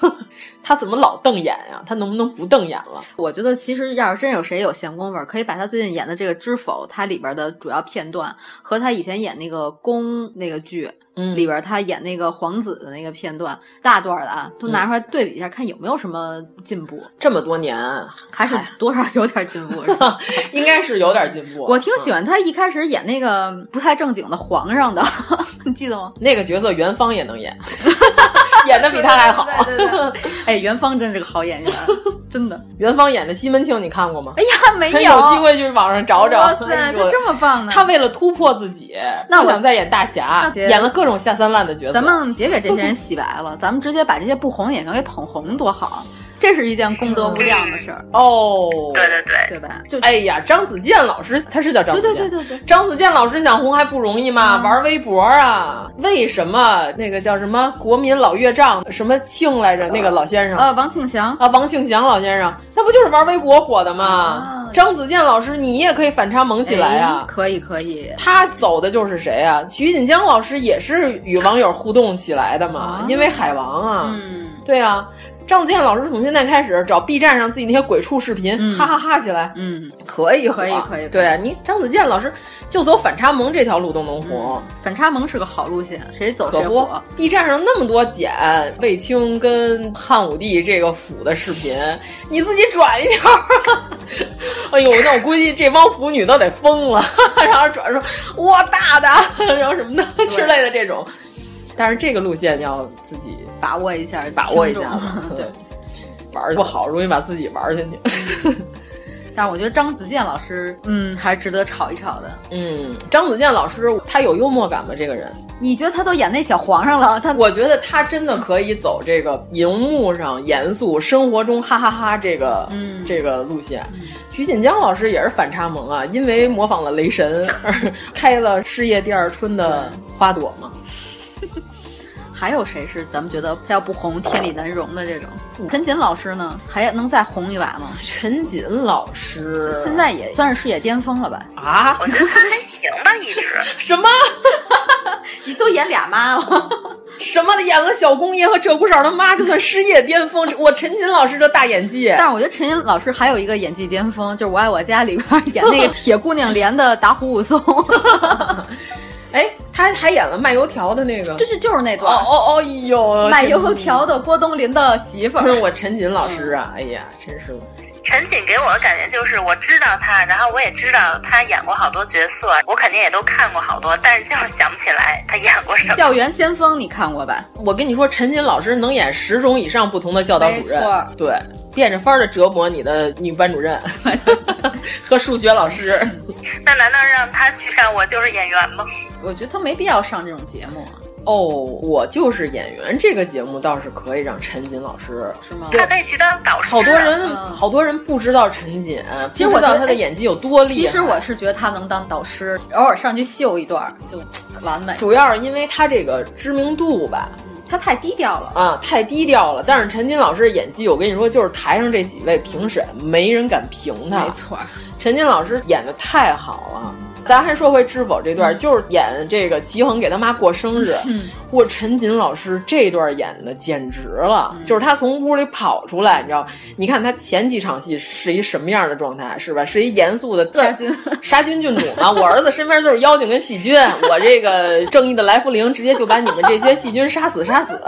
Speaker 12: [LAUGHS] 他怎么老瞪眼呀、他能不能不瞪眼了？
Speaker 13: 我觉得其实要是真有谁有闲工夫，可以把他最近演的这个《知否》它里边的主要片段和他以前演那个宫那个剧。
Speaker 12: 嗯
Speaker 13: 里边他演那个皇子的那个片段，大段儿的啊，都拿出来对比一下，看有没有什么进步。
Speaker 12: 这么多年， [LAUGHS]
Speaker 13: 还是多少有点进步。是吧
Speaker 12: 应该是有点进步。嗯
Speaker 13: 我挺喜欢他一开始演那个不太正经的皇上的， [LAUGHS] 你记得吗？
Speaker 12: 那个角色，元芳也能演，
Speaker 13: [LAUGHS]
Speaker 12: 演的比他还好。
Speaker 13: 对对对对哎，元芳真是个好演员，啊真的。
Speaker 12: [LAUGHS]
Speaker 13: [LAUGHS]
Speaker 12: 元芳演的西门庆，你看过吗？
Speaker 13: 哎呀，没
Speaker 12: 有，有机会去网上找找。
Speaker 13: 哇
Speaker 12: [LAUGHS]
Speaker 13: 塞，他这么棒呢！
Speaker 12: 他为了突破自己，
Speaker 13: 那我
Speaker 12: 不想再演大侠，
Speaker 13: 那
Speaker 12: 演了各种下三滥的角色。
Speaker 13: 咱们别给这些人洗白了，咱们直接把这些不红的演员给捧红多好，这是一件功德无量的事儿，
Speaker 12: 哦，
Speaker 10: 对对对，
Speaker 13: 对吧？就
Speaker 12: 哎呀，张子健老师，他是叫张子健，
Speaker 13: 对对对对对嗯
Speaker 12: 张子健老师想红还不容易吗？玩微博啊，为什么那个叫什么国民老岳丈什么庆来着？那个老先生
Speaker 13: 呃，王庆祥
Speaker 12: 啊，王庆祥老先生，那不就是玩微博火的吗？张子健老师，你也可以反差萌起来啊！
Speaker 13: 啊哎可以可以，
Speaker 12: 他走的就是谁啊？徐锦江老师也是与网友互动起来的嘛，因为海王啊，
Speaker 13: 嗯，
Speaker 12: 对啊。张子健老师从现在开始找 B 站上自己那些鬼畜视频，哈哈哈起来，
Speaker 13: 嗯，
Speaker 12: 可以火
Speaker 13: 可以可以
Speaker 12: 对啊你张子健老师就走反差萌这条路都能红，
Speaker 13: 反差萌是个好路线，谁走
Speaker 12: 可
Speaker 13: 谁
Speaker 12: 不
Speaker 13: 火。
Speaker 12: ？B 站上那么多剪卫青跟汉武帝这个腐的视频，你自己转一条儿。 [LAUGHS] 哎呦，那我估计这帮腐女都得疯了， [LAUGHS] 然后转说哇大 [LAUGHS] 的，然后什么的之类的这种。但是这个路线要自己
Speaker 13: 把握一下，
Speaker 12: 把握一下
Speaker 13: 轻重
Speaker 12: 子，对，玩儿不好容易把自己玩儿进去。
Speaker 13: 但我觉得张子健老师，嗯，还是值得炒一炒的。
Speaker 12: 嗯，张子健老师他有幽默感吗？这个人，
Speaker 13: 你觉得他都演那小皇上了，他
Speaker 12: 我觉得他真的可以走这个荧幕上严肃、生活中哈哈哈这个、这个路线。徐锦江老师也是反差萌啊，因为模仿了雷 [LAUGHS] 神而开了事业第二春的花朵嘛。
Speaker 13: 还有谁是咱们觉得他要不红天理难容的这种？陈瑾老师呢，还能再红一把吗？
Speaker 12: 陈瑾老师
Speaker 13: 现在也算是事业巅峰了吧？
Speaker 12: 啊，
Speaker 10: 我觉得他还行吧，一直。
Speaker 12: 什么？ [LAUGHS]
Speaker 13: 你都演俩妈了，
Speaker 12: 什么的演了小公爷和鹧鸪哨他妈，就算事业巅峰。我陈瑾老师这大演
Speaker 13: [LAUGHS]
Speaker 12: 技，
Speaker 13: 但是我觉得陈瑾老师还有一个演技巅峰，就是《我爱我家》里边演 [LAUGHS] 那个铁姑娘莲的打虎武松， [LAUGHS]
Speaker 12: 哎，他还演了卖油条的那个，
Speaker 13: 就是就是那段
Speaker 12: 哦哦哦，哎呦，
Speaker 13: 卖油条嗯的郭冬临的媳妇儿。
Speaker 12: [LAUGHS] 我陈瑾老师啊，哎呀，真是
Speaker 10: 陈瑾给我的感觉就是，我知道他，然后我也知道他演过好多角色，我肯定也都看过好多，但是就是想不起来他演过什么。
Speaker 13: 校园先锋你看过吧？
Speaker 12: 我跟你说，陈瑾老师能演十种以上不同的教导主
Speaker 13: 没
Speaker 12: 任
Speaker 13: 错，
Speaker 12: 对，变着法儿的折磨你的女班主
Speaker 13: [LAUGHS]
Speaker 12: 任和数学老师。
Speaker 13: 嗯
Speaker 10: 那难道让他去上《我就是演员》吗？
Speaker 13: 我觉得他没必要上这种节目，啊
Speaker 12: 哦，我就是演员这个节目倒是可以让陈瑾老师，
Speaker 13: 是吗？
Speaker 12: 就
Speaker 10: 他可以去当导师。啊
Speaker 12: 好多人好多人不知道陈瑾，
Speaker 13: 啊嗯其实
Speaker 12: 不
Speaker 13: 我
Speaker 12: 知
Speaker 13: 觉
Speaker 12: 道
Speaker 13: 得哎
Speaker 12: 他的演技有多厉害。
Speaker 13: 其实我是觉得他能当导师，偶尔上去秀一段儿就完美。
Speaker 12: 主要是因为他这个知名度吧，
Speaker 13: 他太低调了，
Speaker 12: 啊，太低调了。但是陈瑾老师的演技，我跟你说，就是台上这几位评审，没人敢评他。
Speaker 13: 没错儿，
Speaker 12: 陈瑾老师演的太好了。
Speaker 13: 嗯
Speaker 12: 咱还说回《知否》这段，就是演这个齐衡给他妈过生日。
Speaker 13: 嗯
Speaker 12: 我陈瑾老师这段演的简直了，
Speaker 13: 嗯
Speaker 12: 就是他从屋里跑出来，你知道？你看他前几场戏是一什么样的状态，是吧？是一严肃的
Speaker 13: 杀菌
Speaker 12: [LAUGHS] 杀菌郡主嘛。我儿子身边就是妖精跟
Speaker 13: [LAUGHS]
Speaker 12: 细菌，我这个正义的来福灵直接就把你们这些细菌杀死杀死，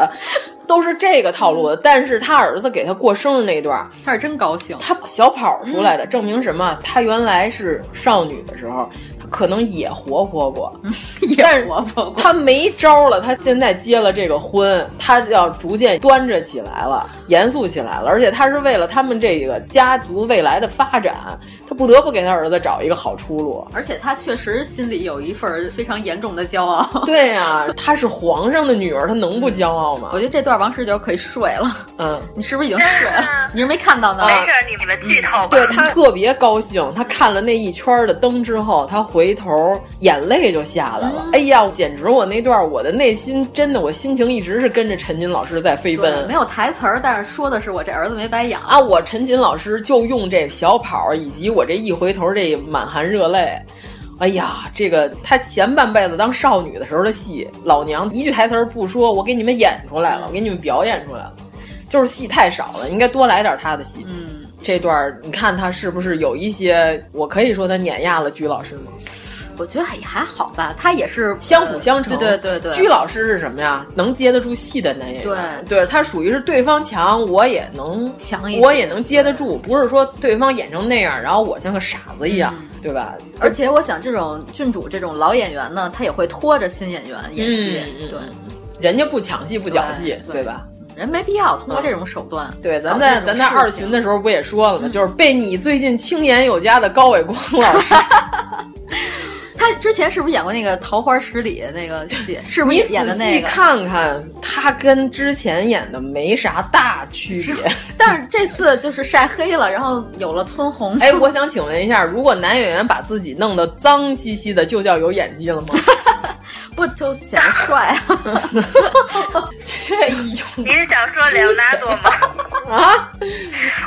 Speaker 12: 都是这个套路的。但是他儿子给他过生日那段，
Speaker 13: 他是真高兴。
Speaker 12: 她小跑出来的，证明什么？她原来是少女的时候，她可能也活泼过， [LAUGHS] 也活泼过。她没招了，她现在结了这个婚，她要逐渐端着起来了，严肃起来了。而且她是为了他们这个家族未来的发展，她不得不给她儿子找一个好出 [LAUGHS] 路。
Speaker 13: 而且他确实心里有一份儿非常严重的骄傲。 [LAUGHS]
Speaker 12: 对呀、她是皇上的女儿，她能不骄傲吗
Speaker 13: 我？觉得这段王十九可以睡了，
Speaker 12: 嗯。
Speaker 13: 你是不是已经睡 [LAUGHS] 了？你是没看到呢？
Speaker 10: 没事，你们剧透吧。
Speaker 12: 对他特别高兴，他看了那一圈的灯之后，他回头眼泪就下来了。哎呀，简直我那段我的内心真的，我心情一直是跟着陈瑾老师在飞
Speaker 13: 对，
Speaker 12: 奔
Speaker 13: 没。有台词儿，但是说的是我这儿子没白养。
Speaker 12: 啊，我陈瑾老师就用这小跑以及我这一回头这满含热泪，哎呀，这个她前半辈子当少女的时候的戏，老娘一句台词儿不说，我给你们演出来了，我给你们表演出来了，就是戏太少了，应该多来点她的戏。
Speaker 4: 嗯，
Speaker 12: 这段儿你看她是不是有一些，我可以说她碾压了鞠老师吗？
Speaker 13: 我觉得也还好吧，他也是呃
Speaker 12: 相辅相成。
Speaker 13: 对对对对，
Speaker 12: 鞠老师是什么呀？能接得住戏的男演
Speaker 13: 员。
Speaker 12: 对，对他属于是对方强，我也能
Speaker 13: 强
Speaker 12: 一点，我也能接得住，不是说对方演成那样，然后我像个傻子一样，嗯、对吧？
Speaker 13: 而且我想，这种郡主这种老演员呢，他也会拖着新演员演戏。
Speaker 12: 嗯、
Speaker 13: 对，
Speaker 12: 人家不抢戏不搅戏，
Speaker 13: 对
Speaker 12: 吧？
Speaker 13: 人没必要通过这种手段。嗯、
Speaker 12: 对，咱在咱在二群的时候不也说了吗？就是被你最近青眼有加的高伟光老
Speaker 13: [LAUGHS]
Speaker 12: 师。
Speaker 13: 嗯他之前是不是演过那个《桃花十里》那个戏？是不是演的那个？
Speaker 12: 看看他跟之前演的没啥大区别，
Speaker 13: 但是这次就是晒黑了，然后有了村红。
Speaker 12: 哎，我想请问一下，如果男演员把自己弄得脏兮兮的，就叫有演技了吗？
Speaker 13: 不就显得帅 [LAUGHS] 啊？
Speaker 12: [LAUGHS] 这一
Speaker 10: 用你是想说莱昂纳多吗？
Speaker 12: [LAUGHS] 啊！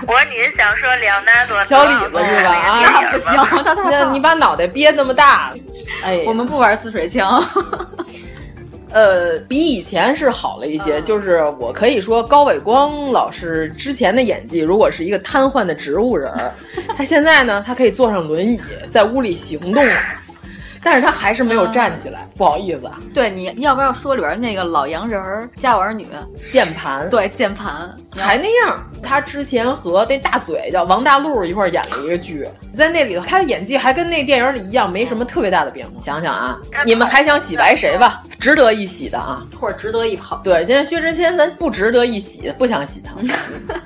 Speaker 10: 我说你是想说莱昂纳多
Speaker 12: 小李子
Speaker 13: [LAUGHS]
Speaker 12: 是吧？啊，
Speaker 13: 不行，哎那 [LAUGHS]
Speaker 12: 那你把脑袋憋那么大，哎，
Speaker 13: 我们不玩自水枪。
Speaker 12: 呃，比以前是好了一些，嗯、就是我可以说高伟光老师之前的演技，如果是一个瘫痪的植物人，
Speaker 13: [LAUGHS]
Speaker 12: 他现在呢，他可以坐上轮椅，在屋里行动了。但是他还是没有站起来，嗯、不好意思啊。
Speaker 13: [LAUGHS] 对，你要不要说里边那个老洋人儿、家有儿女、
Speaker 12: 键盘？
Speaker 13: 对，键盘
Speaker 12: 还那样。他之前和那大嘴叫王大陆一块演了一个剧，在那里头他的演技还跟那电影里一样，没什么特别大的变化。想想啊，你们还想洗白谁吧？值得一洗的啊，
Speaker 13: 或者值得一捧。
Speaker 12: 对，今天薛之谦咱不值得一洗，不想洗他，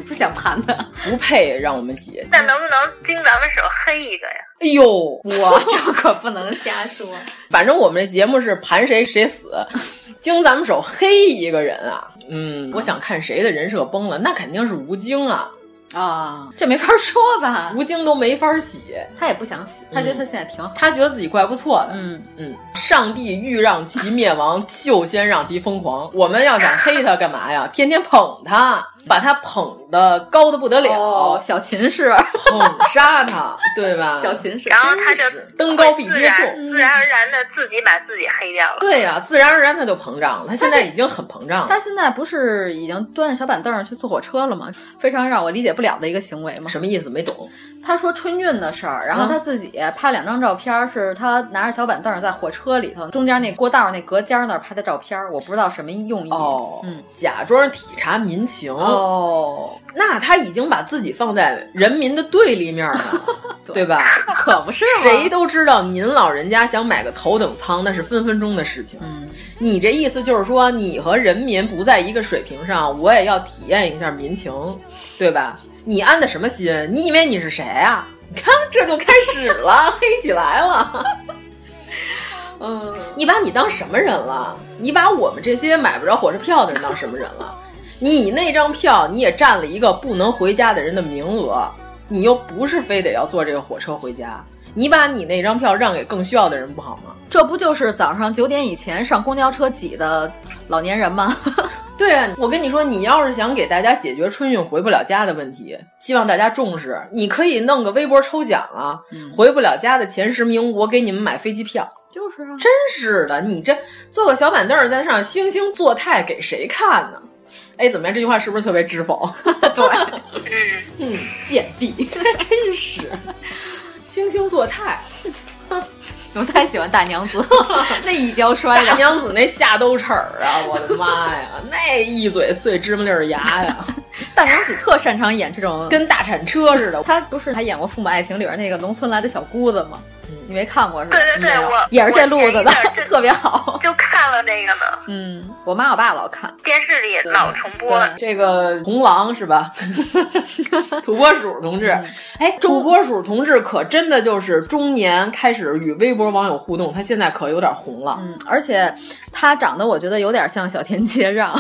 Speaker 13: 不想盘他，
Speaker 12: 不配让我们洗。
Speaker 10: 那能不能经咱们手黑一个呀？
Speaker 12: 哎呦， [LAUGHS] 我
Speaker 13: 这可不能瞎说。
Speaker 12: 反正我们这节目是盘谁谁死， [LAUGHS] 经咱们手黑一个人啊。嗯，我想看谁的人设崩了，那肯定是吴京啊。
Speaker 13: 啊，这没法说吧？
Speaker 12: 吴京都没法洗，
Speaker 13: 他也不想洗，他觉得他现在挺好，
Speaker 12: 他觉得自己怪不错的。
Speaker 13: 嗯
Speaker 12: 嗯，上帝欲让其灭亡， [LAUGHS] 就先让其疯狂。我们要想黑他干嘛呀？天天捧他，把他捧的高的不得了，
Speaker 13: 小秦氏
Speaker 12: 捧杀他，对吧？
Speaker 13: 小秦氏，
Speaker 10: 然后他就
Speaker 12: 登高比跌重，
Speaker 10: 自然而然的自己把自己黑掉了。
Speaker 12: 对呀，自然而然他就膨胀了，他现在已经很膨胀了。嗯
Speaker 13: 他现在不是已经端着小板凳去坐火车了吗？非常让我理解。不了的一个行为吗？
Speaker 12: 什么意思？没懂。嗯
Speaker 13: 他说春运的事儿，然后他自己拍两张照片，是他拿着小板凳在火车里头，中间那过道那隔间那儿拍的照片，我不知道什么用意。
Speaker 12: 哦，
Speaker 13: 嗯，
Speaker 12: 假装体察民情。
Speaker 13: 哦，
Speaker 12: 那他已经把自己放在人民的对立面
Speaker 13: [LAUGHS]
Speaker 12: 了，对吧？
Speaker 13: 可不是吗，
Speaker 12: 谁都知道您老人家想买个头等舱，那是分分钟的事情。
Speaker 13: 嗯，
Speaker 12: 你这意思就是说，你和人民不在一个水平上，我也要体验一下民情，对吧？你安的什么心？你以为你是谁啊？你看，这就开始
Speaker 13: [LAUGHS]
Speaker 12: 了，黑起来了。
Speaker 13: 嗯，
Speaker 12: 你把你当什么人了？你把我们这些买不着火车票的人当什么人了？你那张票你也占了一个不能回家的人的名额，你又不是非得要坐这个火车回家，你把你那张票让给更需要的人不好吗？
Speaker 13: 这不就是早上九点以前上公交车挤的老年人吗？ [LAUGHS]
Speaker 12: 对啊，我跟你说，你要是想给大家解决春运回不了家的问题，希望大家重视。你可以弄个微博抽奖啊，
Speaker 13: 嗯、
Speaker 12: 回不了家的前十名，我给你们买飞机票。
Speaker 13: 就是啊，
Speaker 12: 真是的，你这坐个小板凳在上惺惺作态，给谁看呢？哎，怎么样？这句话是不是特别知否？
Speaker 13: 对，
Speaker 12: 嗯，
Speaker 13: 贱婢，
Speaker 12: [LAUGHS] 真是惺惺作态。
Speaker 13: 我太喜欢大娘子， [LAUGHS] 那一跤摔
Speaker 12: 大娘子那下兜齿儿啊！我的妈 [LAUGHS] 呀，那一嘴碎芝麻粒儿牙 [LAUGHS] 呀！
Speaker 13: 大娘子特擅长演这种
Speaker 12: 跟大铲车似的。
Speaker 13: 她不是还演过《父母爱情》里边那个农村来的小姑子吗？
Speaker 12: 嗯
Speaker 13: 你没看过是吧？
Speaker 10: 对对对，我
Speaker 13: 也是这路子的， [LAUGHS] 特别
Speaker 12: 哦
Speaker 13: 好。
Speaker 10: 就看了那个呢。
Speaker 13: 嗯，我妈我爸老看，嗯
Speaker 10: 电视里老重播。
Speaker 12: 这个红狼是吧？ [LAUGHS] 土拨鼠同志，哎，土拨鼠同志可真的就是中年开始与微博网友互动，他现在可有点红了。
Speaker 13: 嗯，而且他长得我觉得有点像小田切让。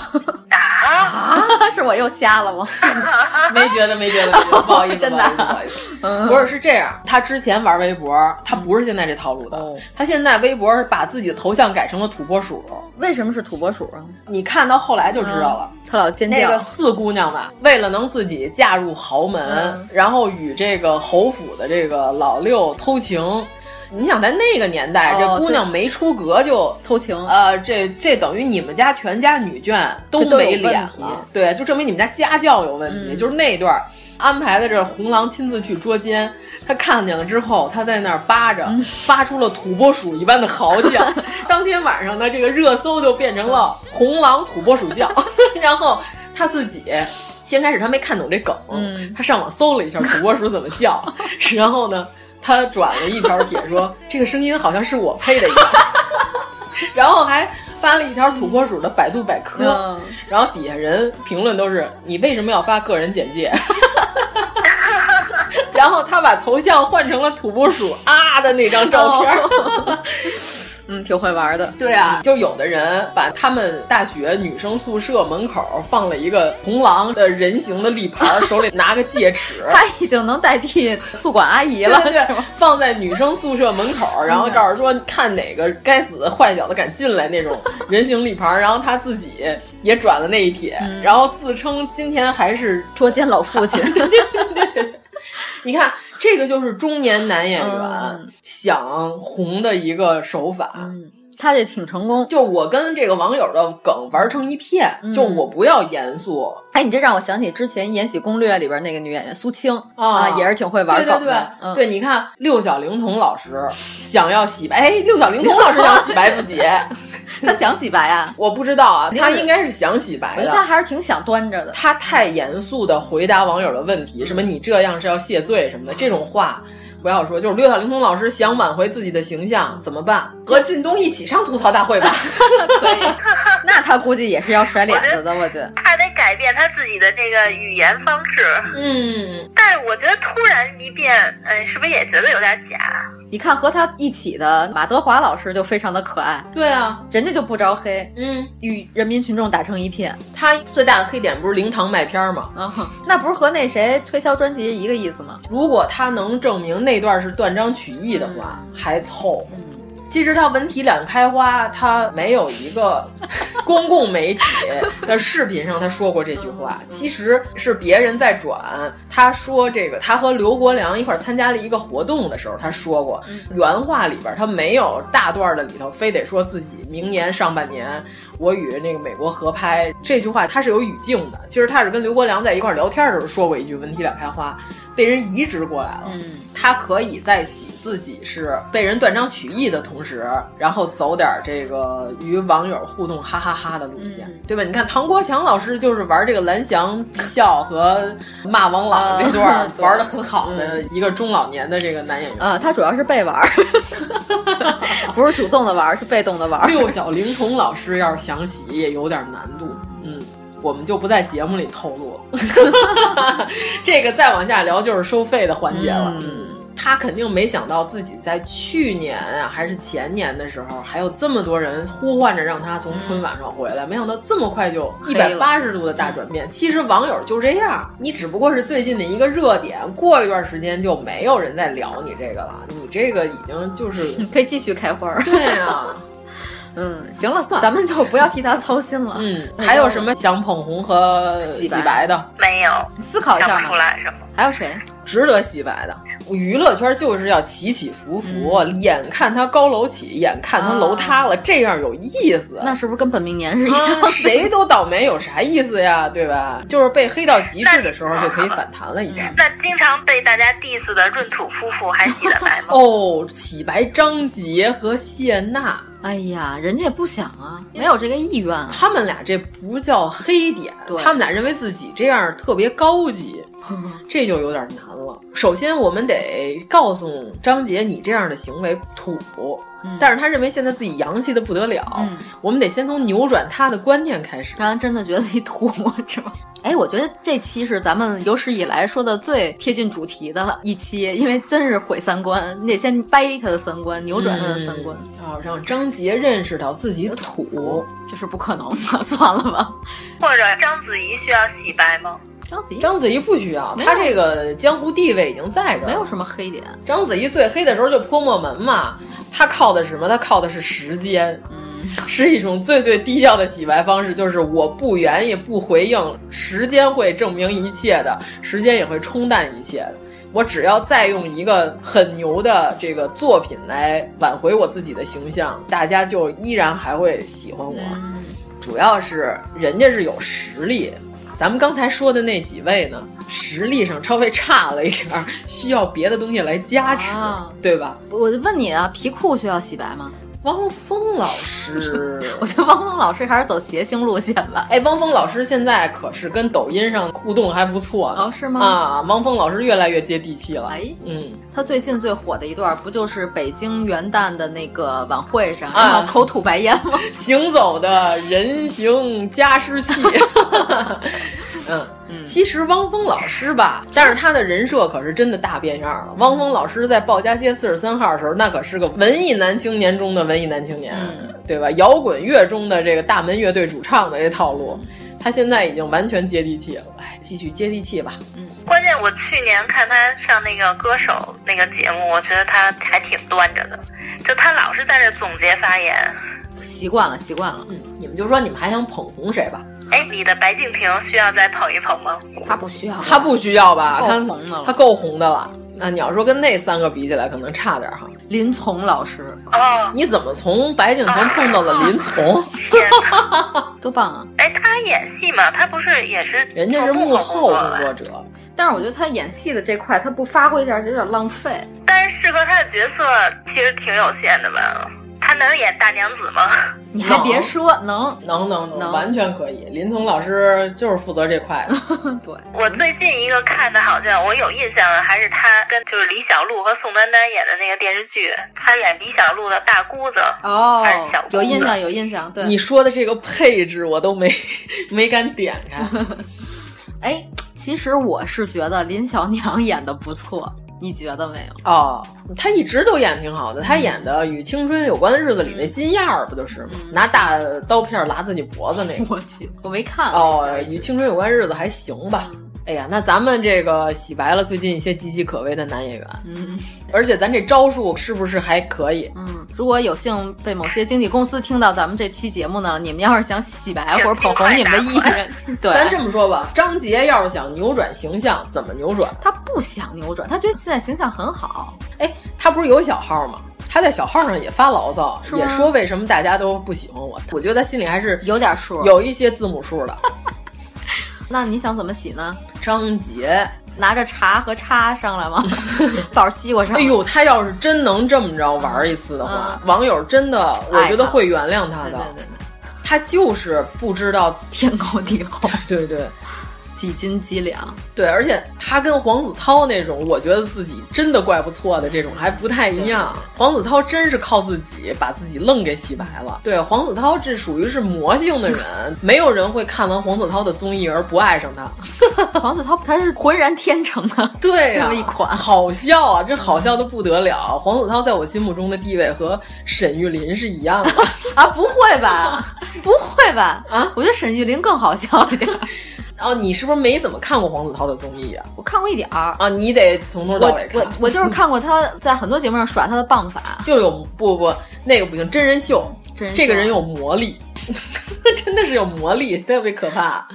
Speaker 10: 啊？
Speaker 13: [LAUGHS] 是我又瞎了吗？ [LAUGHS]
Speaker 12: 没觉得，没觉得，不好意思，
Speaker 13: 真的，嗯
Speaker 12: 不好意思，不是是这样。他之前玩微博，他不是现在这套路的。
Speaker 13: 哦
Speaker 12: 他现在微博把自己的头像改成了土拨鼠。
Speaker 13: 为什么是土拨鼠啊？
Speaker 12: 你看到后来就知道了。
Speaker 13: 他老尖叫。
Speaker 12: 那个四姑娘吧，为了能自己嫁
Speaker 13: 嗯
Speaker 12: 入豪门，然后与这个侯府的这个老六偷情。你想在那个年代，这
Speaker 13: 哦
Speaker 12: 姑娘没出阁就
Speaker 13: 偷
Speaker 12: [LAUGHS]
Speaker 13: 情，
Speaker 12: 呃，这这等于你们家全家女眷都
Speaker 13: 这都有
Speaker 12: 没脸
Speaker 13: 问题嗯
Speaker 12: 了，对，就证明你们家家教有问题。就是那一段儿安排的这红狼亲自去捉奸，他看见了之后，他在那儿扒着，
Speaker 13: 嗯
Speaker 12: 发出了土拨鼠一般的嚎叫。
Speaker 13: [LAUGHS]
Speaker 12: 当天晚上呢，这个热搜就变成了“红狼土拨鼠叫”， [LAUGHS] 然后他自己。先开始他没看懂这梗，
Speaker 13: 嗯
Speaker 12: 他上网搜了一下土拨鼠怎么
Speaker 13: [LAUGHS]
Speaker 12: 叫，然后呢，他转了一条帖说 [LAUGHS] 这个声音好像是我配的一样， [LAUGHS] 然后还发了一条土拨鼠的百度百科，
Speaker 13: 嗯
Speaker 12: 然后底下人评论都是你为什么要发个人简介？ [LAUGHS] 然后他把头像换成了土拨鼠啊的那张照片儿。
Speaker 13: 嗯，挺会玩的。
Speaker 12: [LAUGHS] 对啊，就有的人把他们大学女生宿舍门口放了一个红狼的人形的立牌儿，手里拿个戒尺，
Speaker 13: 他已经能代替宿管阿姨了，
Speaker 12: 对对
Speaker 13: [LAUGHS] 是
Speaker 12: 对
Speaker 13: 吗？嗯
Speaker 12: 放在女生宿舍门口，然后告诉说看哪个该死的坏小子敢进来那种人形立牌儿，然后他自己也转了那一帖，
Speaker 13: 嗯
Speaker 12: 然后自称今天还是
Speaker 13: 捉奸老父
Speaker 12: [LAUGHS]
Speaker 13: 亲。
Speaker 12: 你看，这个就是中年男演员、
Speaker 13: 嗯
Speaker 12: 想红的一个手法。
Speaker 13: 他这挺成功，
Speaker 12: 就我跟这个网友的梗玩成一片，
Speaker 13: 嗯
Speaker 12: 就我不要严肃，
Speaker 13: 哎，你这让我想起之前《延禧攻略》里边那个女演员苏青啊，也是挺会玩
Speaker 12: 哦对对
Speaker 13: 梗
Speaker 12: 对
Speaker 13: 的。，嗯
Speaker 12: 对，你看六小龄童老师想要洗白，哎，六小龄童老师想洗白自己，
Speaker 13: 他想洗白啊，
Speaker 12: 我不知道
Speaker 13: [LAUGHS]
Speaker 12: 啊，
Speaker 13: 那
Speaker 12: 他
Speaker 13: 是
Speaker 12: 应该是想洗
Speaker 13: 我
Speaker 12: [LAUGHS] 白
Speaker 13: 觉
Speaker 12: 的
Speaker 13: 得。他还是挺想端着的。
Speaker 12: 他太严肃的回答网友的问题，什么你这样是要谢罪什么的，这种话不要说。就是六小龄童老师想挽回自己的形象怎么办？和靳东一起上吐槽大会 [LAUGHS] 吧。
Speaker 13: 那他估计也是要甩脸子
Speaker 12: [LAUGHS]
Speaker 13: 的，我觉得。
Speaker 10: 他得改变他自己的这个语言方式。
Speaker 12: 嗯，
Speaker 10: 但是我觉得突然一变，嗯，是不是也觉得有点假？
Speaker 13: 你看和他一起的马德华老师就非常的可爱，
Speaker 12: 对啊，
Speaker 13: 人家就不招黑，
Speaker 12: 嗯，
Speaker 13: 与人民群众打成一片。
Speaker 12: 他最大的黑点不是灵堂卖片儿吗？
Speaker 13: 啊，那不是和那谁推销专辑一个意思吗？
Speaker 12: 如果他能证明那段是断章取义的话，还凑。其实他文体两开花，他没有一个公共媒体的视频上他说过这句话，其实是别人在转。他说这个，他和刘国梁一块儿参加了一个活动的时候，他说过原话里边他没有大段的里头非得说自己明年上半年我与那个美国合拍这句话，他是有语境的。其实他是跟刘国梁在一块儿聊天的时候说过一句“文体两开花”，被人移植过来了。
Speaker 13: 嗯，
Speaker 12: 他可以在洗自己是被人断章取义的同时，然后走点儿这个与网友互动哈哈哈的路线，
Speaker 13: 嗯
Speaker 12: 对吧？你看唐国强老师就是玩这个蓝翔技校和骂王朗这段儿
Speaker 13: 啊对 [LAUGHS]
Speaker 12: 玩的很好的一个中老年的这个男演员。
Speaker 13: 啊，他主要是被玩儿， [LAUGHS] 不是主动的玩儿，是被动的玩儿。
Speaker 12: [LAUGHS] 六小龄童老师要是想洗也有点难度，嗯，我们就不在节目里透露了。 [LAUGHS] 这个再往下聊就是收费的环节了。
Speaker 13: 嗯
Speaker 12: 他肯定没想到自己在去年啊还是前年的时候，还有这么多人呼唤着让他从春晚上回来，没想到这么快就一百
Speaker 13: 黑了嗯
Speaker 12: 八十度的大转变。其实网友就这样，你只不过是最近的一个热点，过一段时间就没有人再聊你这个了，你这个已
Speaker 13: [LAUGHS]
Speaker 12: 经就是
Speaker 13: 你可以继续开花儿。
Speaker 12: 对啊。
Speaker 13: 嗯，行了，咱们就不要替他操心了。
Speaker 12: 嗯，还有什么想捧红和洗
Speaker 13: 洗白
Speaker 12: 白的，
Speaker 10: 没有，
Speaker 13: 思考一下
Speaker 10: 想不
Speaker 13: 嘛
Speaker 10: 出。来什么。
Speaker 13: 还有谁？
Speaker 12: 值得洗白的？娱乐圈就是要起起伏伏，
Speaker 13: 嗯
Speaker 12: 眼看它高楼起，眼看它楼塌了，这样有意思。
Speaker 13: 啊那是不是跟本命年是一样？
Speaker 12: 啊，谁都倒霉有啥意思呀？对吧？就是被黑到极致的时候就可以反弹了一下。
Speaker 13: 嗯
Speaker 10: 那经常被大家 diss 的闰土夫妇还洗得白吗？
Speaker 12: [LAUGHS] 哦，洗白张杰和谢娜，
Speaker 13: [LAUGHS] 哎呀，人家也不想啊，没有这个意愿啊。
Speaker 12: 他们俩这不叫黑点，
Speaker 13: 对嗯
Speaker 12: 他们俩认为自己这样特别高级，这就有点难了。首先，我们得告诉张杰，你这样的行为土，但是他认为现在自己洋气的不得了，
Speaker 13: 嗯
Speaker 12: 我们得先从扭转他的观念开始。
Speaker 13: 让人真的觉得自己土是吗？哎，我觉得这期是咱们有史以来说的最贴近主题的一期，因为真是毁三观，你得先掰他的三观，扭转他的三观，
Speaker 10: 嗯
Speaker 12: 啊、让张杰认识到自己土，
Speaker 13: 这是不可能的， [LAUGHS] 算了吧。
Speaker 10: 或者章子怡需要洗白吗？
Speaker 13: 章子怡
Speaker 12: 章子怡不需要，
Speaker 13: 没有
Speaker 12: 她这个江湖地位已经在这儿。
Speaker 13: 没有什么黑点，
Speaker 12: 章子怡最黑的时候就泼墨门嘛，她靠的是什么？她靠的是时间，是一种最最低效的洗白方式，就是我不圆也不回应，时间会证明一切的，时间也会冲淡一切的。我只要再用一个很牛的这个作品来挽回我自己的形象，大家就依然还会喜欢我。
Speaker 13: 嗯
Speaker 12: 主要是人家是有实力，咱们刚才说的那几位呢，实力上稍微差了一点儿，需要别的东西来加持，
Speaker 13: 啊
Speaker 12: 对吧？
Speaker 13: 我就问你啊，皮裤需要洗白吗？ [LAUGHS]
Speaker 12: 汪峰老师，
Speaker 13: 我觉得汪峰老师还是走谐星路线吧。
Speaker 12: 哎，汪峰老师现在可是跟抖音上互动还不错呢，
Speaker 13: 哦是吗
Speaker 12: 啊，汪峰老师越来越接地气了。
Speaker 13: 哎，
Speaker 12: 嗯，
Speaker 13: 他最近最火的一段不就是北京元旦的那个晚会上，
Speaker 12: 啊
Speaker 13: 然后口吐白烟吗？ [LAUGHS]
Speaker 12: 行走的人形加湿器。嗯，其实汪峰老师吧，但是他的人设可是真的大变样了。汪峰老师在鲍家街四十三号的时候，那可是个文艺男青年中的文艺男青年，对吧？摇滚乐中的这个大门乐队主唱的这套路，他现在已经完全接地气了。哎，继续接地气吧。
Speaker 10: 关键我去年看他上那个歌手那个节目，我觉得他还挺端着的，就他老是在这总结发言。
Speaker 13: 习惯了，习惯了。
Speaker 12: 嗯，你们就说你们还想捧红谁吧？
Speaker 10: 哎，你的白敬亭需要再捧一捧吗？
Speaker 13: 他不需要，
Speaker 12: 他不需要吧？
Speaker 13: 够
Speaker 12: 他
Speaker 13: 红的了
Speaker 12: 他够红的了。那你要说跟那三个比起来，可能差点儿哈。
Speaker 13: 林丛老师，
Speaker 12: [LAUGHS]
Speaker 10: 哦，
Speaker 12: 你怎么从白敬亭碰到了林丛？
Speaker 10: 天哪！
Speaker 13: 多棒啊！
Speaker 10: 哎，他演戏嘛，他不是也是
Speaker 12: 人家是幕后工作者，
Speaker 13: 但是我觉得他演戏的这块，他不发挥一下，就有点浪费。
Speaker 10: 但是适合他的角色其实挺有限的吧？他能演大娘子吗？
Speaker 13: 你还别说， [LAUGHS] 能，
Speaker 12: 能能
Speaker 13: 能
Speaker 12: 完全可以。林丛老师就是负责这块的。嗯
Speaker 10: 我最近一个看的，好像我有印象的，还是他跟就是李小璐和宋丹丹演的那个电视剧，他演李小璐的大姑子。
Speaker 13: 哦
Speaker 10: 还是小姑，子
Speaker 13: 有印象，有印象。对，
Speaker 12: 你说的这个配置我都没 [LAUGHS] 没敢点开。
Speaker 13: 哎，其实我是觉得林小娘演的不错，你觉得没有？
Speaker 12: 哦，他一直都演挺好的。他演的《与青春有关的日子》里那金燕儿不就是吗？拿大刀片拉自己脖子那个。
Speaker 13: [LAUGHS] 我去，我没看
Speaker 12: 哦，与青春有关日子还行吧。哎呀，那咱们这个洗白了最近一些岌岌可危的男演员，
Speaker 13: 嗯
Speaker 12: 而且咱这招数是不是还可以？
Speaker 13: 嗯，如果有幸被某些经纪公司听到咱们这期节目呢，你们要是想洗白或者捧红你们的艺人，对，
Speaker 12: [LAUGHS] 咱这么说吧，张杰要是想扭转形象，怎么扭转？
Speaker 13: 他不想扭转，他觉得现在形象很好，
Speaker 12: 哎，他不是有小号吗？他在小号上也发牢骚，
Speaker 13: 是吗
Speaker 12: 也说为什么大家都不喜欢我。我觉得他心里还是
Speaker 13: 有点数。
Speaker 12: 有一些字母数 [LAUGHS] 的。
Speaker 13: 那你想怎么洗呢？
Speaker 12: 张杰，
Speaker 13: 拿着茶和叉上来吗？ [LAUGHS] 抱着西瓜上？
Speaker 12: 哎呦，他要是真能这么着玩一次的话，网友真的我觉得会原谅嗯他
Speaker 13: 对对。
Speaker 12: 的
Speaker 13: 对对，
Speaker 12: 他就是不知道，
Speaker 13: 天高地厚，
Speaker 12: 对对
Speaker 13: 几斤几两。
Speaker 12: 对，而且他跟黄子韬那种，我觉得自己真的怪不错的这种还不太一样。黄子韬真是靠自己把自己愣给洗白了。对，黄子韬这属于是魔性的人，没有人会看完黄子韬的综艺而不爱上他。
Speaker 13: 黄子韬他是浑然天成的，
Speaker 12: 对、啊
Speaker 13: 这么一款
Speaker 12: 好笑啊，这好笑的不得了。黄子韬在我心目中的地位和沈玉琳是一样
Speaker 13: [LAUGHS]
Speaker 12: 的。
Speaker 13: 啊，不会
Speaker 12: [LAUGHS]
Speaker 13: 吧？不会吧？
Speaker 12: 啊，
Speaker 13: 我觉得沈玉琳更好笑一点。
Speaker 12: 哦，你是不是没怎么看过黄子韬的综艺啊？
Speaker 13: 我看过一点儿，
Speaker 12: 啊，你得从头
Speaker 13: 我
Speaker 12: 到尾看。
Speaker 13: 我我就是看过他在很多节目上耍他的棒法，
Speaker 12: 就有不不那个不行，真人秀，
Speaker 13: 真人
Speaker 12: 这个人
Speaker 13: 秀
Speaker 12: 有魔力， [LAUGHS] 真的是有魔力，特别可怕。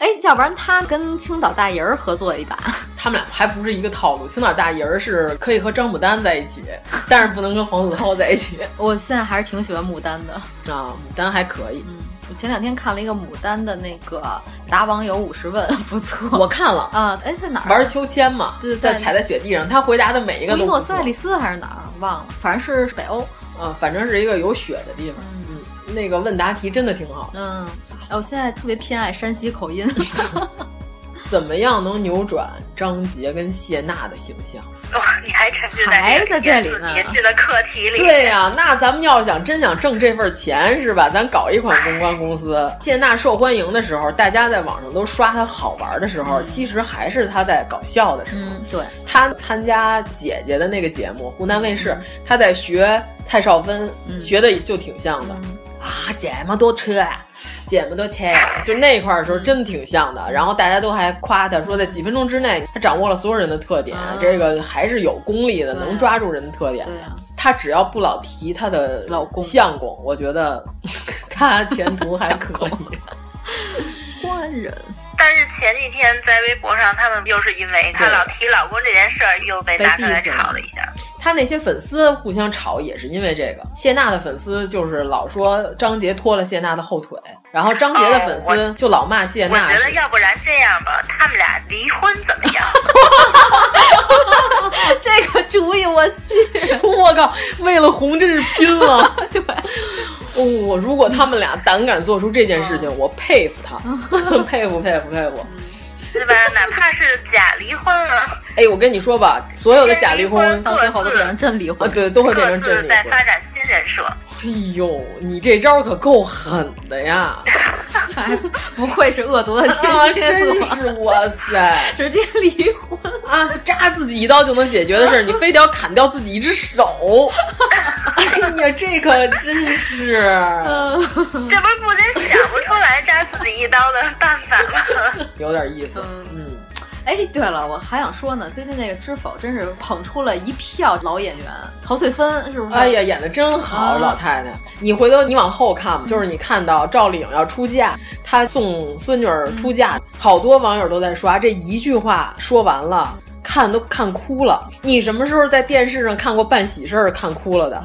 Speaker 13: 哎，要不然他跟青岛大爷儿合作一把，
Speaker 12: 他们俩还不是一个套路。青岛大爷儿是可以和张牡丹在一 [LAUGHS] 起，但是不能跟黄子韬在一起
Speaker 13: 我现在还是挺喜欢牡丹的。
Speaker 12: 啊。牡丹还可以，
Speaker 13: 我前两天看了一个牡丹的那个答网友五十问，不错。
Speaker 12: [LAUGHS] 我看了。
Speaker 13: 啊，哎，在哪儿啊？
Speaker 12: 玩秋千嘛，
Speaker 13: 对
Speaker 12: 在
Speaker 13: 在
Speaker 12: 踩在雪地上，他回答的每一个
Speaker 13: 布
Speaker 12: 都
Speaker 13: 宜
Speaker 12: 不
Speaker 13: 诺斯
Speaker 12: 错
Speaker 13: 艾利斯还是哪儿？啊忘了，反正是北欧。
Speaker 12: 啊，反正是一个有雪的地方。嗯，那个问答题真的挺好的。
Speaker 13: 嗯，哎，我现在特别偏爱山西口 [LAUGHS] 音。
Speaker 12: 怎么样能扭转张杰跟谢娜的形象？
Speaker 10: 哇，你还沉浸在
Speaker 13: 还
Speaker 10: 这
Speaker 13: 在
Speaker 10: 个
Speaker 13: 这
Speaker 10: 严
Speaker 13: 里
Speaker 10: 肃
Speaker 13: 呢
Speaker 10: 严峻的课题里。
Speaker 12: 对呀、那咱们要是想真想挣这份钱是吧？咱搞一款公关公司。谢娜受欢迎的时候，大家在网上都刷她好玩的时候，其实还是她在搞笑的时候。
Speaker 13: 嗯，对，
Speaker 12: 她参加姐姐的那个节目，湖南卫视，
Speaker 13: 嗯
Speaker 12: 她在学蔡少芬，学的就挺像的。
Speaker 13: 嗯
Speaker 12: 啊，这么多车啊呀、这么多车呀、啊就那块儿的时候真的挺像
Speaker 13: 嗯
Speaker 12: 的。然后大家都还夸他说，在几分钟之内，他掌握了所有人的特点，
Speaker 13: 啊
Speaker 12: 这个还是有功力的，
Speaker 13: 对
Speaker 12: 能抓住人的特点。
Speaker 13: 对啊，
Speaker 12: 他只要不老提他的
Speaker 13: 老公
Speaker 12: 相公，
Speaker 13: [LAUGHS]
Speaker 12: 我觉得他前途还可
Speaker 13: 相
Speaker 12: 以。
Speaker 13: 官人，
Speaker 10: 但是前几天在微博上，他们又是因为她老提老公这件事儿，又被拿出来吵了一下。
Speaker 12: 她那些粉丝互相吵也是因为这个。谢娜的粉丝就是老说张杰拖了谢娜的后腿，然后张杰的粉丝就老骂谢娜、
Speaker 10: 哎哦我。我觉得要不然这样吧，他们俩离婚怎么样？ [LAUGHS]
Speaker 13: 哎这个主意我去，
Speaker 12: 我靠！为了红真是拼了。
Speaker 13: [LAUGHS] 对，
Speaker 12: 哦，我如果他们俩胆敢做出这件事情，嗯、我佩服
Speaker 13: [LAUGHS]
Speaker 12: 他，佩服佩服佩服。
Speaker 10: 对吧？哪怕是假离婚了，
Speaker 12: 哎，我跟你说吧，所有的假离婚
Speaker 13: 到最后都变成真离婚，
Speaker 12: 呃对，都会变成真离婚。
Speaker 10: 在发展新人设。
Speaker 12: 哎呦，你这招可够狠
Speaker 13: [LAUGHS]
Speaker 12: 的呀！
Speaker 13: 不愧是恶
Speaker 12: [LAUGHS]
Speaker 13: 毒的天蝎座、
Speaker 12: 啊，真是哇塞！
Speaker 13: [LAUGHS] 直接离婚
Speaker 12: 啊，扎自己一刀就能解决的
Speaker 13: [LAUGHS]
Speaker 12: 事儿，你非得要砍掉自己一只手。哎呀，这可真是，
Speaker 13: 嗯
Speaker 10: 这不是不禁想不出来扎自己一刀的办法吗？ [LAUGHS]
Speaker 12: 有点意思。嗯嗯，
Speaker 13: 哎，对了，我还想说呢，最近那个《知否》真是捧出了一票老演员，曹翠芬是不是？
Speaker 12: 哎呀，演的真好，啊、老太太。你回头你往后看吧，就是你看到赵丽颖要出嫁，她送孙女儿出嫁，嗯、好多网友都在刷，这一句话说完了，看都看哭了。你什么时候在电视上看过办喜事儿看哭了的？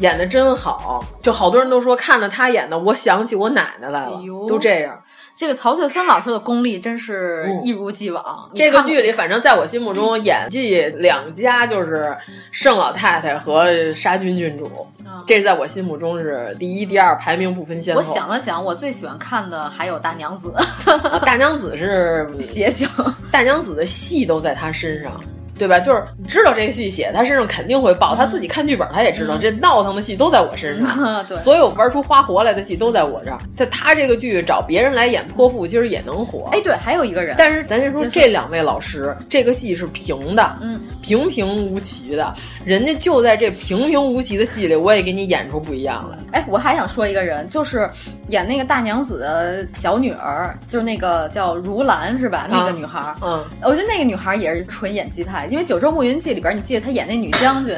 Speaker 12: 演的真好，就好多人都说看着她演的，我想起我奶奶来了，哎、都这样。
Speaker 13: 这个曹翠芬老师的功力真是一如既往。嗯、
Speaker 12: 这个剧里，反正在我心目中，演技两家就是盛老太太和杀菌郡主，嗯、这在我心目中是第一、第二，排名不分先后。
Speaker 13: 我想了想，我最喜欢看的还有大娘
Speaker 12: 嗯
Speaker 13: 子，
Speaker 12: 啊大娘子是
Speaker 13: [LAUGHS]
Speaker 12: 嗯
Speaker 13: 邪性，
Speaker 12: 大娘子的戏都在她身上。对吧？就是知道这个戏写他身上肯定会爆，他自己看剧本他也知
Speaker 13: 嗯
Speaker 12: 道，这闹腾的戏都在
Speaker 13: [LAUGHS]
Speaker 12: 我身上，嗯所有玩出花活来的戏都在我这儿。就他这个剧找别人来演泼妇，其实也能火。
Speaker 13: 哎，对，还有一个人，
Speaker 12: 但是咱先说这两位老师，这个戏是平的，
Speaker 13: 嗯，
Speaker 12: 平平无奇的，人家就在这平平无奇的戏里，我也给你演出不一样来。
Speaker 13: 哎，我还想说一个人，就是演那个大娘子的小女儿，就是那个叫如兰是吧？那个女孩，
Speaker 12: 嗯，
Speaker 13: 我觉得那个女孩也是纯演技派。因为《九州牧云记》里边，你记得她演那女将军，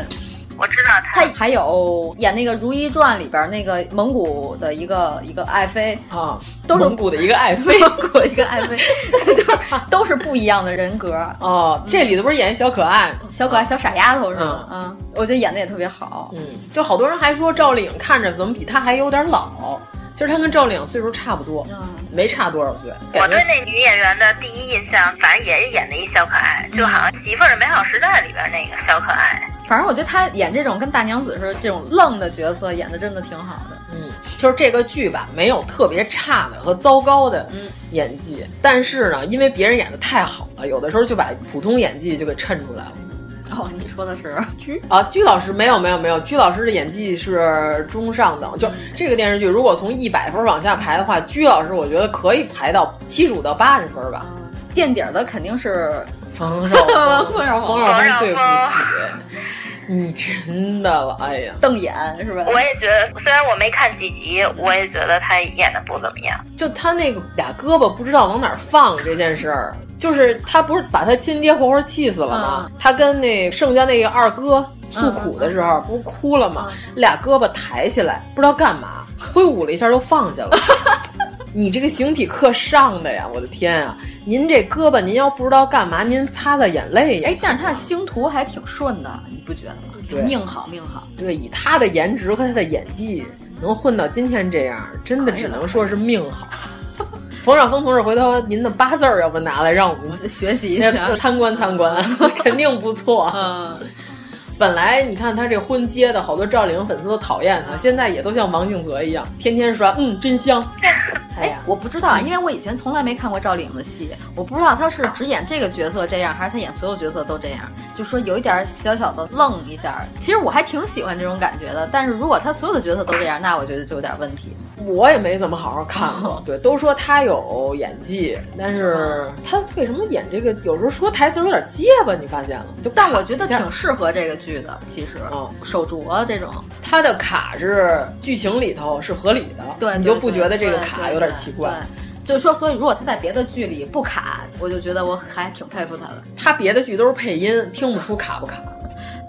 Speaker 10: 我知道她。
Speaker 13: 她还有演那个《如懿传》里边那个蒙古的一个一个爱妃
Speaker 12: 啊，
Speaker 13: 都是
Speaker 12: 蒙古的一个爱妃，
Speaker 13: [LAUGHS] 蒙古一个爱妃，就是都是不一样的人格。
Speaker 12: 哦，
Speaker 13: 嗯
Speaker 12: 这里头不是演小可爱、
Speaker 13: 小可爱、小傻丫头是吗？嗯，我觉得演的也特别好。
Speaker 12: 嗯，就好多人还说赵丽颖看着怎么比她还有点老。其实她跟赵丽颖岁数差不多，嗯、没差多少岁。
Speaker 10: 我对那女演员的第一印象，反正也是演的一小可爱，就好像《媳妇儿美好时代》里边那个小可爱。
Speaker 13: 反正我觉得她演这种跟大娘子似的这种愣的角色，演的真的挺好的。
Speaker 12: 嗯，就是这个剧吧，没有特别差的和糟糕的演技，嗯、但是呢，因为别人演的太好了，有的时候就把普通演技就给衬出来了。
Speaker 13: 哦，你说的是
Speaker 12: 居啊？居老师没有没有没有，居老师的演技是中上等。就这个电视剧，如果从一百分往下排的话，居老师我觉得可以排到七十五到八十分吧。
Speaker 13: [LAUGHS] 垫底的肯定是
Speaker 12: 冯绍峰，
Speaker 13: 冯绍
Speaker 12: 峰对不起，你真的了，哎呀，
Speaker 13: 瞪眼是吧？
Speaker 10: 我也觉得，虽然我没看几集，我也觉得他演的不怎么样。
Speaker 12: 就他那个俩胳膊不知道往哪放这件事儿。就是他不是把他亲爹活活气死了吗？嗯、他跟那盛家那个二哥诉苦的时候，不是哭了吗？嗯、俩胳膊抬起来，不知道干嘛，挥舞了一下就放下了。 [LAUGHS] 你这个形体课上的呀，我的天啊！您这胳膊，您要不知道干嘛，您擦擦眼泪呀。
Speaker 13: 哎，但是他的星途还挺顺的，你不觉得吗？命好，命好。
Speaker 12: 对，以他的颜值和他的演技，能混到今天这样，真的只能说是命好。 [LAUGHS] 冯绍峰同志，回头您的八字儿要不拿来，让我们呃
Speaker 13: 学习一下，
Speaker 12: 参观参观， [LAUGHS] 肯定不错。
Speaker 13: 嗯，
Speaker 12: [LAUGHS] 本来你看他这婚结的，好多赵丽颖粉丝都讨厌他，现在也都像王静泽一样，天天刷，嗯，真香。
Speaker 13: 哎呀，我不知
Speaker 12: 嗯
Speaker 13: 道，因为我以前从来没看过赵丽颖的戏，我不知道她是只演这个角色这样，还是她演所有角色都这样，就说有一点小小的愣一下。其实我还挺喜欢这种感觉的，但是如果她所有的角色都这样，那我觉得就有点问题。
Speaker 12: 我也没怎么好好看过，对，都说他有演技，但是他为什么演这个有时候说台词有点结巴？你发现了？就
Speaker 13: 但我觉得挺适合这个剧的，其实，
Speaker 12: 哦、
Speaker 13: 手镯这种，
Speaker 12: 他的卡是剧情里头是合理的，
Speaker 13: 对，对
Speaker 12: 你就不觉得这个卡有点奇怪。
Speaker 13: 对对就是说，所以如果他在别的剧里不卡，我就觉得我还挺佩服他的。
Speaker 12: 他别的剧都是配音，听不出卡不卡。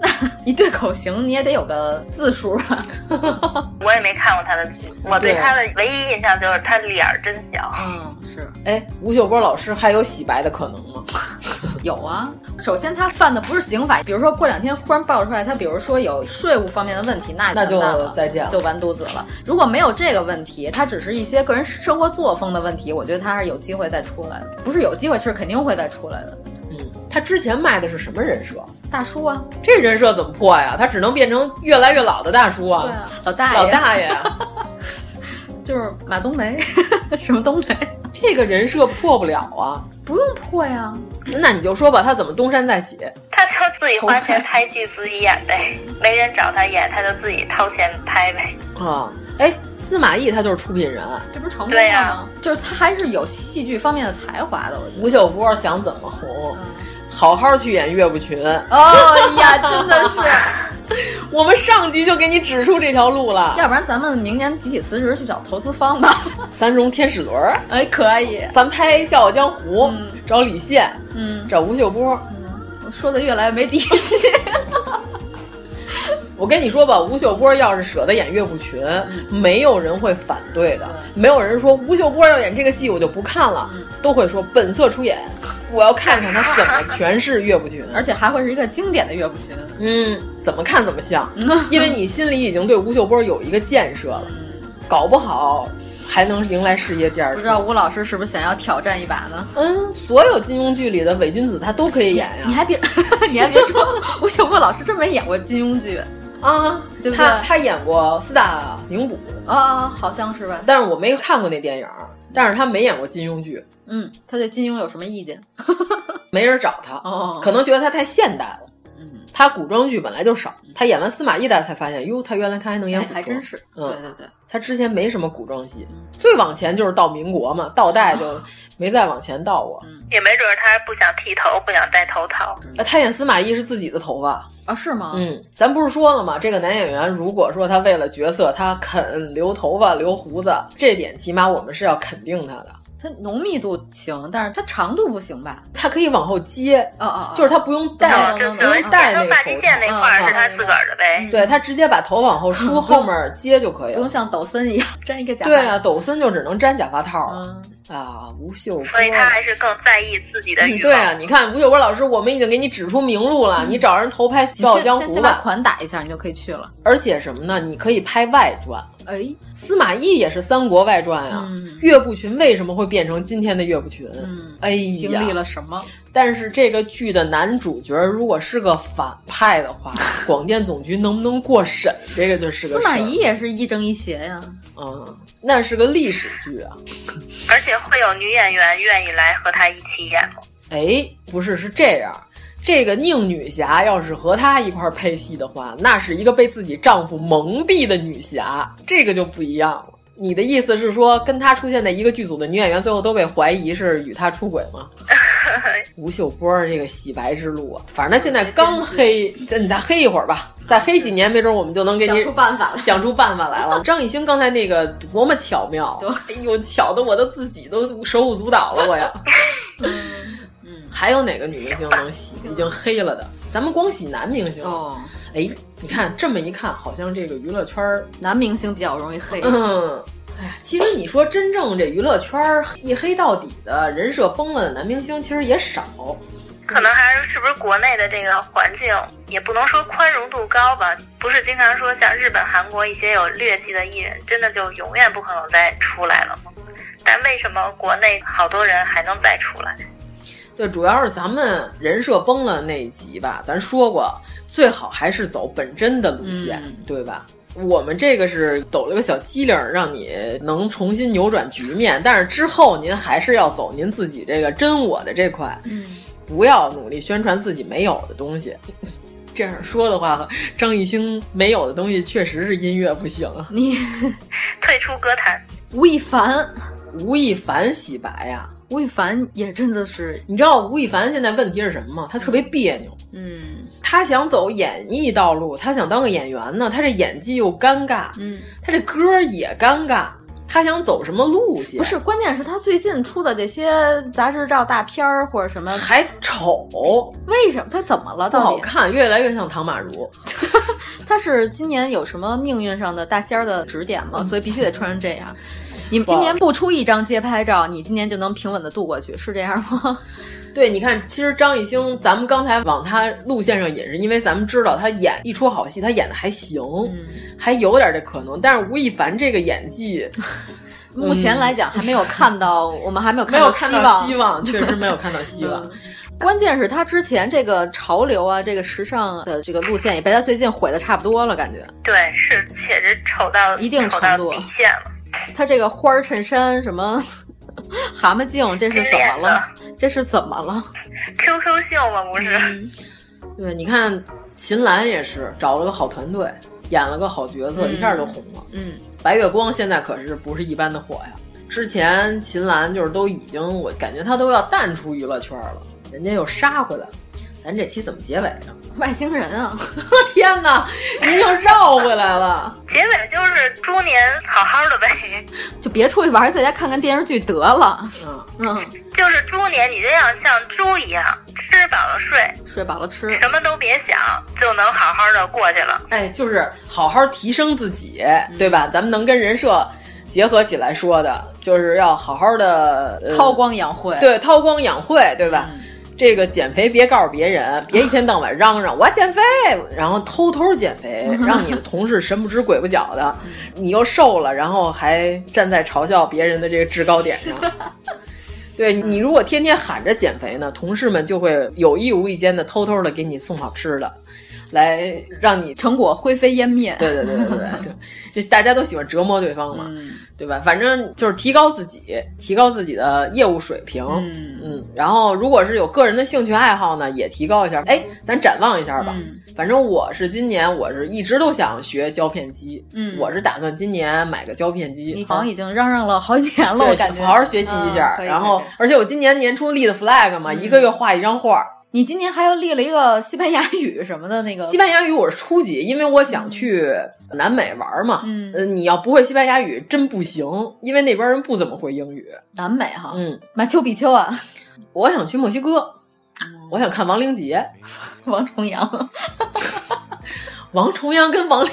Speaker 13: 那你对口型你也得有个字数吧？
Speaker 10: 我也没看过他的剧，我对他的唯一印象就是他脸儿真小。
Speaker 13: 嗯，是。
Speaker 12: 哎，吴秀波老师还有洗白的可能吗？
Speaker 13: 有啊，首先他犯的不是刑法，比如说过两天忽然爆出来他，比如说有税务方面的问题，那
Speaker 12: 那就
Speaker 13: 再
Speaker 12: 见了，
Speaker 13: 就完犊子了。如果没有这个问题，他只是一些个人生活作风的问题，我觉得他是有机会再出来的，不是有机会，是肯定会再出来的。
Speaker 12: 嗯他之前卖的是什么人设？
Speaker 13: 大叔啊，
Speaker 12: 这人设怎么破呀？他只能变成越来越老的大叔啊，
Speaker 13: 对啊老大爷，
Speaker 12: 老大爷，啊
Speaker 13: [LAUGHS] 就是马冬梅， [LAUGHS] 什么冬梅？
Speaker 12: 这个人设破不了啊，
Speaker 13: 不用破呀。
Speaker 12: 那你就说吧，他怎么东山再起？
Speaker 10: 他就自己花钱拍剧，自己演呗，没人找他演，他就自己掏钱拍呗。
Speaker 12: 啊、嗯。哎，司马懿他就是出品人，
Speaker 13: 这不是成功
Speaker 10: 对呀、啊，
Speaker 13: 就是他还是有戏剧方面的才华的。我
Speaker 10: [LAUGHS]
Speaker 13: 觉得
Speaker 12: 吴秀波想怎么红，嗯、好好去演岳不群。
Speaker 13: 哦呀，真的是，
Speaker 12: 我们上集就给你指出这条路了。
Speaker 13: 要不然咱们明年集体辞职去找投资方吧。
Speaker 12: 三荣天使轮，
Speaker 13: 哎，可以。
Speaker 12: 咱拍《笑傲江湖》嗯，找李现，
Speaker 13: 嗯，
Speaker 12: 找吴秀波。
Speaker 13: 嗯、我说的越来越没底气。
Speaker 12: 我跟你说吧，吴秀波要是舍得演岳不群，
Speaker 13: 嗯
Speaker 12: 没有人会反对的。没有人说吴秀波要演这个戏我就不看了，
Speaker 13: 嗯
Speaker 12: 都会说本色出演，我要看看他怎么诠释岳不群，
Speaker 13: [LAUGHS] 而且还会是一个经典的岳不群。
Speaker 12: 嗯，怎么看怎么像，
Speaker 13: 嗯
Speaker 12: 因为你心里已经对吴秀波有一个建设了，搞不好还能迎来事业第二。
Speaker 13: 不知道吴老师是不是想要挑战一把呢？
Speaker 12: 嗯，所有金庸剧里的伪君子他都可以演呀、啊。
Speaker 13: 你还别， [LAUGHS] 你还别说， [LAUGHS] 吴秀波老师真没演过金庸剧。
Speaker 12: 啊，
Speaker 13: 对不对
Speaker 12: 他他演过四大名捕
Speaker 13: 啊，好像是吧？
Speaker 12: 但是我没看过那电影，但是他没演过金庸剧。
Speaker 13: 嗯，他对金庸有什么意见？
Speaker 12: 没人找他，
Speaker 13: 哦，
Speaker 12: 可能觉得他太现代了。嗯，他古装剧本来就少，他演完《司马懿》的才发现，哟，他原来他还能演古装，
Speaker 13: 还真是。
Speaker 12: 嗯，
Speaker 13: 对对对，
Speaker 12: 他之前没什么古装戏，最往前就是到民国嘛，倒带就没再往前倒过。
Speaker 13: 嗯、
Speaker 10: 也没准他不想剃头，不想戴头套。
Speaker 12: 呃他演司马懿是自己的头发。
Speaker 13: 啊，是吗？
Speaker 12: 嗯，咱不是说了吗？这个男演员，如果说他为了角色，他肯留头发、留胡子，这点起码我们是要肯定他的。
Speaker 13: 它浓密度行，但是它长度不行吧？
Speaker 12: 它可以往后接，
Speaker 13: 哦哦，
Speaker 12: 就是它不用戴，不用戴那个
Speaker 10: 发际线那块儿是他自个儿的
Speaker 13: 哎
Speaker 10: 呗。
Speaker 12: 对，他直接把头往后梳，后面接就可以了，
Speaker 13: 不用像抖森一样粘一个假。嗯
Speaker 12: 对啊，抖森就只能粘假发套了啊。吴秀波，
Speaker 10: 所以他还是更在意自己的欲望。
Speaker 12: 对啊，你看吴秀波老师，我们已经给你指出明路了，你找人投拍《笑傲江湖》
Speaker 13: 先把款打一下，你就可以去了。
Speaker 12: 而且什么呢？你可以拍外传。
Speaker 13: 哎，
Speaker 12: 司马懿也是三国外传啊。岳不群为什么会变成今天的岳不群？
Speaker 13: 嗯，
Speaker 12: 哎呀，
Speaker 13: 经历了什么？
Speaker 12: 但是这个剧的男主角如果是个反派的话， [LAUGHS] 广电总局能不能过审，这个就是个。
Speaker 13: 司马懿也是亦正亦邪呀。
Speaker 12: 嗯，那是个历史剧啊。
Speaker 10: 而且会有女演员愿意来和他一起演吗？
Speaker 12: 哎，不是，是这样。这个宁女侠要是和他一块配戏的话，那是一个被自己丈夫蒙蔽的女侠，这个就不一样了。你的意思是说，跟他出现在一个剧组的女演员，最后都被怀疑是与他出轨吗？吴秀波这个洗白之路啊，反正他现在刚黑，你再黑一会儿吧，再黑几年，没准我们就能给你
Speaker 13: 想出办法了，
Speaker 12: 想出办法来了。张艺兴刚才那个多么巧妙，哎呦，巧的我都自己都手舞足蹈了，我呀。嗯还有哪个女明星能洗已经黑了的？咱们光洗男明
Speaker 13: [LAUGHS]
Speaker 12: 星
Speaker 13: 哦。
Speaker 12: 哎，你看这么一看，好像这个娱乐圈
Speaker 13: 男明星比较容易黑。
Speaker 12: 嗯， [LAUGHS] 哎呀，其实你说真正这娱乐圈一黑到底的人设崩了的男明星，其实也少。
Speaker 10: 可能还是是不是国内的这个环境，也不能说宽容度高吧。不是经常说像日本、韩国一些有劣迹的艺人，真的就永远不可能再出来了吗？但为什么国内好多人还能再出来？
Speaker 12: 对，主要是咱们人设崩了那一集吧，咱说过，最好还是走本真的路线，
Speaker 13: 嗯、
Speaker 12: 对吧？我们这个是抖了个小机灵，让你能重新扭转局面，但是之后您还是要走您自己这个真我的这块，
Speaker 13: 嗯，
Speaker 12: 不要努力宣传自己没有的东西。 [LAUGHS] 这样说的话，张艺兴没有的东西确实是音乐不行，啊
Speaker 13: 你 [LAUGHS]
Speaker 10: 退出歌坛。
Speaker 13: 吴亦凡，
Speaker 12: 吴亦凡洗白呀、啊。
Speaker 13: 吴亦凡也真的是，
Speaker 12: 你知道吴亦凡现在问题是什么吗？他特别别扭，
Speaker 13: 嗯，
Speaker 12: 他想走演艺道路，他想当个演员呢，他这演技又尴尬，
Speaker 13: 嗯，
Speaker 12: 他这歌也尴尬，他想走什么路线？
Speaker 13: 不是，关键是他最近出的这些杂志照大片儿或者什么，
Speaker 12: 还丑，
Speaker 13: 为什么？他怎么了？
Speaker 12: 不好看，越来越像唐马如。
Speaker 13: 他是今年有什么命运上的大仙儿的指点
Speaker 12: 嗯
Speaker 13: 吗？所以必须得穿成这样。你们今年不出一张街拍照，你今年就能平稳的度过去，是这样
Speaker 12: [LAUGHS]
Speaker 13: 吗？
Speaker 12: 对，你看，其实张艺兴，咱们刚才往他路线上引，是因为咱们知道他演一出好戏，他演的还行，嗯、还有点这可能。但是吴亦凡这个演 [LAUGHS] 技，
Speaker 13: 目前来讲还没有看到，我们还没有
Speaker 12: 嗯没有看到
Speaker 13: 希
Speaker 12: 望，确实没有看到希 [LAUGHS] 望。嗯
Speaker 13: 关键是他之前这个潮流啊，这个时尚的这个路线也被他最近毁的差不多了，感觉。
Speaker 10: 对，是确实丑到
Speaker 13: 一定
Speaker 10: 程度
Speaker 13: 底
Speaker 10: 线了。
Speaker 13: 他这个花衬衫什么 [LAUGHS] 蛤蟆镜，这是怎么了？这是怎么了
Speaker 10: ？QQ 秀吗？不是、嗯。
Speaker 12: 对，你看秦岚也是找了个好团队，演了个好角色，嗯、一下就红了。
Speaker 13: 嗯，
Speaker 12: 白月光现在可是不是一般的火呀。之前秦岚就是都已经，我感觉她都要淡出娱乐圈了。人家又杀回来，咱这期怎么结尾呢？
Speaker 13: 外星人啊！ [LAUGHS]
Speaker 12: 天哪， [LAUGHS] 您又绕回来了。
Speaker 10: 结尾就是猪年好好的呗， [LAUGHS]
Speaker 13: 就别出去玩，在家看看电视剧得了。
Speaker 12: 嗯
Speaker 13: 嗯，
Speaker 10: 就是猪年，你就要像猪一样，吃饱了睡，
Speaker 13: 睡饱了吃，
Speaker 10: 什么都别想，就能好好的过去了。
Speaker 12: 哎，就是好好提升自己，对吧？咱们能跟人设。结合起来说的，就是要好好的、
Speaker 13: 呃、韬光养晦，
Speaker 12: 对，韬光养晦，对吧？嗯、这个减肥别告诉别人，别一天到晚嚷嚷、啊、我要减肥，然后偷偷减肥，让你的同事神不知鬼不觉的，你又瘦了，然后还站在嘲笑别人的这个制高点上。对你如果天天喊着减肥呢，同事们就会有意无意间的偷偷的给你送好吃的。来让你
Speaker 13: 成果灰飞烟灭。
Speaker 12: 对对对对对对，这大家都喜欢折磨对方嘛，嗯、对吧？反正就是提高自己，提高自己的业务水平。嗯嗯，然后如果是有个人的兴趣爱好呢，也提高一下。哎，咱展望一下吧。
Speaker 13: 嗯、
Speaker 12: 反正我是今年，我是一直都想学胶片机。
Speaker 13: 嗯，
Speaker 12: 我是打算今年买个胶片机。
Speaker 13: 你好像已经嚷嚷了好几年了，我感觉
Speaker 12: 好好学习一下。嗯、然后，而且我今年年初立的 flag
Speaker 13: 嗯
Speaker 12: 嘛，一个月画一张画。
Speaker 13: 你今年还又立了一个西班牙语什么的那个？
Speaker 12: 西班牙语我是初级，因为我想去南美玩嘛。
Speaker 13: 嗯，
Speaker 12: 呃，你要不会西班牙语真不行，因为那边人不怎么会英语。
Speaker 13: 南美哈，
Speaker 12: 嗯，
Speaker 13: 马丘比丘 [LAUGHS] 啊，
Speaker 12: 我想去墨西
Speaker 13: 哦
Speaker 12: 哥，我想看亡灵节，
Speaker 13: 王重阳，
Speaker 12: 王重阳跟亡灵。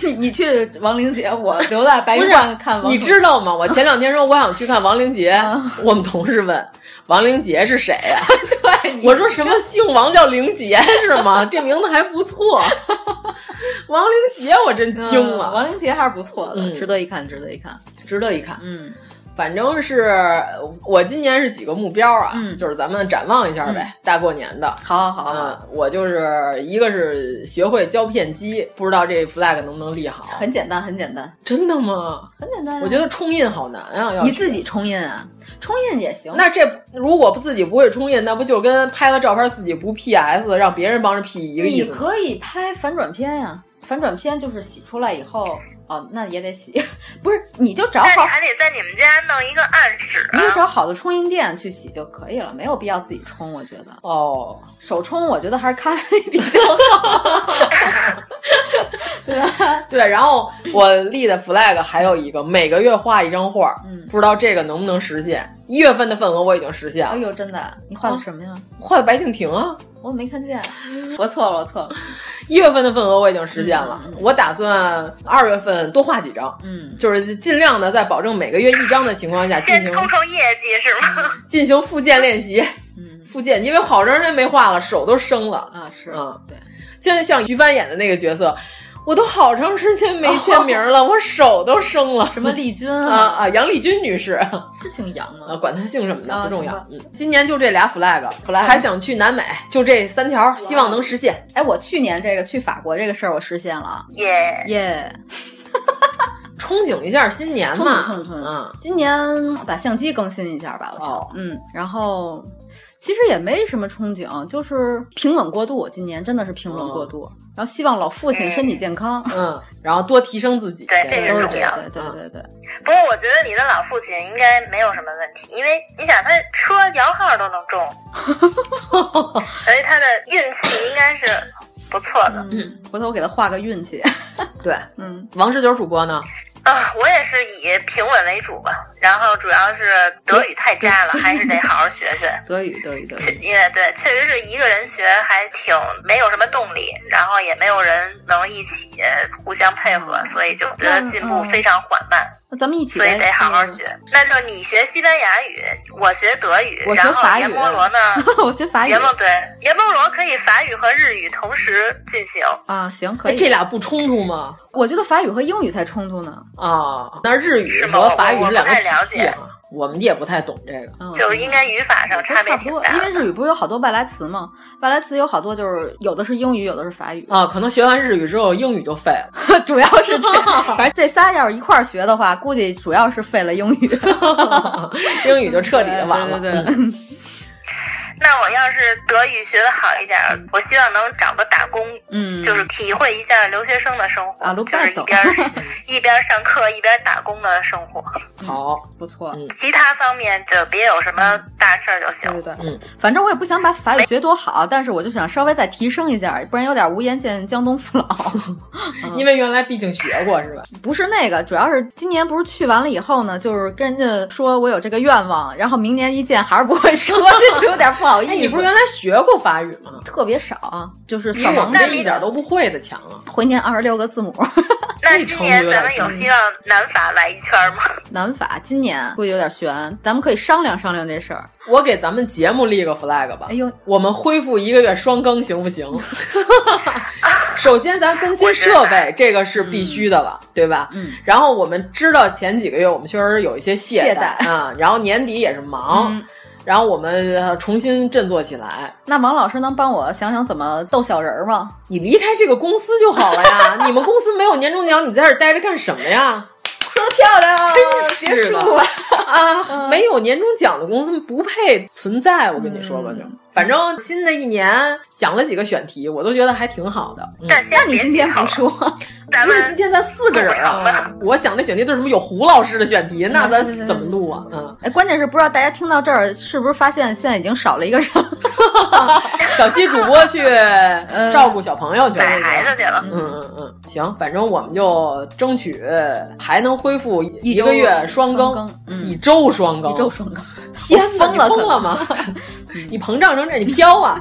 Speaker 13: [LAUGHS] 你你去亡灵节，我留在 [LAUGHS] 白云观看王。
Speaker 12: 啊你知道吗？我前两天说我想去看亡灵节，我们同事问亡灵节是谁呀、
Speaker 13: 啊？ [LAUGHS] 对，
Speaker 12: 我说什么姓王叫灵杰是吗？这名字还不
Speaker 13: [LAUGHS]
Speaker 12: 错。亡灵节我真惊了，
Speaker 13: 亡灵、嗯、节还是不错的，值得一看，值得一看，
Speaker 12: 值得一看。
Speaker 13: 嗯，
Speaker 12: 反正是我今年是几个目标啊，
Speaker 13: 嗯、
Speaker 12: 就是咱们展望一下呗，
Speaker 13: 嗯、
Speaker 12: 大过年的。
Speaker 13: 好,好好好，
Speaker 12: 嗯，我就是一个是学会胶片机，不知道这 flag 能不能立好。
Speaker 13: 很简单，很简单。
Speaker 12: 真的吗？
Speaker 13: 很简单、啊。
Speaker 12: 我觉得冲印好难啊，要
Speaker 13: 你自己冲印啊，冲印也行。
Speaker 12: 那这如果自己不会冲印，那不就跟拍了照片自己不 PS，让别人帮着 P 一个意思？
Speaker 13: 你可以拍反转片呀、啊。反转片就是洗出来以后，哦，那也得洗， [LAUGHS] 不是你就找好，
Speaker 10: 还得在你们家弄一个暗室、啊，
Speaker 13: 你就找好的冲印店去洗就可以了，没有必要自己冲，我觉得。
Speaker 12: 哦，
Speaker 13: 手冲我觉得还是咖啡比较 [LAUGHS] 好，对吧？
Speaker 12: 对，然后我立的 flag 还有一个，每个月画一张画，
Speaker 13: 嗯，
Speaker 12: 不知道这个能不能实现。一月份的份额我已经实现了。哎
Speaker 13: 呦，真的，你画的什么呀？
Speaker 12: 画的白敬亭啊。
Speaker 13: 我没看见，
Speaker 12: [LAUGHS]
Speaker 13: 我错了，我错了。
Speaker 12: 一月份的份额我已经实现了，嗯、我打算二月份多画几张，
Speaker 13: 嗯，
Speaker 12: 就是尽量的在保证每个月一张的情况下进行
Speaker 10: 冲冲业绩是吗？
Speaker 12: 进行复健练习，
Speaker 13: 嗯，
Speaker 12: 复健，因为好长时间没画了，手都生了
Speaker 13: 啊，是啊，对，
Speaker 12: 就像于帆演的那个角色。我都好长时间没签名了，我手都生了。
Speaker 13: 什么丽君
Speaker 12: 啊啊，杨丽君女士
Speaker 13: 是姓杨吗？
Speaker 12: 啊，管她姓什么的不重要。嗯今年就这俩 flag，flag 还想去南美，就这三条，希望能实现。
Speaker 13: 哎，我去年这个去法国这个事儿我实现了，
Speaker 10: 耶
Speaker 13: 耶！
Speaker 12: 憧憬一下新年嗯
Speaker 13: 嘛，憧憬憧憬。今年把相机更新一下吧，我想。嗯，然后其实也没什么憧憬，就是平稳过渡。今年真的是平稳过渡。然后希望老父亲身体健康，
Speaker 12: 嗯，然后多提升自己，
Speaker 10: 对，
Speaker 13: 这
Speaker 10: 个
Speaker 13: 重要，对对对对。
Speaker 10: 不过我觉得你的老父亲应该没有什么问题，因为你想他车摇号都能中，
Speaker 12: 嗯
Speaker 10: 而且他的运气应该是不错的。
Speaker 13: 嗯 [LAUGHS] 嗯，回头我给他画个运气。
Speaker 12: 对对，嗯， [LAUGHS] 王十九主播呢？
Speaker 13: 嗯
Speaker 10: 啊，我也是以平稳为主吧，然后主要是德语太渣了，还是得好好学学
Speaker 13: 德语。德语，德
Speaker 10: 语，也对，确实是一个人学还挺没有什么动力，然后也没有人能一起互相配合，所以就觉得进步非常缓慢。
Speaker 13: 那咱们一嗯起，
Speaker 10: 所以得好好学。那就你学西班牙语，我学德语，
Speaker 13: 我学法
Speaker 10: 语。阎摩罗呢？
Speaker 13: [LAUGHS] 我学 [LAUGHS] 法语。
Speaker 10: 阎摩对，阎摩罗可以法语和日语同时进行
Speaker 13: 啊，行可以。
Speaker 12: 哎
Speaker 10: 哎
Speaker 12: 这俩不冲突吗？
Speaker 13: 我觉得法语和英语才冲突呢。
Speaker 12: 啊，那日语和法语是两个体系啊。我们也不太懂这个，
Speaker 13: 嗯、
Speaker 10: 就是应该语法上差别
Speaker 13: 挺大。因为日语不是有好多外来词吗？外来词有好多就是有的是英语，有的是法语
Speaker 12: 啊。可能学完日语之后，英语就废了。
Speaker 13: [LAUGHS] 主要是
Speaker 12: [LAUGHS]
Speaker 13: 这，反正这仨要是一块儿学的话，估计主要是废了英语，
Speaker 12: [LAUGHS]
Speaker 13: [LAUGHS]
Speaker 12: 英语就彻底完了。嗯
Speaker 13: 对对对。对对
Speaker 10: 那我要是德语学的好一点，我希望能找个打工，
Speaker 13: 嗯，
Speaker 10: 就是体会一下留学生的生活，
Speaker 13: 啊、
Speaker 10: 就是一边 [LAUGHS]
Speaker 13: 嗯
Speaker 10: 一边上课一边打工的生活。
Speaker 12: 好，
Speaker 13: 不错。嗯、
Speaker 10: 其他方面就别有什么大事儿就行。
Speaker 13: 对对对，嗯，反正我也不想把法语学多好，但是我就想稍微再提升一下，不然有点无颜见江东
Speaker 12: [LAUGHS]
Speaker 13: 父老。嗯
Speaker 12: 因为原来毕竟学过是吧？
Speaker 13: 不是那个，主要是今年不是去完了以后呢，就是跟人家说我有这个愿望，然后明年一见还是不会说， [LAUGHS] 这就有点不。不好意思，
Speaker 12: 哎你不是原来学过法语吗？
Speaker 13: 特别少啊，就是
Speaker 12: 比我们这一点都不会的强啊。
Speaker 13: 回念二十六个字母。 [LAUGHS]
Speaker 10: 那今年咱们
Speaker 13: 嗯
Speaker 10: 有希望南法来一圈吗？
Speaker 13: 南法今年估计有点悬，咱们可以商量商量这事儿。
Speaker 12: 我给咱们节目立个 flag 吧。
Speaker 13: 哎呦，
Speaker 12: 我们恢复一个月双更行不行？ [LAUGHS] 首先，咱更新设备，这个是必须的了，
Speaker 13: 嗯、
Speaker 12: 对吧？
Speaker 13: 嗯。
Speaker 12: 然后我们知道前几个月我们确实有一些懈
Speaker 13: 怠
Speaker 12: 啊、嗯，然后年底也是忙。
Speaker 13: 嗯
Speaker 12: 然后我们呃重新振作起来。
Speaker 13: 那王老师能帮我想想怎么逗小人儿吗？
Speaker 12: 你离开这个公司就好了呀！你们公司没有年终奖，你在这待着干什么呀？
Speaker 13: [LAUGHS] 说的漂亮，啊
Speaker 12: 真是
Speaker 13: 的啊！
Speaker 12: 嗯、没有年终奖的公司不配存在，我跟你说吧就。
Speaker 13: 嗯
Speaker 12: 反正新的一年想了几个选题，我都觉得还挺好的。嗯、
Speaker 10: 但
Speaker 13: 那你今天不说，
Speaker 10: 咱
Speaker 12: 们今天咱四个人啊，我想的选题都是什么有胡老师的选题，
Speaker 13: 嗯
Speaker 12: 那咱怎么录啊？嗯，
Speaker 13: 哎，关键是不知道大家听到这儿是不是发现现在已经少了一个人，
Speaker 12: 小西主播去
Speaker 13: 嗯
Speaker 12: 照顾小朋友去了，
Speaker 10: 孩子去了。
Speaker 12: 嗯嗯嗯，行，反正我们就争取还能恢复一个月
Speaker 13: 双
Speaker 12: 更，
Speaker 13: 一
Speaker 12: 周双更，
Speaker 13: 一周双更。
Speaker 12: 嗯天
Speaker 13: 疯
Speaker 12: 了，疯
Speaker 13: [LAUGHS]
Speaker 12: 了吗？你膨胀成。你飘啊！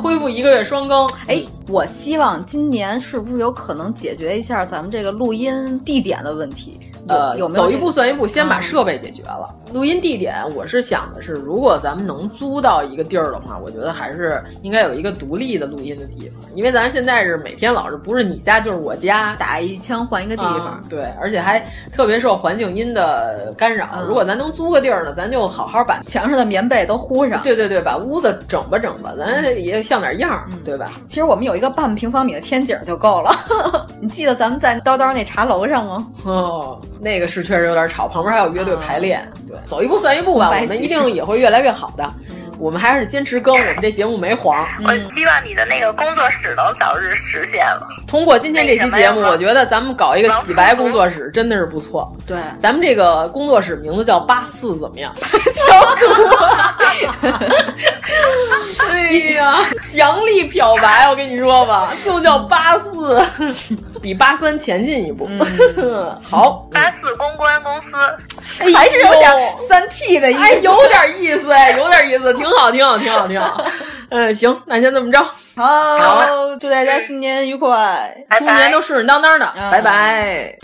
Speaker 12: 恢复一个月双更。
Speaker 13: 哎，我希望今年是不是有可能解决一下咱们这个录音地点的问题？
Speaker 12: 呃，
Speaker 13: 有没
Speaker 12: 有走一步算一步，先把设备解决了。嗯、录音地点，我是想的是，如果咱们能租到一个地儿的话，我觉得还是应该有一个独立的录音的地方，因为咱现在是每天老是不是你家就是我家，
Speaker 13: 打一枪换一个地方、
Speaker 12: 嗯。对，而且还特别受环境音的干扰。
Speaker 13: 嗯、
Speaker 12: 如果咱能租个地儿呢，咱就好好把
Speaker 13: 墙上的棉被都糊上。
Speaker 12: 对对对，把屋子整吧整吧，咱也像点样，对吧？
Speaker 13: 其实我们有一个半平方米的天井就够了。 [LAUGHS] 你记得咱们在叨叨那茶楼上吗？
Speaker 12: 哦。那个是确实有点吵，旁边还有乐队排练，啊、对，走一步算一步吧，我们一定也会越来越好的。
Speaker 13: 嗯、
Speaker 12: 我们还是坚持更，我们这节目没黄。
Speaker 10: 我
Speaker 13: 哎
Speaker 10: 希望你的那个工作室能早日实现了。
Speaker 13: 嗯
Speaker 12: 通过今天这期节目，我觉得咱们搞一个洗白工作室真的是不错。
Speaker 13: 对，
Speaker 12: 咱们这个工作室名字叫八四，怎
Speaker 13: [LAUGHS]
Speaker 12: 么样？消毒。哎呀，强力漂白，我跟你说吧，就叫八四，比八三前进一步。
Speaker 13: 嗯、
Speaker 12: [LAUGHS] 好，
Speaker 10: 八四公关公司、
Speaker 12: 哎、
Speaker 13: 还是有点三 T 的意思、哎，
Speaker 12: 有点意思，哎，有点意思，挺好，挺好，挺好，挺
Speaker 13: [LAUGHS]
Speaker 12: 好。嗯，行，那先这么着。
Speaker 13: 好，啊
Speaker 10: 好
Speaker 13: 祝大家新年愉快，
Speaker 10: 拜拜
Speaker 12: 猪年都顺顺当当的，
Speaker 13: 嗯、
Speaker 12: 拜拜。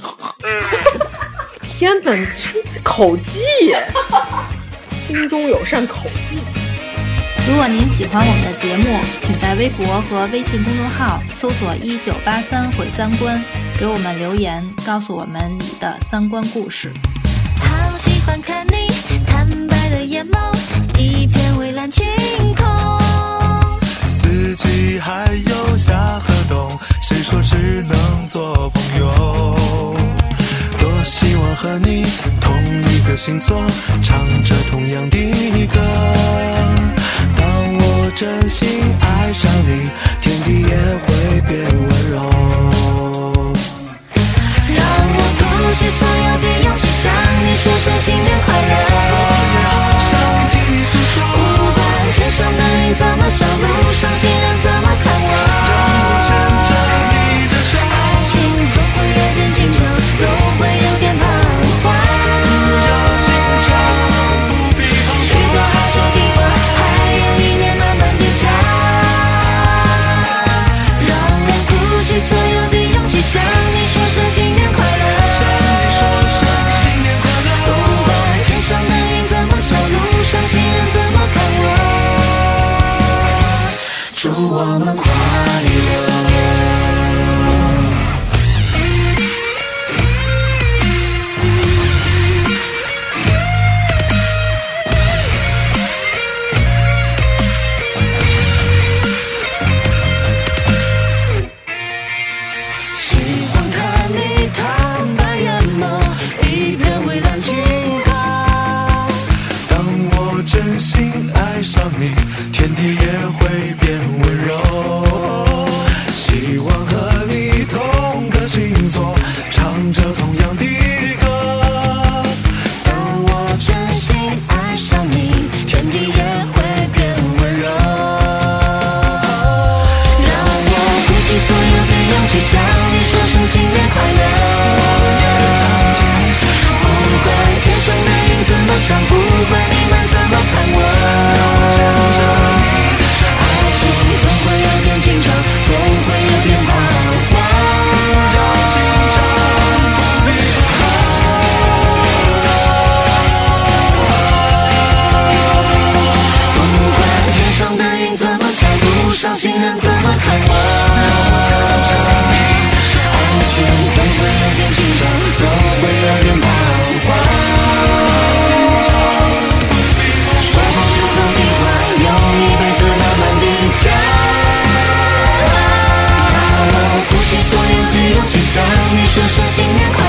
Speaker 10: 嗯，
Speaker 12: 天哪，你这口技，
Speaker 13: [LAUGHS]
Speaker 12: 心中有善口技。
Speaker 16: 如果您喜欢我们的节目，请在微博和微信公众号搜索“一九八三毁三观”，给我们留言，告诉我们你的三观故事。
Speaker 11: 好喜欢看你坦白的眼眸，一片蔚蓝晴空。
Speaker 17: 四季还有夏和冬，谁说只能做朋友？多希望和你同一个星座，唱着同样的歌。真心爱上你，天地也会变温柔。
Speaker 11: 让我鼓起所有的勇气，向你说声新年快乐。
Speaker 17: 向天诉说，
Speaker 11: 不管天上的云怎么笑，路上行人怎么看我。
Speaker 17: 让我牵着你的手。
Speaker 11: 去向你说声新年快乐。不管天上的云怎么想，不管你们怎么盼我，爱情总会有点紧张，总会有点彷徨。不管天上的云怎么想，路上行人怎么看我。爱情总会有点紧张，总会有点彷徨。说不出的迷惘，用一辈子慢慢地讲。我鼓起所有的勇气向你说声新年快乐。